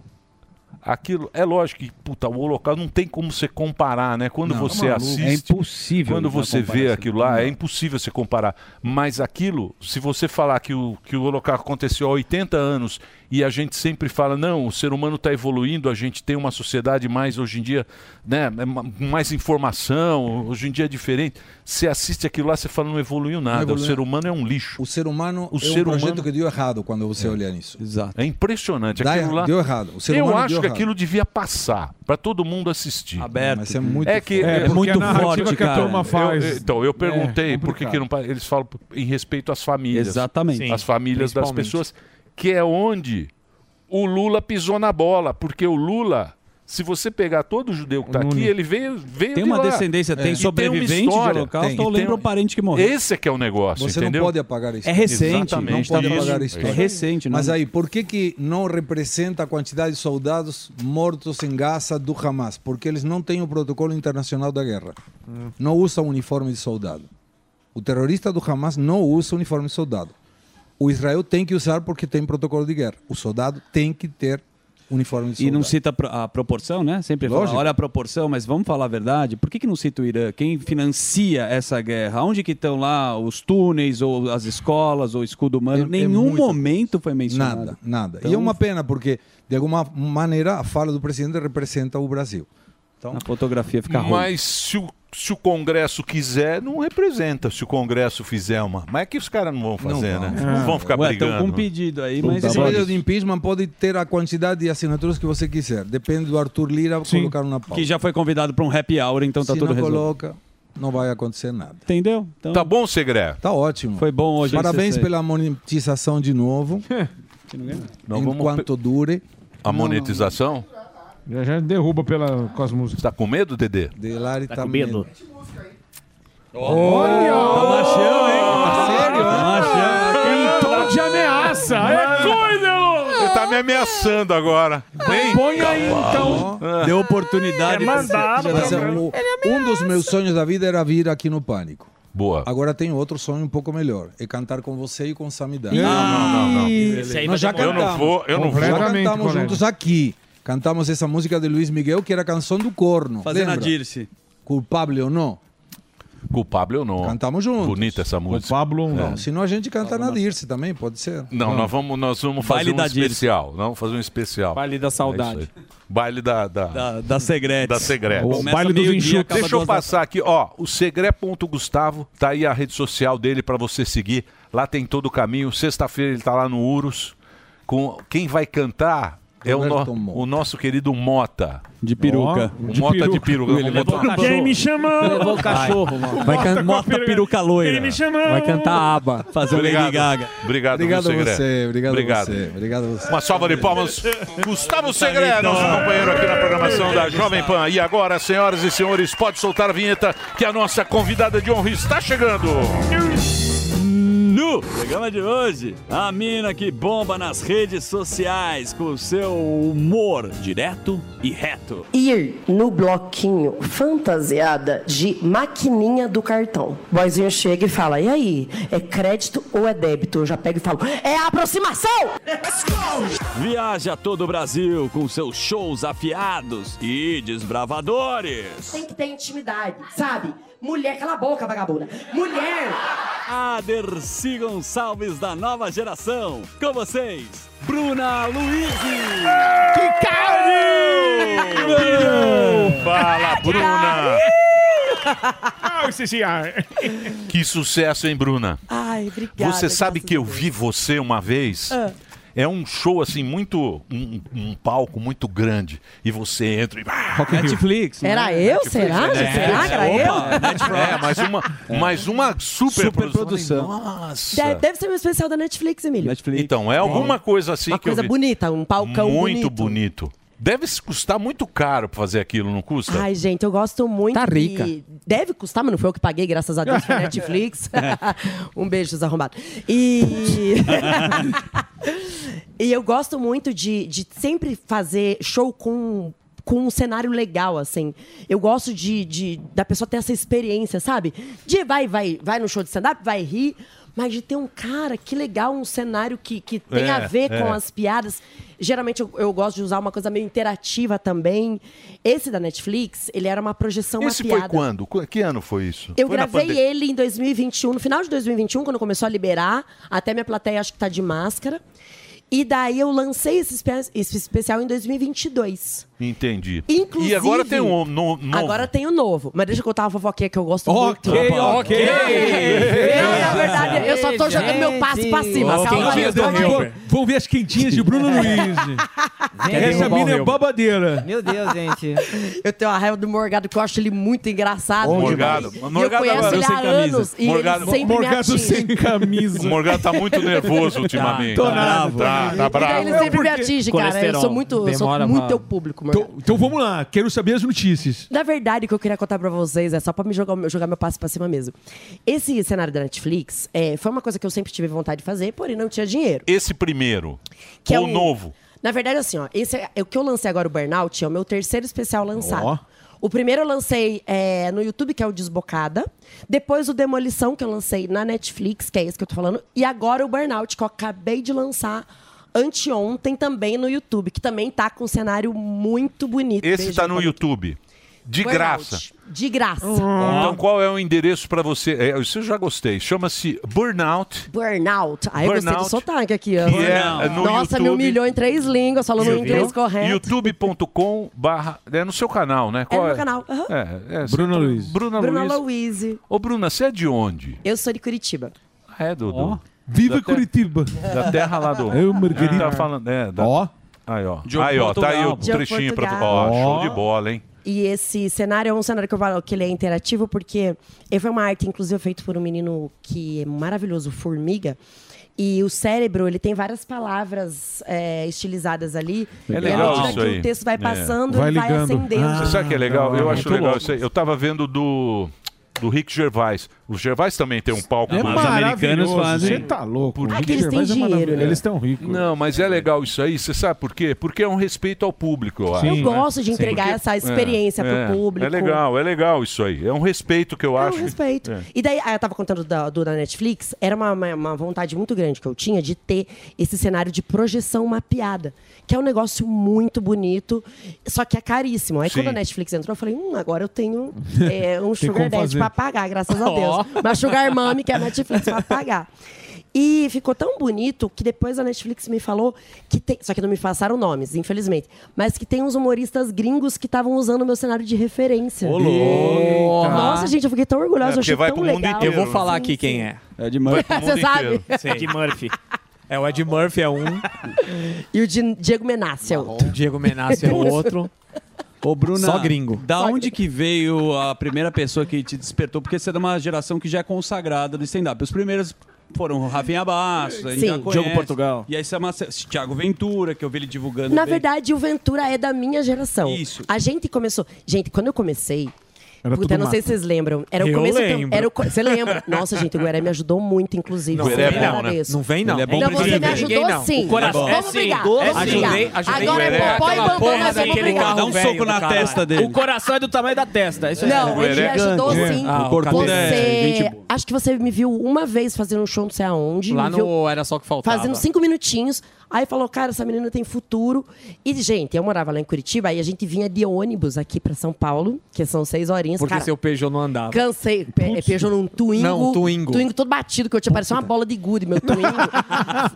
C: aquilo é lógico que puta, o holocausto não tem como você comparar, né? Quando
M: Não,
C: você
M: tá maluco.
C: assiste,
M: É impossível
C: Quando
M: na
C: você vê
M: comparação.
C: aquilo lá, é impossível você comparar. Mas aquilo, se você falar que o que o holocausto aconteceu há 80 anos e a gente sempre fala não, o ser humano está evoluindo, a gente tem uma sociedade mais hoje em dia, né? é ma- com Mais informação, hoje em dia é diferente. Você assiste aquilo lá, você fala não evoluiu nada.
Q: evoluiu
C: O ser humano é um lixo.
Q: O ser humano
C: o
Q: é um
C: ser
Q: projeto
C: humano
Q: que deu errado quando você olhar nisso.
G: Exato.
C: É impressionante.
Q: Dá
C: Aquilo
Q: erra-
C: lá,
Q: deu errado. O ser
C: eu
Q: humano
C: acho
Q: deu
C: que
Q: errado.
C: aquilo devia passar para todo mundo assistir.
G: Aberto.
Q: Mas é muito
C: que
Q: forte. É, porque a narrativa que a turma
C: Eu-
Q: faz-
C: então, eu perguntei
Q: É,
C: por que,
Q: complicado.
C: que não pa- eles falam p- em respeito às famílias.
G: Exatamente. Sim,
C: As famílias das
G: principalmente.
C: pessoas, que é onde o Lula pisou na bola, porque o Lula. Se você pegar todo judeu que está aqui, ele veio, veio
G: Tem
C: de
G: uma
C: lá. É.
G: descendência, tem
C: E uma
G: sobrevivente de
C: história.
G: holocausto
C: Tem.
G: ou
C: E tem-
G: lembra um parente que morreu.
C: Esse é que é o negócio,
Q: Você
C: entendeu?
Q: não pode apagar a história.
G: É recente,
Q: Exatamente,
G: não pode
Q: tá
G: apagar
Q: isso.
G: a história. É recente, não.
Q: Mas aí, por que, que não representa a quantidade de soldados mortos em Gaza do Hamas? Porque eles não têm o protocolo internacional da guerra.
O: Hum.
Q: Não usam uniforme de soldado. O terrorista do Hamas não usa uniforme de soldado. O Israel tem que usar porque tem protocolo de guerra. O soldado tem que ter uniforme de
G: E
Q: soldado.
G: não cita pro- a proporção, né? Sempre fala,
Q: Lógico.
G: olha a proporção, mas vamos falar a verdade. Por que, que não cita o Irã? Quem financia essa guerra? Onde que estão lá os túneis, ou as escolas, ou o escudo
Q: É,
G: humano? Nenhum momento foi mencionado.
Q: Nada, nada.
G: Então-
Q: E é uma pena, porque, de alguma maneira, a fala do presidente representa o Brasil. Então,
G: A fotografia fica ruim.
C: Mas se o, se o Congresso quiser, não representa se o Congresso fizer uma. Mas é que os caras não vão fazer, né? Não vão ficar brigando.
Q: Esse pedido de impeachment pode ter a quantidade de assinaturas que você quiser. Depende do Arthur Lira colocar na pauta.
G: Que já foi convidado para um happy hour, então tá
Q: Se
G: tudo
Q: não
G: resolvido.
Q: coloca, não vai acontecer nada.
G: Entendeu? Então,
C: Tá bom, Segré?
Q: Tá ótimo.
G: Foi bom hoje.
Q: Parabéns
G: esse-
Q: pela monetização de novo.
C: Não, vamos
Q: Enquanto dure.
C: A monetização?
E: Já, já derruba pela, com as músicas.
C: Tá com medo, Dedê?
Q: Delari
E: Tá
Q: tá,
E: com medo.
Q: Olha! Tá baixando, hein? Tá sério?
B: Em tom de ameaça. É coisa, louco.
C: Ele tá me ameaçando agora. Bem,
B: Põe aí,
C: então.
G: Deu oportunidade.
Q: Mas, é, o- um dos meus sonhos da vida era vir aqui no Pânico.
C: Boa.
Q: Agora tem outro sonho um pouco melhor. É cantar com você e com Samidana.
C: Não, não, não, não. Esse aí vai
Q: Nós já
C: demorar. Eu
Q: cantamos.
C: não vou, eu não vou.
Q: Já
C: Completamente,
Q: cantamos
C: colega.
Q: juntos aqui. Cantamos essa música de Luiz Miguel, que era a canção do corno.
G: Fazendo
Q: Lembra?
G: a Dirce.
Q: Culpável ou não?
C: Culpável ou não?
Q: Cantamos juntos.
C: Bonita essa música.
E: Pablo
C: não.
Q: Não, senão a gente canta na Dirce também, pode ser.
C: É. Não, nós vamos, nós vamos fazer
G: Baile
C: um
G: da Dirce.
C: especial. Nós vamos fazer um especial.
G: Baile da saudade.
C: É isso aí. Baile da... Da,
G: da, da Segrete.
C: Da Segrete.
G: O baile dos meio-dia, enxutos. acaba
C: Deixa eu
G: duas da
C: passar aqui, ó. O segré.gustavo, tá aí a rede social dele pra você seguir. Lá tem todo o caminho. Sexta-feira ele tá lá no Urus. Com... Quem vai cantar... É o,
Q: Roberto
C: no- o nosso querido Mota.
G: De peruca.
C: O
G: De
C: Mota de
G: peruca.
C: peruca.
G: Ele levou o cachorro. Quem me chamou? Levou o cachorro, mano. Vai can- Mota com a peruca loira. Quem me chamou? Vai cantar aba,
C: um
G: fazer o Lady Gaga.
C: Obrigado,
Q: Obrigado
C: viu,
Q: a
C: Segré?
Q: você, obrigado a você, obrigado a você.
C: Uma salva de palmas. Gustavo Segré, nosso companheiro aqui na programação da Jovem Pan. E agora, senhoras e senhores, pode soltar a vinheta que a nossa convidada de honra está chegando.
R: No programa de hoje, a mina que bomba nas redes sociais com o seu humor direto e reto.
S: ir no bloquinho fantasiada de maquininha do cartão. Boizinho chega e fala: e aí? É crédito ou é débito? Eu já pego e falo: é a aproximação!
R: Viaja todo o Brasil com seus shows afiados e desbravadores.
S: Tem que ter intimidade, sabe? Mulher, cala a boca, vagabunda. Mulher!
R: A Dercy Gonçalves da nova geração. Com vocês, Bruna Luiz. Que
C: Fala, Bruna! Que sucesso, hein, Bruna?
T: Ai, obrigada.
C: você sabe que eu vi você uma vez?
T: Ah.
C: É um show assim, muito. Um, um palco muito grande. E você entra e. ah,
G: Netflix.
T: né? Era eu? Será? Será que era eu?
C: É, mas uma, mas uma super, produção.
T: De- deve ser um especial da Netflix, Emílio.
C: Então, é alguma coisa assim
T: Uma
C: que eu
T: coisa
C: vi.
T: bonita, um palcão
C: Muito bonito. Deve se custar muito caro pra fazer aquilo, não custa?
T: Ai, gente, eu gosto muito.
C: Tá rica.
T: de- Deve custar, mas não foi eu que paguei, graças a Deus, foi Netflix.
U: É.
T: um beijo, seus arrombados. E. e eu gosto muito de, de sempre fazer show com. Com um cenário legal, assim. Eu gosto de, de- da pessoa ter essa experiência, sabe? De vai, vai, vai no show de stand-up, vai rir, mas de ter um cara, que legal, um cenário que, que tem
U: É,
T: a ver
U: é.
T: com as piadas. Geralmente eu, eu gosto de usar uma coisa meio interativa também. Esse da Netflix, ele era uma projeção,
C: Esse
T: é uma piada.
C: foi quando? Qu- Que ano foi isso?
T: Eu
C: Foi na
T: gravei
C: pande-
T: ele em 2021, no final de 2021, quando começou a liberar. Até minha plateia acho que tá de máscara. E daí eu lancei esse, espe- esse especial em 2022.
C: Entendi.
T: Inclusive,
C: e agora tem um no, novo.
T: Agora tem o novo. Mas deixa eu contar uma fofoquinha que eu gosto muito.
C: Ok, ok.
T: Eu, na verdade, eu só tô
B: Gente.
T: jogando meu passe pra cima.
E: Ó,
T: calma aí.
E: quentinhas do Hilbert. Vamos ver as quentinhas de Bruno Luiz. Essa
T: derrubar o
E: mina é
T: Hilbert.
E: babadeira.
T: Meu Deus, gente. eu tenho a raiva do Morgado, que eu acho ele muito engraçado.
C: Bom Morgado.
T: demais. E eu
C: Morgado
T: conheço
C: agora
T: ele há
C: sem camisa.
T: anos e
C: Morgado-
T: ele sempre
C: Morgado
T: me atinge.
C: sem
E: camisa.
C: O Morgado tá muito nervoso ultimamente.
E: Tá, tô nada,
C: Tá,
E: tô
C: tá
E: nada.
C: bravo.
T: Ele sempre me atinge, cara. Eu
E: Colesterol.
T: sou muito, eu
E: Demora
T: sou muito
E: pra-
T: teu público, Morgado.
E: Então, então vamos lá, quero saber as notícias.
T: Na verdade, o que eu queria contar pra vocês é só pra me jogar, o meu- jogar meu passe pra cima mesmo. Esse cenário da Netflix é, foi uma coisa que eu sempre tive vontade de fazer, porém não tinha dinheiro.
C: Esse primeiro.
T: Que é
C: ou
T: o-
C: novo.
T: Na verdade, assim, ó, esse é, o que eu lancei agora, o Burnout, é o meu terceiro especial lançado.
C: Ó.
T: O primeiro eu lancei é, no YouTube, que é o Desbocada. Depois o Demolição, que eu lancei na Netflix, que é esse que eu tô falando. E agora o Burnout, que eu acabei de lançar anteontem também no YouTube, que também tá com um cenário muito bonito.
C: Esse
T: Beijo,
C: tá no
T: Paulo.
C: YouTube. De
T: Burnout.
C: graça.
T: De graça.
C: Então qual é o endereço pra você? É, isso eu já gostei. Chama-se Burnout.
T: Burnout. Aí eu gostei do
C: Burnout.
T: sotaque aqui, ó.
C: Que é no
T: Nossa,
C: YouTube.
T: me humilhou em três línguas, falando o inglês correto.
C: youtube.com barra... É no seu canal, né?
T: É no meu canal, aham.
C: É, é, Bruna Luiz. Bruna,
T: Bruna
C: Luiz.
T: Louise.
C: Ô, Bruna, você é de onde?
T: Eu sou de Curitiba.
C: Ah, é, Dudu?
E: Viva
C: Da terra-
E: Curitiba.
C: Da terra lá do...
E: Eu, Margarida.
C: Tá falando... É, da...
E: Ó.
C: Aí, ó.
E: De
C: aí, ó. Tá aí o
E: Portugal. De
C: trechinho pra... tu-
T: Portugal.
C: Ó, show
E: Ó.
C: de bola, hein?
T: E esse cenário é um cenário que eu falo que ele é interativo, porque ele foi uma arte, inclusive, feito por um menino que é maravilhoso, Formiga. E o cérebro, ele tem várias palavras é, estilizadas ali.
C: É
T: e à
C: legal
T: medida
C: isso
T: que
C: aí.
T: o um texto vai
C: É.
T: passando, ele vai acendendo.
C: Você sabe que é legal?
E: Ah,
C: eu
E: é
C: acho
E: muito
C: legal
E: louco.
C: isso aí. Eu tava vendo do, do Rick Gervais. O Gervais também tem um palco.
E: É
C: bonito.
E: maravilhoso. Você tá louco.
C: Por
T: Ah,
E: O
C: quê?
E: Rick Gervais é maravilhoso.
T: né?
E: Eles estão ricos.
C: Não, mas é legal isso aí. Você sabe por quê? Porque é um respeito ao público, eu acho.
T: eu gosto de entregar essa experiência
C: é,
T: pro público.
C: É legal, é legal isso aí. É um respeito que eu acho.
T: É um respeito.
C: É.
T: E daí, aí eu tava contando da, do, da Netflix, era uma, uma, uma vontade muito grande que eu tinha de ter esse cenário de projeção mapeada, que é um negócio muito bonito, só que é caríssimo. Aí
B: Sim.
T: quando a Netflix entrou, eu falei, hum, agora eu tenho é, um
B: Tem
T: Sugar
B: como
T: Daddy
B: fazer.
T: pra pagar, graças a
B: Ó.
T: Deus. Uma Sugar Mommy, que é a Netflix, pra pagar. E ficou tão bonito que depois a Netflix me falou que tem. Só que não me passaram nomes, infelizmente. Mas que tem uns humoristas gringos que estavam usando o meu cenário de referência.
G: Ô, louco!
T: Nossa, gente, eu fiquei tão orgulhosa.
F: É,
T: eu achei tão legal.
F: Eu vou falar aqui quem é.
G: É de Murphy.
T: Você sabe?
F: Ed Murphy. É, o Ed Murphy é um,
T: E o Di- Diego Menassi é outro.
F: Diego Menassi é outro.
G: Ô, Bruna,
F: Só gringo.
G: Da onde que veio a primeira pessoa que te despertou? Porque você é de uma geração que já é consagrada do stand-up. Os primeiros foram o Rafinha Bastos, a gente
T: Sim.
G: já conhece.
T: Diogo Portugal.
G: E aí você é uma- Thiago Ventura, que eu vi ele divulgando.
T: Na
G: bem.
T: verdade, o Ventura é da minha geração.
G: Isso.
T: A gente começou. Gente, quando eu comecei.
G: Era
T: puta,
G: tudo
T: eu não sei
G: mato.
T: se vocês lembram. Era
G: Eu
T: o começo. que
G: lembro.
T: era o co- Você lembra? Nossa, gente, o Gueré me ajudou muito, inclusive.
F: Não, Gueré é bom, né?
T: agradeço.
F: Não vem, não. Ele é bom
T: Então você me
F: brigar.
T: ajudou
F: Ninguém, não.
T: sim.
F: O coração-
T: Vamos
F: É sim.
T: brigar.
F: Doce,
T: Vamos brigar.
F: ajudei- ajudei
T: Agora
F: o Gueré.
T: é popó e
F: Aquela
T: bambam,
F: porra
T: mas vamos
F: daquele
T: brigar.
F: carro Dá um velho soco
G: na do testa caralho. dele.
F: O coração é do tamanho da testa. Isso aí.
T: Não, ele me
F: Gigante.
T: ajudou
F: É.
T: sim.
F: Ah, o corpo
T: você...
F: dele é gente boa.
T: Acho que você me viu uma vez fazendo um show, não sei aonde.
F: Lá
T: me viu
F: no Era Só o Que Faltava.
T: Fazendo cinco minutinhos. Aí falou, cara, essa menina tem futuro. E, gente, eu morava lá em Curitiba, aí a gente vinha de ônibus aqui pra São Paulo, que são seis horinhas.
F: Porque
T: cara,
F: seu Peugeot não andava.
T: Cansei. Pe é,
F: Putz.
T: Peugeot num Twingo.
F: Não, um Twingo.
T: Twingo todo batido, que eu tinha parecia uma bola de gude, meu Twingo.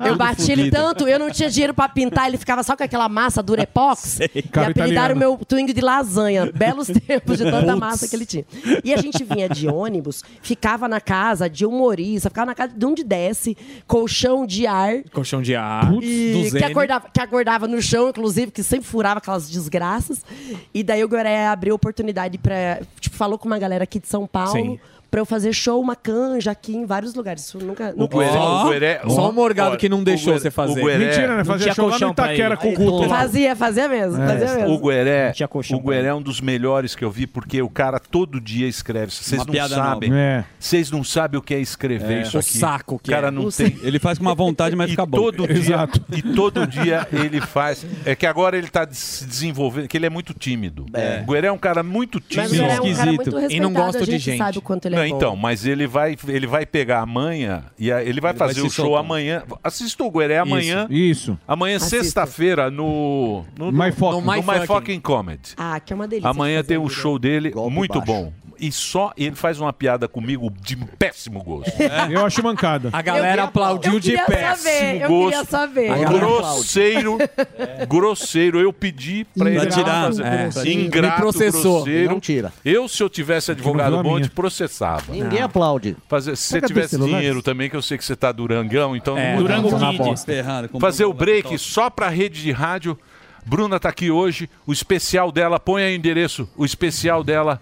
T: eu bati ele
B: fudido.
T: tanto, eu não tinha dinheiro pra pintar, ele ficava só com aquela massa Durepox. e
B: Cara
T: apelidaram
B: italiano.
T: meu Twingo de lasanha. Belos tempos de tanta
B: Putz.
T: massa que ele tinha. E a gente vinha de ônibus, ficava na casa de humorista, ficava na casa de onde desce, colchão de ar.
F: Colchão de ar.
T: E que
F: Zene.
T: acordava, que acordava no chão, inclusive, que sempre furava aquelas desgraças. E daí o Goré abriu oportunidade pra. Tipo, falou com uma galera aqui de São Paulo
F: Sim.
T: pra eu fazer show, uma canja aqui em vários lugares. Isso nunca.
C: O
T: nunca
C: Gueré,
F: Ó,
C: o Gueré,
F: só o Morgado que não deixou
C: Gueré-
F: você fazer.
C: o Gueré-
F: Mentira, né? Não Fazia tinha show lá no colchão pra Itaquera ele. com o Guto lá.
T: Fazia, fazia mesmo.
E: É.
G: É.
T: Fazia mesmo.
C: O Gueré, o Gueré é um dos melhores que eu vi, porque o cara todo dia escreve. Vocês
G: Uma
C: não
G: piada
C: sabem.
G: nova. É.
C: Vocês não sabem o que é escrever
G: É.
C: isso
G: O
C: aqui.
G: saco que
C: o cara
G: é.
C: não
G: O
C: tem.
G: saco. Ele faz com uma vontade, mas
C: E
G: fica bom.
C: Todo dia,
G: Exato.
C: E todo dia ele faz. É que agora ele tá se desenvolvendo, que ele é muito tímido.
G: É.
C: O Gueré é um cara muito
T: Mas
C: tímido.
T: o Gueré é um cara muito respeitado. a gente sabe o quanto ele é
C: Não,
T: bom.
C: então, mas ele vai, ele vai pegar amanhã e aí ele vai
G: Ele vai
C: fazer
G: se
C: o show
G: soltar.
C: amanhã. Assista o
E: é
C: Gueré É amanhã.
E: Isso, isso.
C: Amanhã,
T: Assista.
C: sexta-feira, no, no,
E: My
C: no,
E: Fucking.
C: no My
E: My
C: Fucking Comedy.
T: Ah, que é uma delícia.
C: Amanhã tem um show dele muito bom. e só ele faz uma piada comigo de péssimo gosto.
E: É. Eu acho mancada.
F: A galera
E: Eu queria-
F: aplaudiu
E: eu
F: de
E: queria
F: pé.
E: saber, eu queria saber. A galera
C: Grosseiro, grosseiro. Eu pedi pra ele
F: Pra tirar,
C: fazer.
F: é.
C: Sim,
F: Me
C: Ingrato,
F: processou.
C: grosseiro.
F: Não tira.
C: Eu, se eu tivesse advogado
F: a
C: bom, eu
F: minha.
C: te processava.
A: Ninguém
C: Não.
A: aplaude.
C: Fazer, se você
A: Pega dois
C: tivesse
A: celulares.
C: dinheiro também, que eu sei que você tá durangão, então...
A: É,
C: não vou
A: Durango
C: dar
A: Kid.
C: uma bosta.
A: Ferrado, comprou
C: Fazer
A: um
C: o break só pra rede de rádio. Bruna tá aqui hoje, o especial dela, põe aí o endereço. O especial dela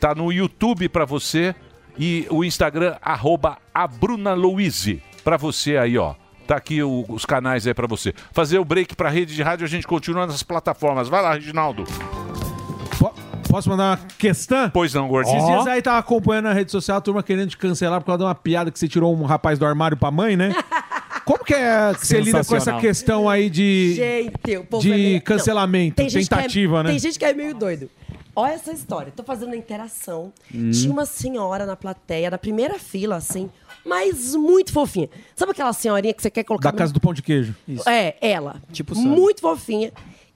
C: tá no YouTube pra você e o Instagram, arroba a Bruna Louise, pra você aí, ó. Tá aqui o- os canais aí pra você. Fazer o break pra rede de rádio, a gente continua nas plataformas. Vai lá, Reginaldo.
E: Posso mandar uma questão?
C: Pois não, gordinho.
E: Esses dias aí tava acompanhando na rede social a turma querendo te cancelar por causa de uma piada que você tirou um rapaz do armário pra mãe, né? Como que, é que você lida com essa
T: Sensacional.
E: questão aí de.
T: Gente, o povo
E: de
T: é meio- Não,
E: cancelamento,
T: gente que
E: tentativa,
T: é,
E: né?
T: Tem gente que é meio doido. Olha essa história. Tô fazendo a interação.
E: Hum.
T: Tinha uma senhora na plateia, na primeira fila, assim, mas muito fofinha. Sabe aquela senhorinha que você quer colocar...
E: Da casa do pão de queijo. Isso.
T: É, ela. Tipo, muito fofinha.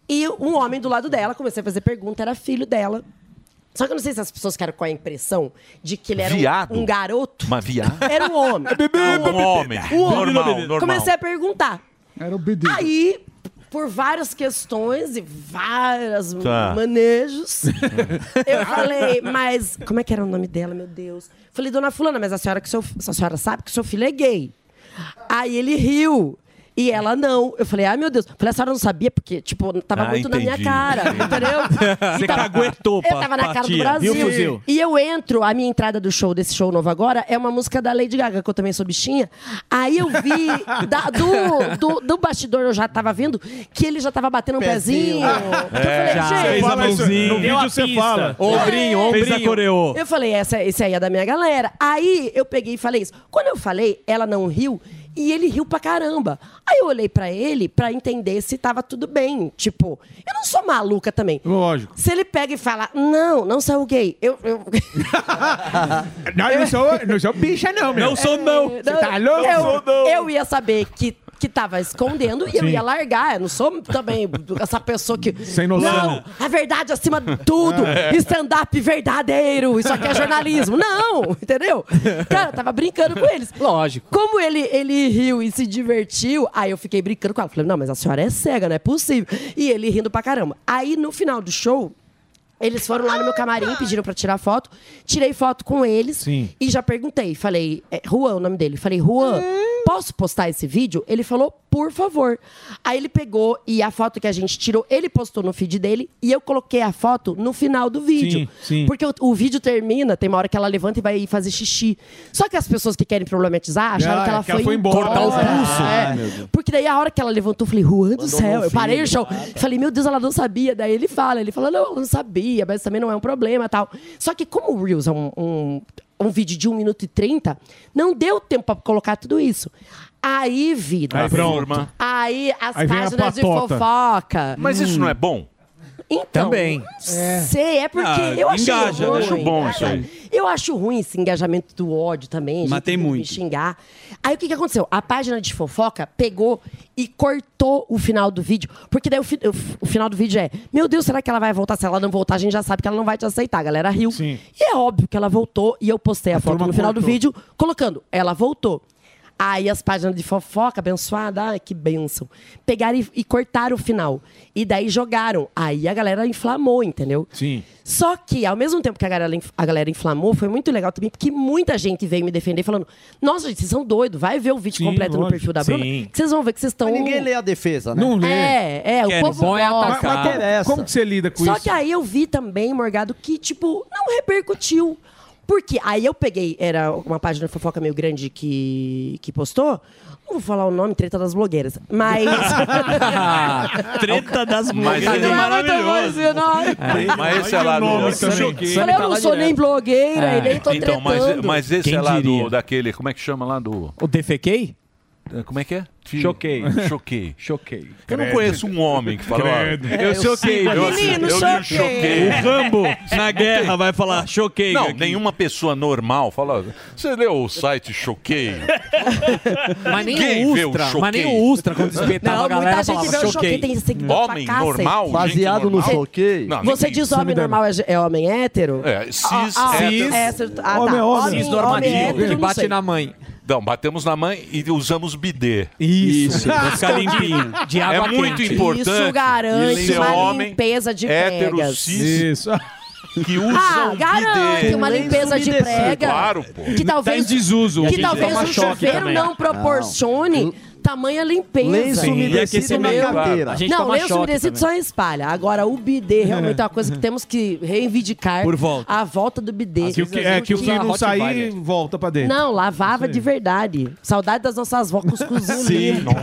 T: E um homem do lado dela, comecei a fazer pergunta, era filho dela. Só que eu não sei se as pessoas ficaram com a impressão de que ele era um-
C: Viado.
T: um garoto.
C: Uma viagem.
T: Era um homem.
B: É
C: Um homem.
T: Um homem.
C: Normal, normal.
T: Comecei a perguntar. Era o Aí, por várias questões e várias
B: Tá.
T: manejos, eu falei, mas como é que era o nome dela, meu Deus? Falei, dona fulana, mas a senhora, que seu, a senhora sabe que seu filho é gay. Aí ele riu. E ela não. Eu falei, ai meu Deus. Falei, a senhora não sabia, porque, tipo, tava
B: Ah,
T: muito na minha
B: entendi.
T: cara, entendeu?
B: Você
T: Tava-
B: caguetou
T: Eu
B: pra-
T: tava na
B: pra
T: cara do
B: tia,
T: Brasil.
B: viu, fuzil?
T: E eu entro, a minha entrada do show, desse show novo agora, é uma música da Lady Gaga, que eu também sou bichinha. Aí eu vi, da- do, do, do bastidor eu já tava vendo, que ele já tava batendo um pezinho.
B: É, já. Fez a mãozinha.
T: no vídeo você fala.
F: Ombrinho,
T: É.
F: ombrinho.
G: Ah.
T: Eu falei, essa, esse aí é da minha galera. Aí eu peguei e falei isso. Quando eu falei, ela não riu e ele riu pra caramba. Aí eu olhei pra ele pra entender se tava tudo bem. Tipo, eu não sou maluca também.
E: Lógico.
T: Se ele pega e fala, não, não sou gay, eu. eu...
E: Não, eu não sou, não sou bicha, não, meu.
T: É, Não sou,
E: não. Você tá louco?
T: Eu, eu ia saber que, que tava escondendo e eu
E: Sim.
T: ia largar. Eu não sou também essa pessoa que.
E: Sem noção.
T: Não, a verdade acima de tudo.
E: É.
T: Stand-up verdadeiro. Isso aqui é jornalismo. Não, entendeu? Cara, eu tava brincando com eles. Lógico. Como ele, ele riu e se divertiu, aí eu fiquei brincando com ela. Falei, não, mas a senhora é cega, não é possível. E ele rindo pra caramba. Aí no final do show. Eles foram lá no meu camarim, pediram pra tirar foto. Tirei foto com eles
B: Sim.
T: e já perguntei. Falei, é, Juan, o nome dele. Falei, Juan, posso postar esse vídeo? Ele falou, por favor. Aí ele pegou e a foto que a gente tirou, ele postou no feed dele e eu coloquei a foto no final do vídeo.
B: Sim, sim.
T: Porque o, o vídeo termina, tem uma hora que ela levanta e vai fazer xixi. Só que as pessoas que querem problematizar acharam
B: Ah,
T: que ela
B: é que ela
T: foi,
B: foi embora.
T: cortar o pulso.
B: Ah,
T: É.
B: meu Deus.
T: Porque daí a hora que ela levantou, eu falei, Juan do
C: um
T: céu, eu
B: filho,
T: parei o show. Falei, meu Deus, ela não sabia. Daí ele fala, ele fala, não, ela não sabia, mas também não é um problema tal. Só que como o Reels é um, um, um vídeo de 1 minuto e 30, não deu tempo pra colocar tudo isso. Aí, vida.
C: Aí pronto.
T: Aí as
C: Aí vem a
T: páginas de
C: patota.
T: fofoca. Hum.
C: Mas isso não é bom?
T: Então, Sei, é porque
C: Ah,
T: eu achei
C: engaja, né?
T: ruim. É.
C: Acho bom isso aí.
T: Eu acho ruim esse engajamento do ódio também. gente
G: Mas tem
T: querendo
G: muito.
T: Me xingar. Aí o que, que aconteceu? A página de fofoca pegou e cortou o final do vídeo. Porque daí o, fi- o f- o final do vídeo é: Meu Deus, será que ela vai voltar? Se ela não voltar, a gente já sabe que ela não vai te aceitar. A galera riu. E é óbvio que ela voltou e eu postei a, foto no final do vídeo colocando: Ela voltou. Aí as páginas de fofoca, abençoada, ai, que benção. Pegaram e, e cortaram o final. E daí jogaram. Aí a galera inflamou, entendeu?
E: Sim.
T: Só que, ao mesmo tempo que a galera, inf- a galera inflamou, foi muito legal também, porque muita gente veio me defender falando: Nossa, gente, vocês são doidos, vai ver o vídeo
A: Sim,
T: completo no
A: lógico.
T: perfil da
A: Sim.
T: Bruna. que vocês vão ver que vocês estão.
A: Mas ninguém lê a defesa, né?
T: Não lê. É, é, o Quer, povo bom é gosta.
A: Mas- mas
T: atacar.
A: como-
T: Interessa.
A: como que
E: você lida
T: Só que aí eu vi também, Morgado, que, tipo, não repercutiu. Porque aí eu peguei, era uma página de fofoca meio grande que, que postou. Não vou falar o nome, treta das blogueiras. Mas.
B: Treta das é
T: Mas
B: mulheres.
T: ele- Maravilhoso.
B: É.
C: Mas esse é lá do.
B: Nome que eu choquei.
V: tá
T: Falei, eu não sou nem blogueira e nem tô
C: Então, mas,
T: tretando.
C: mas esse
F: É. Quem
C: é lá do,
F: diria?
C: daquele. Como é que chama lá do.
F: O defequei?
C: Eh, Como é que é? Te-
G: Choquei.
C: Choquei.
G: Choquei.
C: Eu não
G: Credo.
C: conheço um homem que fala.
G: Credo.
C: "Olha,
G: Eu choquei,
C: sigo
G: Menino,
C: aqui, eu me
G: choquei." O Rambo, na guerra, vai falar, "Choquei
C: Não,
G: aqui."
C: nenhuma pessoa normal fala. Você leu o site Choquei?
F: Mas nem
C: Ninguém
F: o
C: vê o
F: Ustra,
C: choquei.
F: mas nem o Ustra, quando espetava a
T: Não,
F: galera,
T: muita gente
F: falava
T: vê o choquei,
F: choquei.
T: tem seguidor pra
C: Homem
T: cacete.
C: normal?
T: Baseado
C: gente
T: no
C: normal?
T: choquei?
C: Não,
T: Você
C: ninguém-
T: diz homem normal é, é homem hétero?
C: É, cis, hétero.
T: hétero. Ah, tá.
C: Homem é homem.
T: Homem, homem hétero, eu não sei.
F: mãe.
C: Não, batemos na mãe e usamos bidê.
G: Isso, pra ficar limpinho. De
C: é
G: água
C: muito
G: quente.
C: importante
T: Isso garante
C: ser
T: uma
C: homem,
T: limpeza de
C: hétero,
T: pregas.
C: cis,
E: Isso.
C: que usam
T: Ah,
C: bidê.
T: garante uma limpeza de prega.
C: Claro, pô.
T: Que talvez,
G: desuso.
T: Que
G: Hoje em
T: talvez
G: dia.
T: o
G: Toma choque
T: chuveiro
G: também.
T: não proporcione tamanha limpeza.
G: lenço Sim, umedecido e aquecimento. na carteira. A gente
T: Não,
G: toma
T: lenço
G: choque
T: umedecido só
G: também.
T: espalha. Agora, o bidê realmente é uma coisa que temos que reivindicar.
E: Por volta.
T: A volta do
G: Ah,
T: bidê.
E: Que o que, é, que o que
T: Usa
E: não
T: Hot
E: sair,
T: Violet.
E: volta pra dentro.
T: assim, Não, lavava de verdade. Saudade das nossas vó com os cozinhos limpos.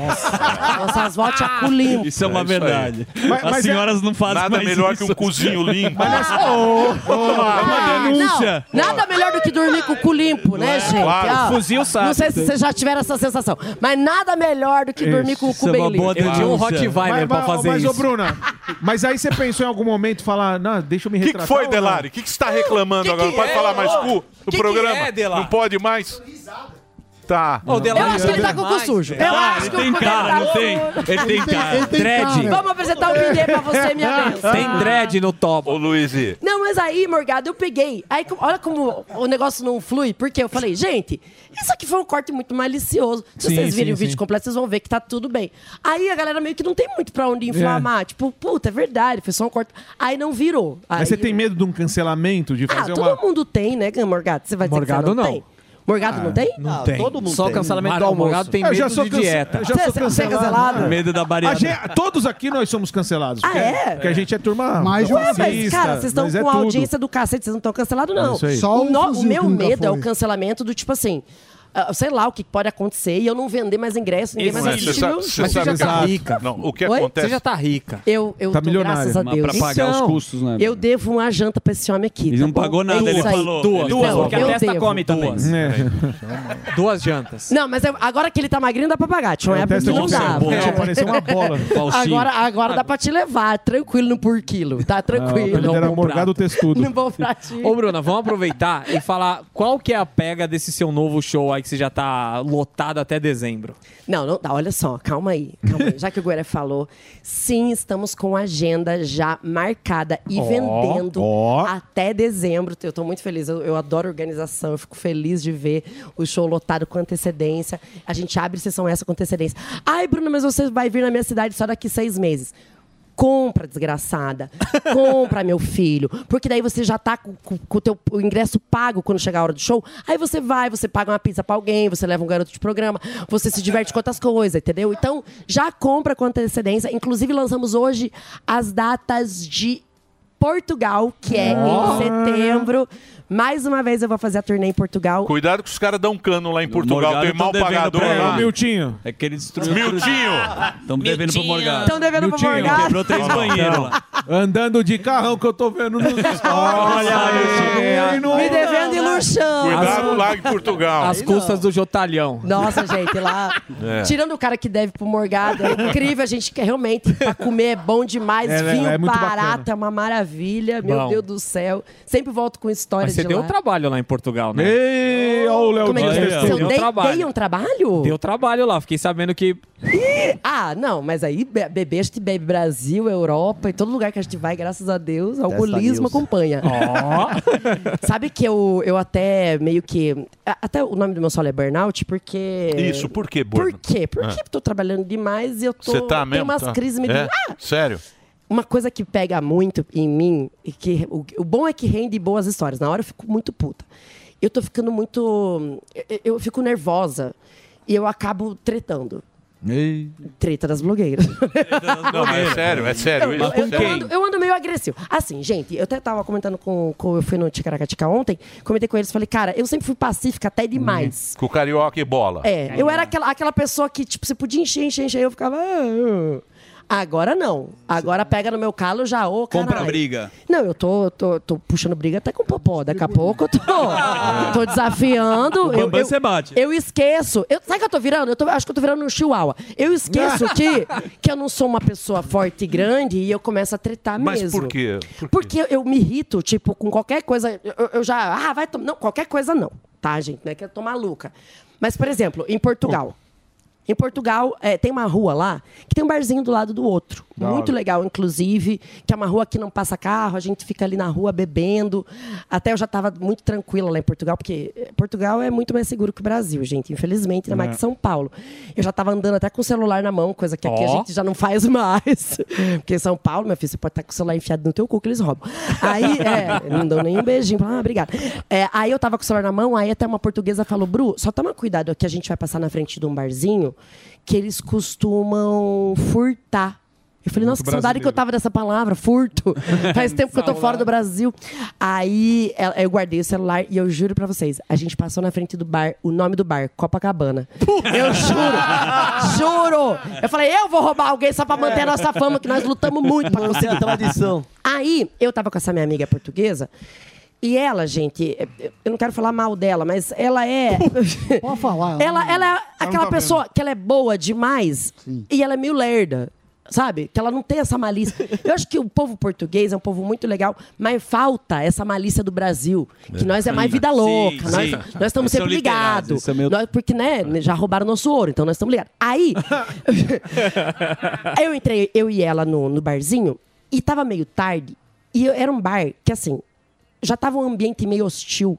T: Nossas vó tinha cu limpo.
G: Isso é uma
T: isso aí.
G: verdade.
T: Mas-
G: As
T: mas é-
G: senhoras não fazem
C: Nada
G: mais
C: melhor
G: isso.
C: que um cozinho limpo. Mas
G: nessa... é
T: Ah,
G: uma denúncia. é?
T: não. Nada melhor do que dormir com o cu limpo, né, gente?
G: Claro.
T: Ó,
G: Fuzil sabe.
T: Não sei se vocês já tiveram essa sensação, mas nada melhor do que dormir com o
G: é
T: cu bem limpo.
G: um
E: Mas- mas- Mas, ô, Bruna, mas aí você pensou em algum momento falar, não, deixa eu me
C: O que,
E: retratar.
C: que foi,
E: ou não? é,
C: Delari? O que, que você está reclamando agora? Não pode falar mais cu no
E: Que que
C: programa?
E: é, Delari?
C: não pode mais? Tá.
E: Ô, Delari, Eu acho que ele tá
T: com o cu sujo.
C: Eu acho
G: Ele tem cara, não tem? Ele tem cara.
T: Vamos apresentar
E: É.
T: o bidê pra você, minha bênção.
C: dread no top. Ô, Luiz.
T: Não, mas aí, Morgado, eu peguei. Aí, co- olha como o negócio não flui, porque eu falei, gente, isso aqui foi um corte muito malicioso. Se
B: Sim,
T: vocês virem
B: sim,
T: o vídeo
B: sim.
T: completo, vocês vão ver que tá tudo bem. Aí a galera meio que não tem muito pra onde inflamar. Tipo, puta, é verdade, foi só um corte. Aí não virou. Aí
E: Mas você tem medo de um cancelamento, de
T: Ah,
E: fazer
T: todo
E: uma...
T: mundo tem, né, Morgado? Você vai dizer que
E: Morgado
T: você não,
E: não.
T: tem? Morgado
E: Ah,
T: não tem?
E: não Ah, tem. todo mundo Só tem. cancelamento do
T: Mas
E: almoço.
T: Morgado
E: Eu já sou cance- eu já
T: Você-
E: sou
T: Você é
E: cancelado.
T: cancelado?
G: Medo da
E: A
G: bariátrica.
E: gente- todos aqui nós somos cancelados.
T: Ah,
E: porque,
T: é?
E: Porque a gente é turma.
T: Mas,
E: da
T: Ué, mas,
E: fascista,
T: cara, vocês estão
E: mas
T: com
E: é
T: a
E: tudo.
T: audiência do cacete, vocês não estão cancelados,
E: É
T: não.
E: isso aí.
T: Só o,
E: um
T: no- o
E: fuzil
T: meu
E: que nunca
T: medo é o
E: foi.
T: cancelamento do tipo assim. ah, sei lá o que pode acontecer e eu não vender mais ingresso, ninguém mais
C: Você
T: assistir
C: sabe,
T: meu
C: você
T: show.
C: sabe que- Não, o que
T: Oi?
C: acontece...
T: Você já tá
C: rica.
T: Eu, eu
C: Tá
T: tô,
C: milionário.
T: graças a
C: Mas
T: Deus. Então,
C: pra pagar os custos, né?
T: Eu devo uma janta pra esse homem aqui.
G: Ele
T: tá
G: não
T: bom?
G: pagou nada,
T: É
G: ele
T: isso aí.
G: falou.
T: Duas,
G: Ele
T: duas,
G: falou.
T: porque a Eu testa devo. come
C: então.
F: também.
G: Duas.
F: Duas jantas.
T: Não, mas eu- agora que ele tá magrinho, dá pra pagar. Tinha uma época que
F: testa de
T: não dava.
F: obsessão. É,
T: Tipo,
F: parecia uma bola. Falsinho.
T: Agora, agora dá pra te levar, tranquilo no por quilo. Tá tranquilo.
F: ele era
E: Morgado Testudo.
T: Não vou pratinho.
F: Ô, Bruna, vamos aproveitar e falar qual que é a pega desse seu novo show aí que você já tá lotado até dezembro.
T: Não, não dá. Olha só, calma aí. Calma aí. Já que o Guerra falou, sim, estamos com a agenda já marcada e
B: Ó,
T: vendendo
B: ó.
T: até dezembro. Eu tô muito feliz. Eu, eu adoro organização. Eu fico feliz de ver o show lotado com antecedência. A gente abre sessão essa com antecedência. Ai, Bruno, mas você vai vir na minha cidade só daqui seis meses. Compra, desgraçada. Compra, meu filho. Porque daí você já tá com, com- com o teu o ingresso pago quando chegar a hora do show. Aí você vai, você paga uma pizza pra alguém, você leva um garoto de programa, você se diverte com outras coisas, entendeu? Então, já compra com antecedência. Inclusive, lançamos hoje as datas de Portugal, que é
C: Ó.
T: em setembro. Mais uma vez eu vou fazer a turnê em Portugal.
C: Cuidado que os caras dão cano lá em Portugal.
G: Morgado
C: Tem mal
G: tão devendo
C: pagador
G: pra ele.
C: lá.
G: É o
E: Miltinho.
G: É que ele destruiu.
C: Miltinho!
G: Estamos devendo pro Morgado.
T: Tão devendo pro
E: Miltinho.
T: Morgado.
G: Quebrou três banheiros lá.
E: Andando de carrão que eu tô vendo nos stories.
T: Olha
E: isso.
T: tá Me devendo e luxando.
C: Cuidado lá em Portugal.
F: As custas do Jotalhão.
T: Nossa, gente, lá.
F: É.
T: Tirando o cara que deve pro Morgado, é incrível, a gente quer realmente pra comer é bom demais.
F: É,
T: Vinho
F: é muito
T: barato
F: bacana.
T: é uma maravilha, meu
F: Bom.
T: Deus do céu. Sempre volto com histórias
F: Mas você
T: de
F: deu um
T: lá.
F: trabalho lá em Portugal, né?
E: Ei, olha o Léo
T: Como é que
F: Dias.
T: é?
F: Deu
T: Seu dei-
F: trabalho.
T: dei um trabalho?
F: Deu trabalho lá, fiquei sabendo que.
T: Ih, ah, não, mas aí be- bebê, a gente bebe Brasil, Europa, em todo lugar que a gente vai, graças a Deus, o alcoolismo
B: News.
T: acompanha. Sabe que eu, eu até meio que. a- Até o nome do meu solo é burnout, porque.
C: Isso, por que, Bruno?
T: Por quê? Porque
C: Ah.
T: eu tô trabalhando demais e eu tô.
C: Você tá
T: tenho
C: mesmo?
T: umas
C: tá?
T: crises meio.
C: É?
T: Ah!
C: Sério?
T: Uma coisa que pega muito em mim, e que o, o bom é que rende boas histórias. Na hora eu fico muito puta. Eu tô ficando muito. Eu, eu fico nervosa e eu acabo tretando. Treta das blogueiras.
C: Não, mas é sério, é sério.
T: Eu,
C: isso,
T: Ah! eu- eu
C: sério.
T: ando, eu ando meio agressivo. Assim, gente, eu até tava comentando com, com. Eu fui no Ticaracatica ontem, comentei com eles, falei, cara, eu sempre fui pacífica até demais.
C: Com o carioca e bola.
T: É, eu era aquela, aquela pessoa que, tipo, você podia encher, encher, encher, eu ficava. "Ah, ah". Agora não. Agora pega no meu calo já, ô, caralho.
G: Compra briga.
T: Não, eu tô, tô, tô puxando briga até com o Popó. Daqui a pouco eu tô, tô desafiando.
G: O Bambam
T: eu,
G: você bate.
T: Eu esqueço. Eu, sabe o que eu tô virando? Eu tô- acho que eu tô virando um chihuahua. Eu esqueço que, que eu não sou uma pessoa forte e grande e eu começo a tretar
C: Mas
T: mesmo.
C: por quê? Por
T: Porque eu, eu me irrito, tipo, com qualquer coisa. Eu, eu- eu já. Ah, vai tomar. Não, qualquer coisa não, tá, gente? Não é que eu tô maluca. Mas, por exemplo, em Portugal. Em Portugal, é, tem uma rua lá que tem um barzinho do lado do outro.
A: Da
T: Muito
A: hora.
T: legal, inclusive, que é uma rua que não passa carro, a gente fica ali na rua bebendo. Até eu já estava muito tranquila lá em Portugal, porque eh, Portugal é muito mais seguro que o Brasil, gente, infelizmente, ainda mais
A: É.
T: que São Paulo. Eu já estava andando até com o celular na mão, coisa que aqui a
A: Ó.
T: gente já não faz mais. Porque em São Paulo, meu filho, você pode estar com o celular enfiado no teu cu que eles roubam. Aí, é, não dão nenhum beijinho. Fala, ah, obrigada. É, aí eu tava com o celular na mão, aí até uma portuguesa falou, Bru, só toma cuidado que a gente vai passar na frente de um barzinho que eles costumam furtar. Eu falei, nossa, que saudade que eu tava dessa palavra, furto. Faz tempo que eu tô fora do Brasil. Aí ela- eu guardei o celular e eu juro pra vocês, a gente passou na frente do bar, o nome do bar, Copacabana. Eu juro, juro. Eu falei, eu vou roubar alguém só pra manter a nossa fama, que nós lutamos muito pra
I: Manter
T: conseguir.
I: a tradição.
T: Aí, eu tava com essa minha amiga portuguesa, e ela, gente, eu não quero falar mal dela, mas ela é. Pode falar. Ela, ela é aquela
A: tá
T: pessoa que ela é boa demais e ela é meio lerda. Sabe? Que ela não tem essa malícia. Eu acho que o povo português é um povo muito legal, mas falta essa malícia do Brasil. Que nós é mais vida
A: Sim,
T: louca.
A: sim.
T: Nós, nós estamos
A: Eles são
T: sempre
A: literados,
T: ligados.
A: isso é meio-
T: Nós- Porque, né, já roubaram nosso ouro, então nós estamos ligados. Aí, Aí eu entrei, eu e ela no, no barzinho, e tava meio tarde. E eu- era um bar que, assim, já tava um ambiente meio hostil.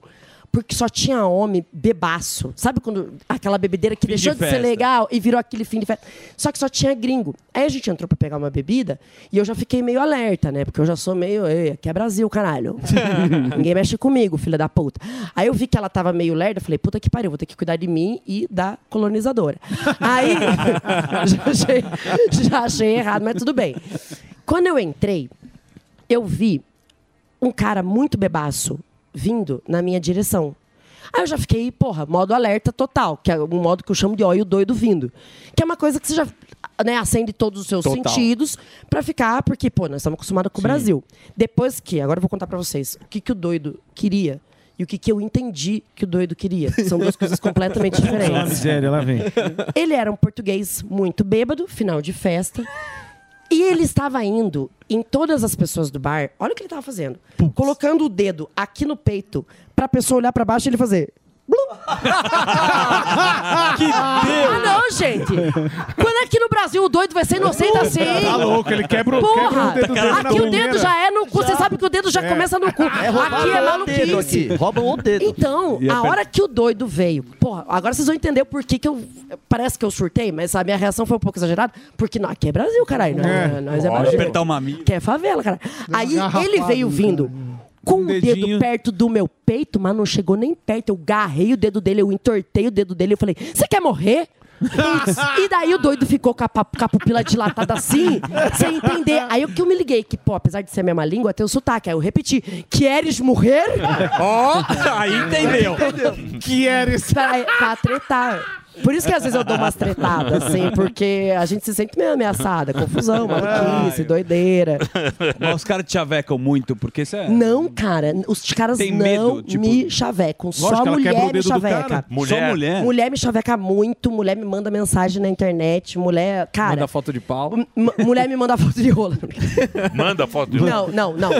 T: Porque só tinha homem bebaço. Sabe quando aquela bebedeira que
A: Fim de
T: deixou de, ser
A: festa.
T: legal e virou aquele fim de festa? Só que só tinha gringo. Aí a gente entrou pra pegar uma bebida e eu já fiquei meio alerta, né? Porque eu já sou meio. Ei, aqui é Brasil, caralho. Ninguém mexe comigo, filha da puta. Aí eu vi que ela tava meio lerda, falei, puta que pariu, vou ter que cuidar de mim e da colonizadora. Aí já, achei, já achei errado, mas tudo bem. Quando eu entrei, eu vi um cara muito bebaço vindo na minha direção. Aí eu já fiquei, porra, modo alerta total, que é um modo que eu chamo de óleo doido vindo. Que é uma coisa que você já né, acende todos os seus
A: Total.
T: sentidos pra ficar, porque, pô, nós estamos acostumados com o Brasil. Depois que, agora eu vou contar pra vocês o que, que o doido queria e o que, que eu entendi que o doido queria. São duas coisas completamente
E: Ah,
T: diferentes.
E: miséria, lá vem.
T: Ele era um português muito bêbado, final de festa. E ele estava indo em todas as pessoas do bar. Olha o que ele estava fazendo. Colocando o dedo aqui no peito pra pessoa olhar pra baixo e ele fazer. que Ah, não, gente. Quando aqui no Brasil o doido vai ser inocente assim.
E: Tá louco, ele quebra o-
T: Porra,
E: quebra o dedo dele na
T: Aqui o dedo
E: punheira.
T: já é no cu. Você
E: Já.
T: sabe que o dedo já
E: É.
T: começa no cu.
E: É, roubaram
T: aqui é
E: o
T: maluquice.
E: dedo aqui. Roubam o dedo.
T: Então,
E: E
T: a
E: aper-
T: hora que o doido veio. Porra, agora vocês vão entender por que, que eu. Parece que eu surtei, mas a minha reação foi um pouco exagerada. Porque não, aqui é Brasil, caralho. Nós é, nós é
G: Bora
T: Brasil.
G: apertar uma mina.
T: Que é favela, cara.
G: Deu uma
T: Aí ele
G: garrafada
T: veio
G: no
T: vindo com o dedo perto do meu peito, mas não chegou nem perto. Eu garrei o dedo dele, eu entortei o dedo dele. Eu falei, você quer morrer? Putz. e daí o doido ficou com a, pa- com a pupila dilatada assim, sem entender. Aí o que eu me liguei, que, pô, apesar de ser a mesma língua, tem o sotaque. Aí eu repeti, queres morrer?
A: Ó, aí entendeu.
T: Queres. Pra, pra Tá, é, tretar. Por isso que às vezes eu dou umas tretadas, assim, porque a gente se sente meio ameaçada.
G: É.
T: Confusão, maluquice, doideira.
G: Mas os caras te chavecam muito, porque isso é.
T: Não, cara. Os caras
G: Tem
T: não
G: medo, tipo-
T: me chavecam.
G: Lógico,
T: Só
G: ela quebra o
T: mulher
G: dedo
T: me
G: do cara.
T: chaveca.
G: Mulher. Só mulher?
T: me chaveca muito. Mulher me manda mensagem na internet. Mulher, cara...
F: Manda foto de pau.
T: m- mulher me manda foto de rola.
C: Manda foto de
T: Não, não, não.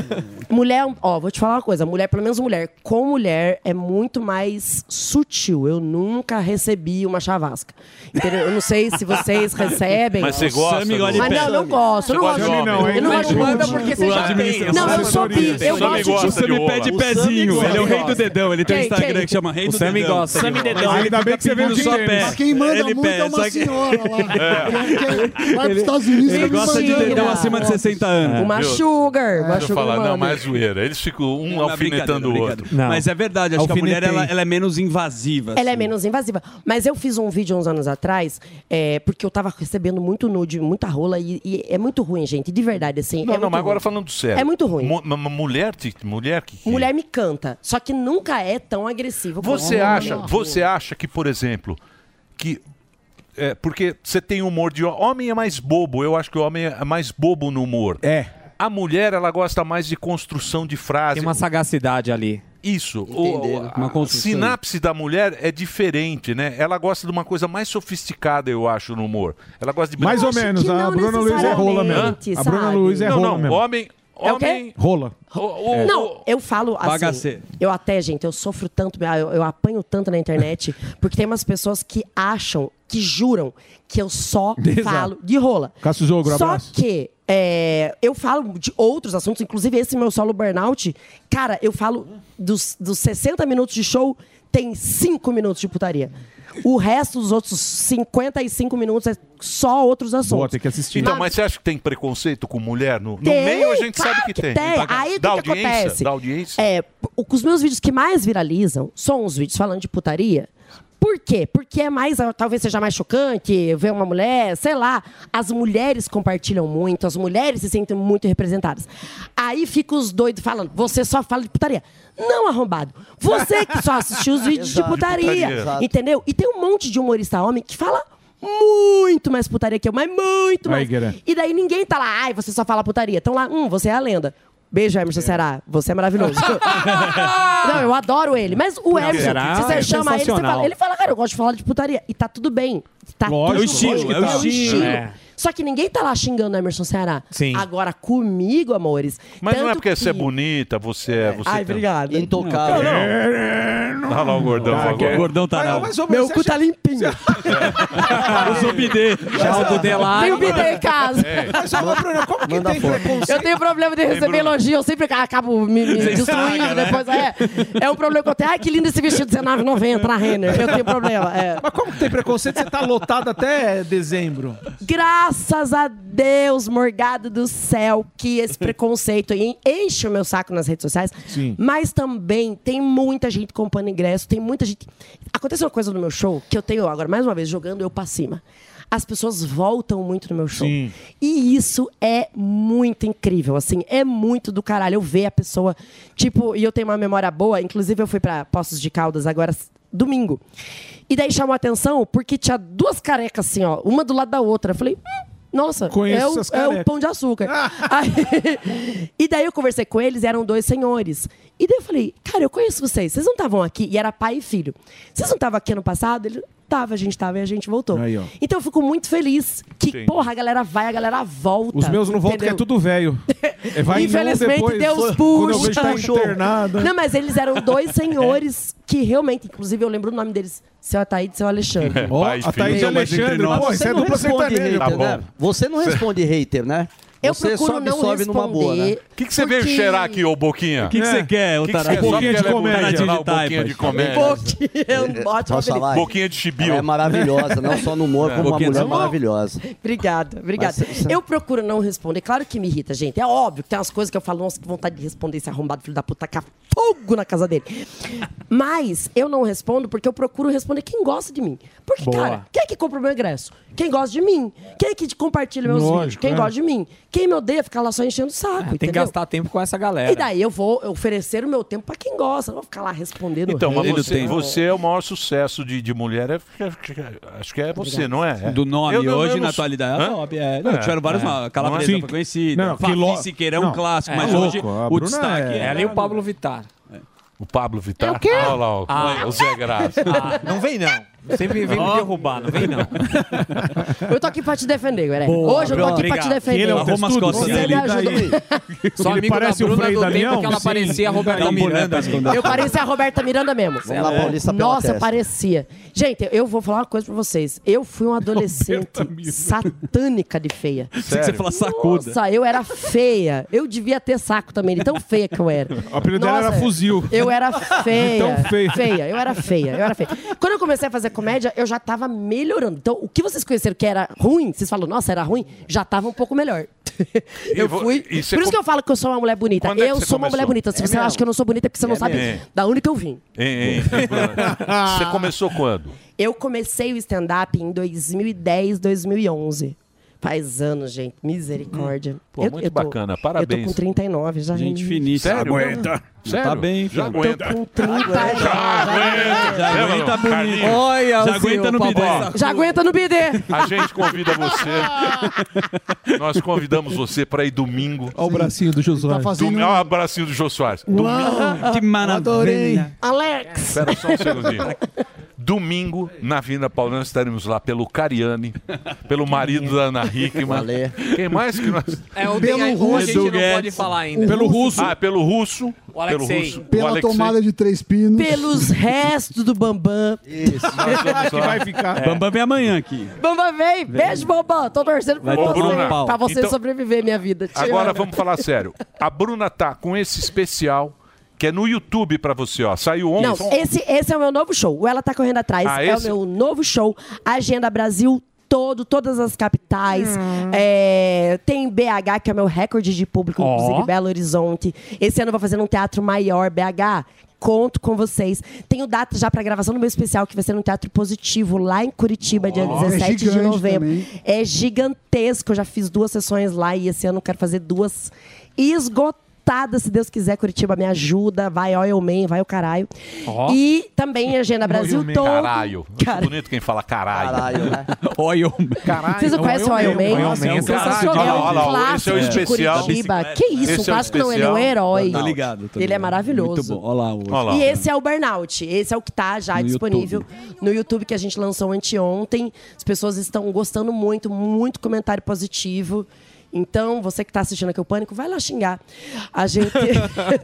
T: Mulher, ó, vou te falar uma coisa. Mulher, pelo menos mulher, com mulher é muito mais sutil. Eu nunca recebi uma chavasca. Entendeu? Eu não sei se vocês recebem.
A: Mas você gosta, Sammy gosta de
T: Mas não, eu não
A: pé.
T: gosto. Eu não
A: Você
T: gosto.
A: gosta de homem, né?
T: eu não
A: Mas
T: gosto de
A: manda
T: homem.
A: porque você já tem.
T: Não, eu sou bi. Eu
G: Sammy
T: gosto de...
G: gosta de rola. O Sammy gosta.
R: Ele é o rei do dedão. Ele tem um
G: Quem,
R: Instagram
G: quem?
R: que chama Rei
G: O
R: do
G: Sammy
R: Dedão.
G: gosta de Sammy rola. Dedão.
R: Aí
G: Ainda bem que você vem
R: fica
G: de
R: pedindo só
G: tênis.
R: pé.
G: Mas quem manda
R: Ele
G: muito é
R: pé,
G: uma
R: só que-
G: senhora
R: É.
T: Vai pros
R: Ele-
T: Estados Unidos,
R: Ele
T: que
R: gosta de
T: mentira.
R: dedão acima de 60 anos.
T: Uma
C: é. Viu?
T: sugar. Uma
C: Deixa eu
T: sugar
G: um
C: falar, não, é
T: mama.
C: mas zoeira. Eles
G: é
C: ficam um alfinetando o outro.
G: Mas é verdade, acho que a mulher
C: Alfinetei.
G: ela, ela é menos invasiva. assim.
T: Ela
C: assim.
T: é menos invasiva. Mas eu fiz um vídeo uns anos atrás, é, porque eu tava recebendo muito nude, muita rola, e, e é muito ruim, gente. De verdade, assim.
C: Não,
T: é
C: não,
T: muito
C: mas agora
T: ruim.
C: falando sério.
T: É muito ruim.
C: Mu- ma- ma- mulher, te- mulher que. que-
T: Mulher me canta, só que nunca é tão agressivo. quanto
C: Você
T: um homem.
C: acha, você acha que, por exemplo, que É, porque você tem humor de ho- homem é mais bobo. Eu acho que o homem é mais bobo no humor. É. A mulher, ela gosta mais de construção de frase.
F: Tem uma sagacidade ali.
C: Isso. O-
F: Entenderam.
C: a
F: Uma construção.
C: sinapse da mulher é diferente, né? Ela gosta de uma coisa mais sofisticada, eu acho, no humor. Ela gosta de
E: Mais ou menos, a Bruna Luiz é rola mesmo. A Bruna Luiz é
C: não,
E: rola
C: não,
E: mesmo.
C: Homem,
E: É o quê?
C: homem.
E: Rola. É.
C: o-
T: Não, eu falo assim.
E: Bagaceiro.
T: Eu até, gente, eu sofro tanto, eu, eu apanho tanto na internet, porque tem umas pessoas que acham, que juram que eu só
E: Exato.
T: falo de rola.
E: Cássio Zogro,
T: Só
E: abraço.
T: que é, eu falo de outros assuntos, inclusive esse meu solo burnout. Cara, eu falo dos, dos 60 minutos de show, tem 5 minutos de putaria. O resto dos outros 55 minutos é só outros assuntos.
C: Então, mas você acha que tem preconceito com mulher? No, no
T: Tem,
C: meio a gente
T: claro
C: sabe que tem.
T: tem. Aí o
C: da
T: que que
C: audiência,
T: acontece?
C: Da audiência?
T: É, p- o- os meus vídeos que mais viralizam são os vídeos falando de putaria. Por quê? Porque é mais, ah, talvez seja mais chocante ver uma mulher, sei lá. As mulheres compartilham muito, as mulheres se sentem muito representadas. Aí fica os doidos falando, você só fala de putaria. Não, arrombado. Você que só assistiu os vídeos de
W: Exato.
T: putaria.
W: De putaria. Exato.
T: Entendeu? E tem um monte de humorista homem que fala muito mais putaria que eu, mas muito
W: Aí,
T: mais.
W: Guilherme.
T: E daí ninguém tá lá, ai, você só fala putaria. Então lá, hum, você é a lenda. Beijo, Emerson Ceará. Você é maravilhoso. não, eu adoro ele. Mas o
W: Não,
T: Emerson,
W: Ceará
T: se você
W: é
T: chama ele, você
W: sensacional.
T: fala. Ele fala, cara, eu gosto de falar de putaria. E tá tudo bem. Tá
W: Lógico,
T: tudo
W: é o estilo,
T: bem.
W: é o estilo. É.
T: Só que ninguém tá lá xingando o Emerson Ceará.
C: Sim.
T: Agora, comigo, amores.
C: Mas não é
T: tanto
C: porque você é
T: que-
C: bonita, você é. Você
T: Ai,
C: tem-
T: obrigada.
C: Não, não. Olha lá o gordão.
T: Ah,
C: agora.
T: o gordão
C: tarado.
T: Meu cu tá limpinho.
E: Usa o bidê.
T: Já o bidê lá. Tem o bidê em casa.
E: É. Mas, ô, Bruna, como que tem preconceito?
T: Eu tenho problema de
E: Ei,
T: receber
E: Bruna.
T: elogio, eu sempre acabo me, me
E: Você
T: destruindo
E: estraga, né?
T: depois. É, é um problema que eu tenho. Ai, que lindo esse vestido R$19,90 na Renner. Eu tenho problema. É.
E: Mas como que tem preconceito? Você tá lotado até dezembro.
T: Graças a Deus, morgado do céu, que esse preconceito aí enche o meu saco nas redes sociais.
W: Sim.
T: Mas também tem muita gente comprando ingresso, tem muita gente. Aconteceu uma coisa no meu show que eu tenho agora, mais uma vez, jogando eu pra cima. As pessoas voltam muito no meu show. E isso é muito incrível, assim, é muito do caralho. Eu ver a pessoa, tipo, e eu tenho uma memória boa, inclusive eu fui pra Poços de Caldas agora domingo. E daí chamou a atenção porque tinha duas carecas assim, ó, uma do lado da outra. Eu falei, "Hum, nossa,
W: Conheço
T: é o,
W: essas
T: é o
W: carecas."
T: pão de açúcar. Aí- e daí eu conversei com eles, eram dois senhores. E daí eu falei, cara, eu conheço vocês, vocês não estavam aqui? E era pai e filho. Vocês não estavam aqui ano passado? Ele, tava, a gente tava e a gente voltou.
E: Aí, ó.
T: Então eu fico muito feliz que,
E: Sim.
T: porra, a galera vai, a galera volta.
E: Os meus não voltam, porque é
T: entendeu?
E: tudo velho. É, vai em um,
T: Infelizmente,
E: depois,
T: Deus
E: Quando eu
T: puxa.
E: vejo, tá internado.
T: Não, mas eles eram dois senhores que realmente, inclusive, eu lembro o nome deles. Seu Ataíde e seu Alexandre.
E: Ó,
W: Pai e filho.
E: Ataíde e
W: Então, mas entre
E: Alexandre,
W: nós-
E: pô,
W: Você
E: isso é
W: não
E: dupla
W: responde
E: sertaneja.
W: hater,
E: Tá
W: né?
E: bom.
W: Você não responde hater, né?
T: Eu
W: Você só
T: procuro não
W: absorve numa boa, né?
T: responder.
C: O que, que você veio cheirar aqui, ô Boquinha? É.
W: O que que você quer, ô
C: O que que você
W: tarado?
C: quer? Só
W: Boquinha
C: porque
W: de
C: ela é
W: comédia.
C: bonita, lá, o
W: Tarado de
C: Boquinha de
W: taipas.
C: comédia.
T: Boquinha, um ótimo
W: Posso falar?
T: apelido.
C: Boquinha de chibiu.
W: Ela é maravilhosa, não só no humor,
C: É.
W: como uma
C: Boquinha de
W: mulher
C: chibiu.
W: maravilhosa.
T: Obrigada, obrigada.
W: Mas cê- cê-
T: Eu procuro não responder. Claro que me irrita, gente. É óbvio que tem umas coisas que eu falo, nossa, que vontade de responder esse arrombado filho da puta, tacar fogo na casa dele. Mas eu não respondo porque eu procuro responder quem gosta de mim. Porque,
W: Boa.
T: cara, quem é que compra o meu ingresso? Quem gosta de mim. Quem é que compartilha meus
F: Lógico,
T: vídeos? Quem
F: é.
T: gosta de mim. Quem me odeia fica lá só enchendo o saco,
F: Tem que
T: entendeu?
F: gastar tempo com essa galera.
T: E daí eu vou oferecer o meu tempo pra quem gosta. Eu não vou ficar lá respondendo.
C: Então, mas
T: hater.
C: você, você é o maior sucesso de, de mulher. é- acho que- acho que é você, não é? É.
G: Do nome
C: Eu não- eu
G: hoje,
C: não
G: na
C: sou-
G: atualidade.
C: Hã?
G: É, óbvio, é. Não,
C: É,
G: tiveram vários
C: é.
G: nomes. Calabresa
C: Não é?
G: foi conhecida.
C: Não,
G: Não,
C: não, que lo-
G: Siqueira é um
C: Não,
G: clássico,
C: é
G: mas
C: louco,
G: hoje
C: a
G: o
C: Bruna
G: destaque
C: é-
G: é...
C: Ela e o
G: Pablo Vittar.
C: O Pablo Vittar.
G: É o quê?
C: Tá. Olha lá, o,
G: Ah.
C: o Zé Graça.
F: Ah, não vem não. Sempre vem me
C: Ó.
F: derrubar, não vem não.
T: Eu tô aqui pra te defender, galera.
F: Boa,
T: Hoje eu tô aqui
F: Bruno,
T: pra te
F: obrigado.
T: defender.
F: Ele é um
T: Arruma as
F: testudo,
T: costinhas
F: você
T: ali.
F: me ajuda. Só
T: Ele
F: amigo
T: parece
F: da
T: o
F: Bruna
T: Frei
F: do
T: Damião?
F: tempo que ela
T: Sim.
F: parecia a Roberta
T: Não,
F: Miranda.
T: Eu parecia a Roberta Miranda mesmo.
F: Vamos lá, Paulista, pela
T: Nossa,
F: testa.
T: parecia. Gente, eu vou falar uma coisa pra vocês. Eu fui uma adolescente satânica de feia.
G: Sei que você fala sacuda.
T: Nossa, eu era feia. Eu devia ter saco também, de tão feia que eu era.
E: O apelido dela
T: Nossa,
E: era fuzil.
T: Eu
C: É
T: era feia.
E: Tão feia.
T: Feia, eu era feia, eu era feia. Quando eu comecei a fazer comédia, eu já tava melhorando. Então, o que vocês conheceram que era ruim, vocês falam, nossa, era ruim, já tava um pouco melhor. Eu
C: vo-
T: fui.
C: e você
T: Por isso que
C: com-
T: eu falo que eu sou uma mulher bonita.
C: Quando é que
T: eu
C: você
T: sou uma
C: começou?
T: mulher bonita. Se
C: É
T: você acha
C: mesmo?
T: que eu não sou bonita, é porque você não
C: É
T: sabe
C: mesmo?
T: da onde que eu vim.
C: Hein, hein, hein, Bruno? Você começou quando?
T: Eu comecei o stand-up em 2010, 2011. Faz anos, gente. Misericórdia.
C: Pô, muito
T: tô-
C: bacana. Parabéns.
T: Eu tô com 39 já.
C: Gente
G: finíssima.
C: Sério?
G: Aguenta.
C: Sério?
G: Tá bem,
C: já
G: filho.
C: aguenta.
G: Tá
T: Já
C: Lembra,
T: aguenta
C: não?
T: bonito.
C: Carlinhos.
T: Olha o seu papai. Já aguenta no bidê.
C: A gente convida você. Nós convidamos você para ir domingo.
E: Olha o bracinho do Josué.
C: Domingo, olha o abracinho do Jô Soares.
T: Uau,
C: que maravilha.
T: Alex.
C: Espera só um segundinho. Domingo, na Vinda Paulão, estaremos lá pelo Cariani, pelo marido da Ana Hickman. Quem mais que nós.
F: É, o Pelo tem- russo. a gente não pode falar ainda.
C: Pelo
F: O
C: russo. Ah, pelo russo.
F: O Alexei.
C: Pelo russo. o
H: Pela
C: Alexei.
H: tomada de três pinos.
T: Pelos restos do Bambam. Isso.
G: que vai ficar. Bambam vem amanhã aqui.
T: Bambam, vem. Beijo, Bambam. Tô torcendo por
C: Vai ter
T: você.
C: Bruna.
T: Pra você
C: Então-
T: sobreviver, minha vida. Te
C: Agora
T: amo.
C: vamos falar sério. A Bruna tá com esse especial que é no YouTube pra você, ó. Saiu ontem.
T: Não, esse, esse é o meu novo show. O Ela Tá Correndo Atrás
C: Ah,
T: é
C: esse?
T: o meu novo show. Agenda Brasil todo, todas as capitais.
H: Hum.
T: É, tem BH, que é o meu recorde de público,
V: Ó.
T: inclusive Belo Horizonte. Esse ano eu vou fazer num teatro maior, BH. Conto com vocês. Tenho data já pra gravação do meu especial, que vai ser no Teatro Positivo, lá em Curitiba, dia
H: Ó.
T: 17
H: É
T: de
H: gigante
T: novembro.
H: também.
T: É gigantesco. Eu já fiz duas sessões lá e esse ano eu quero fazer duas esgotadas, se Deus quiser. Curitiba me ajuda. Vai Oil Man, vai o caralho.
C: Ó.
T: E também Agenda é Brasil todo.
C: Caralho. Muito bonito quem fala caralho. Caralho, né? Caralho.
T: Vocês não conhecem o Oil Man? Nossa, é um sensacional.
C: Olha lá, olha lá, esse é o
T: Clássico de
C: especial.
T: Curitiba. Que isso,
C: Esse
T: o clássico não, ele é um
C: especial.
T: herói.
G: Tô Tá ligado, tô
T: Ele é
G: ligado.
T: maravilhoso.
G: Muito bom. Olha lá. o-
T: E esse é o Burnout. Esse é o que tá já
G: No
T: disponível no YouTube que a gente lançou anteontem. As pessoas estão gostando muito, muito comentário positivo. Então, você que tá assistindo aqui o Pânico, vai lá xingar. A gente.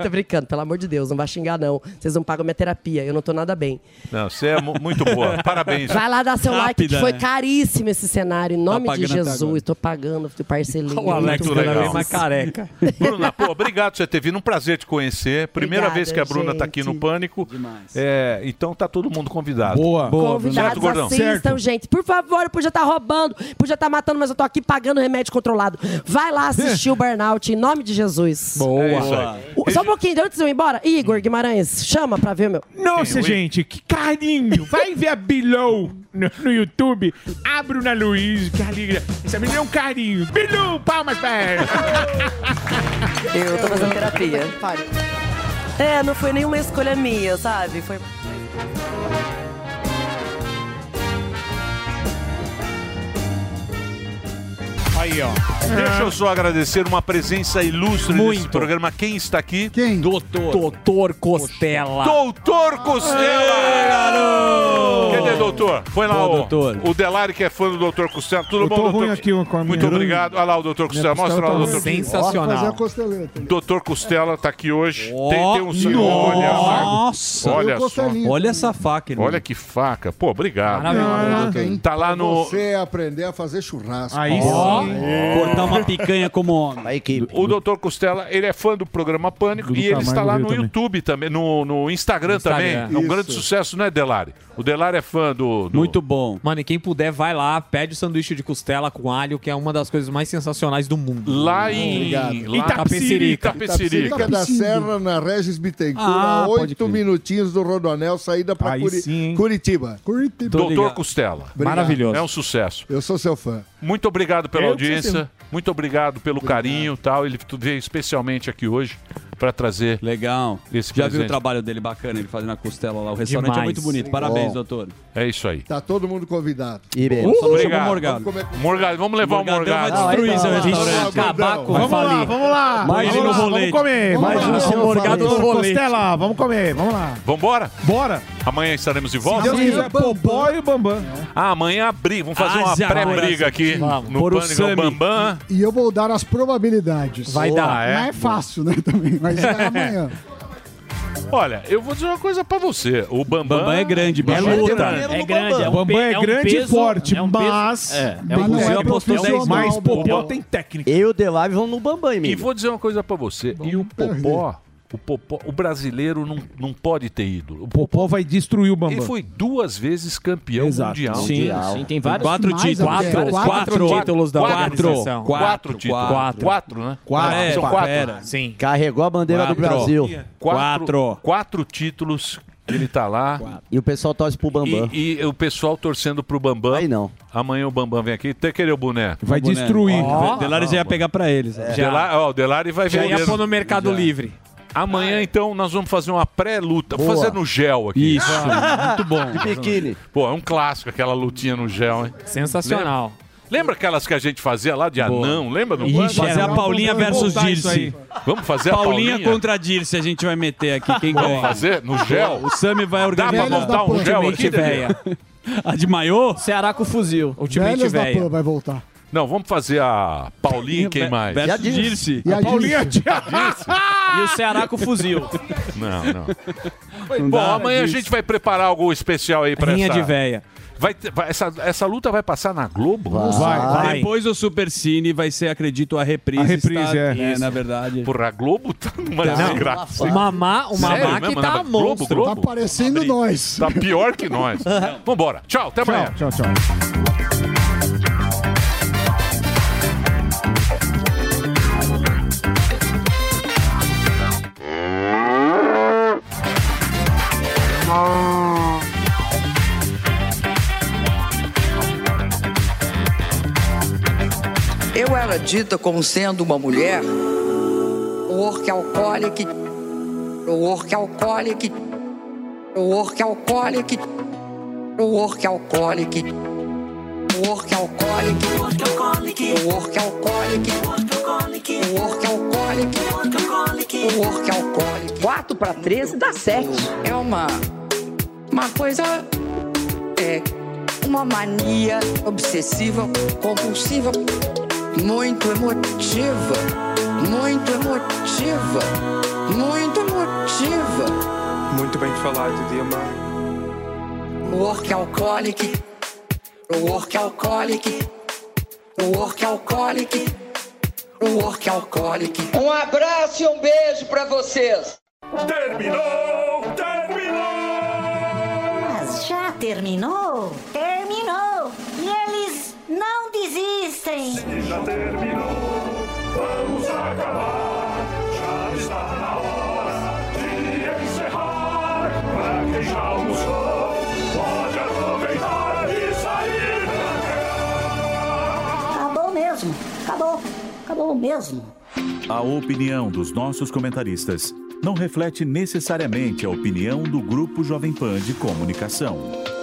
T: tô brincando, pelo amor de Deus, não vai xingar, não. Vocês não pagam minha terapia, eu não tô nada bem.
C: Não, você é mu- muito boa. Parabéns.
T: Vai lá dar seu like, que
C: Rápida,
T: foi
C: né? Tá
T: caríssimo esse cenário. Em nome de
C: pagando até
T: Jesus,
C: agora.
T: tô pagando, tô parcelando.
C: O Alex
T: Muito
C: legal.
T: bem.
C: Bruna, pô, obrigado por você ter vindo. Um prazer te conhecer. Primeira
T: Obrigada,
C: vez que a Bruna tá aqui no Pânico. É, então tá todo mundo convidado.
E: Boa.
C: Boa,
T: Convidados, assistam, gente. Por favor, eu podia estar roubando, podia estar matando, mas eu tô aqui pagando remédio controlado. Vai lá assistir o Burnout, em nome de Jesus.
E: É. Boa. É isso aí.
T: O- Só um pouquinho, antes de eu ir embora. Igor Guimarães, chama pra ver, meu.
E: Nossa, gente, que carinho! Vai ver a Bilou no, no YouTube. A Bruna Luiz, que alegria. Essa menina é um carinho. Bilou, palmas pra ela.
T: Eu tô fazendo terapia. É, não foi nenhuma escolha minha, sabe? Foi.
C: Aí, ó. Deixa eu só agradecer uma presença ilustre nesse programa. Quem está aqui? Quem? Doutor.
F: Doutor Costela.
C: Doutor Costela! Cadê, doutor? Põe lá o, o Delari, que é fã do doutor Costela. Tudo
E: Eu
C: bom,
E: tô
C: doutor?
E: ruim aqui com a minha-
C: Muito obrigado. Olha lá o doutor Costela. Mostra lá o doutor
H: Bora fazer a costeleta.
C: Doutor Costela tá aqui hoje.
G: Ó,
C: tem, tem um sangue.
G: Nossa!
C: Olha só.
G: Olha essa faca, irmão.
C: Olha que faca. Pô, obrigado.
G: Maravilhoso,
C: Doutor. Tá lá no.
K: Você aprender a fazer churrasco.
G: Ó, Cortar uma picanha como homem.
C: O doutor Costela, ele é fã do programa Pânico e ele
G: Camargo
C: está lá
G: Rio
C: no
G: também.
C: YouTube também, no, no Instagram, também.
F: Instagram.
C: É um
F: Isso.
C: grande sucesso, né, Delari? O Delari é fã do. Muito
G: bom.
F: Mano, e quem puder, vai lá, pede o sanduíche de costela com alho, que é uma das coisas mais sensacionais do mundo.
C: Lá em-
F: Obrigado.
C: lá-
F: Itapecerica.
K: Itapecerica da Serra, na Regis Bittencourt,
F: Ah,
K: a
F: pode
K: oito minutinhos do Rodonel, saída para
C: Aí
K: Curi...
C: sim, hein?
K: Curitiba. Curitiba.
C: doutor Costela.
K: Obrigado.
C: É um sucesso.
K: Eu sou seu fã.
C: Muito obrigado pela
K: Eu que sou seu.
C: audiência. Muito obrigado pelo carinho e tal. Ele tu- veio especialmente aqui hoje para trazer.
G: Legal.
C: Esse
G: Já viu
C: presente.
G: o trabalho dele bacana, ele fazendo a costela lá. O restaurante é
K: Demais.
G: muito bonito. Parabéns,
K: Ó.
G: doutor.
C: É isso aí.
K: Tá todo mundo convidado.
W: E
G: bem. Só não chama o Morgado.
C: um
K: Vamos comer-
C: Morgado, vamos levar o
G: Morgadão vai
C: Morgado.
G: destruir seu
K: vai
G: restaurante.
K: lá, Morgadão.
G: Acabar com-
K: Vamos
G: vai
K: lá,
G: falir.
E: Vamos lá.
G: Mais
E: vamos
G: um
E: lá,
G: rolete.
E: Vamos comer.
G: Vamos
E: Mais
G: lá,
E: um
G: seu
E: morgado
G: Morgado
E: no
G: no rolete.
E: Costela, vamos comer. Vamos lá.
C: Vambora?
E: Bora.
C: Amanhã estaremos de
E: Se
C: volta?
E: Deus quiser, Popó e o Bambam.
C: Ah, amanhã abrir. Vamos fazer
E: Ah,
C: uma
E: já,
C: pré-briga
E: agora
C: aqui
E: sim.
C: no
E: Vamos.
C: no
E: Por o
C: Pânico no
E: Sami.
C: Bambam.
H: E eu vou dar as probabilidades.
C: Vai dar, é?
H: Não é fácil, né, também. Mas é amanhã.
C: Olha, eu vou dizer uma coisa pra você. O Bambam,
G: Bambam é grande, bicho.
C: Bambam
G: É luta.
C: grande.
G: É grande, é um
E: O Bambam
G: pe-
E: é
G: é um
E: grande e
G: peso-
E: forte,
G: é um peso-
E: mas...
G: É, é um
E: mas não
G: museu
E: é
G: apostou 10 mil.
E: profissional. Mas Popó
G: Popó-
E: tem técnica.
W: Eu e o Delave vão no Bambam,
C: E
W: Emílio.
C: vou dizer uma coisa pra você. E o
E: é
C: Popó, o Popó, o brasileiro não, não pode ter ídolo. O
E: O Popó vai destruir o Bambam.
C: Ele foi duas vezes campeão mundial.
E: Sim, Mundial. sim, tem vários-
F: Quatro
E: Mais títulos. até.
C: Quatro,
E: Quatro
F: títulos da
C: quatro,
F: organização.
C: Quatro,
F: Quatro,
C: títulos.
F: quatro.
C: Quatro, né?
F: Quatro,
C: Ah, são
F: pera.
W: né?
C: quatro.
F: Sim.
W: Carregou a bandeira do Brasil.
C: Quatro, quatro títulos Ele tá lá.
W: E o pessoal torce pro Bambam.
C: E, e o pessoal torcendo pro Bambam. Aí não. Amanhã o Bambam vem aqui. Tem que querer o boné.
A: Vai destruir. O Delari já ia pegar pra eles.
C: É.
A: Já.
C: Delari, ó, o Delari vai
A: Já
C: vender.
A: ia pôr no Mercado Já. Livre.
C: Amanhã, então, nós vamos fazer uma pré-luta. Vou
A: Boa.
C: fazer no gel aqui.
A: Isso.
C: Muito bom. De biquíni. Pô, é um clássico aquela lutinha no gel, hein?
F: Sensacional.
C: Lembra? Lembra aquelas que a gente fazia lá de anão? Lembra do
A: Ixi, Fazer era a Paulinha bom. versus Vamos voltar isso
C: Dirce.
A: Dirce.
C: Vamos fazer a Paulinha?
A: Paulinha
R: contra Dirce a gente vai meter aqui. Quem
C: Vamos
R: ganha?
C: fazer? No gel?
R: O Sammy vai
C: Dá pra
R: organizar.
C: montar um gel aqui,
R: velha. A de maiô? Ceará com fuzil.
C: Ultimate
H: Velhas da
C: véia.
H: Pan vai voltar.
C: Não, vamos fazer a Paulinha e quem mais?
H: versus E a Dirce. Dirce. E a A Paulinha Dirce.
C: E
I: o Ceará com fuzil.
C: Não, não.
I: Não
C: Bom,
I: dá,
C: amanhã
I: Dirce.
C: a gente vai preparar algo especial aí pra
R: Rinha
C: essa...
R: de véia.
C: Vai, ter- vai- essa, essa luta vai passar na Globo?
R: Depois o Super Cine vai ser, acredito, a reprise.
C: A reprise,
R: está- né,
C: é. Isso.
R: na verdade.
C: Porra, a Globo tá numa
R: Tá.
C: desgraça.
R: O Mamá- o Mamá
C: Sério
R: que
C: mesmo?
R: tá
C: Na Globo,
R: monstro.
C: Globo?
H: Tá parecendo nós.
C: Tá pior que nós. Vambora. Tchau, até amanhã.
H: Tchau, tchau.
V: Eu era dita como sendo uma mulher workaholic, workaholic, workaholic, workaholic, workaholic, workaholic, workaholic, workaholic.
S: 4 para 13 dá 7.
V: É uma, uma coisa, é, uma mania obsessiva, compulsiva, muito emotiva, muito emotiva, muito emotiva.
N: Muito bem falado, Dilma.
V: Workaholic, workaholic, workaholic, workaholic. Um abraço e um beijo pra vocês.
B: Terminou! Terminou! Mas já Ah, terminou? Terminou! E eles não desistem! Se já terminou, vamos acabar! Já está na hora de encerrar! Pra quem já almoçou, pode aproveitar e sair pra cá! Acabou mesmo! Acabou! Acabou mesmo!
U: A opinião dos nossos comentaristas não reflete necessariamente a opinião do Grupo Jovem Pan de Comunicação.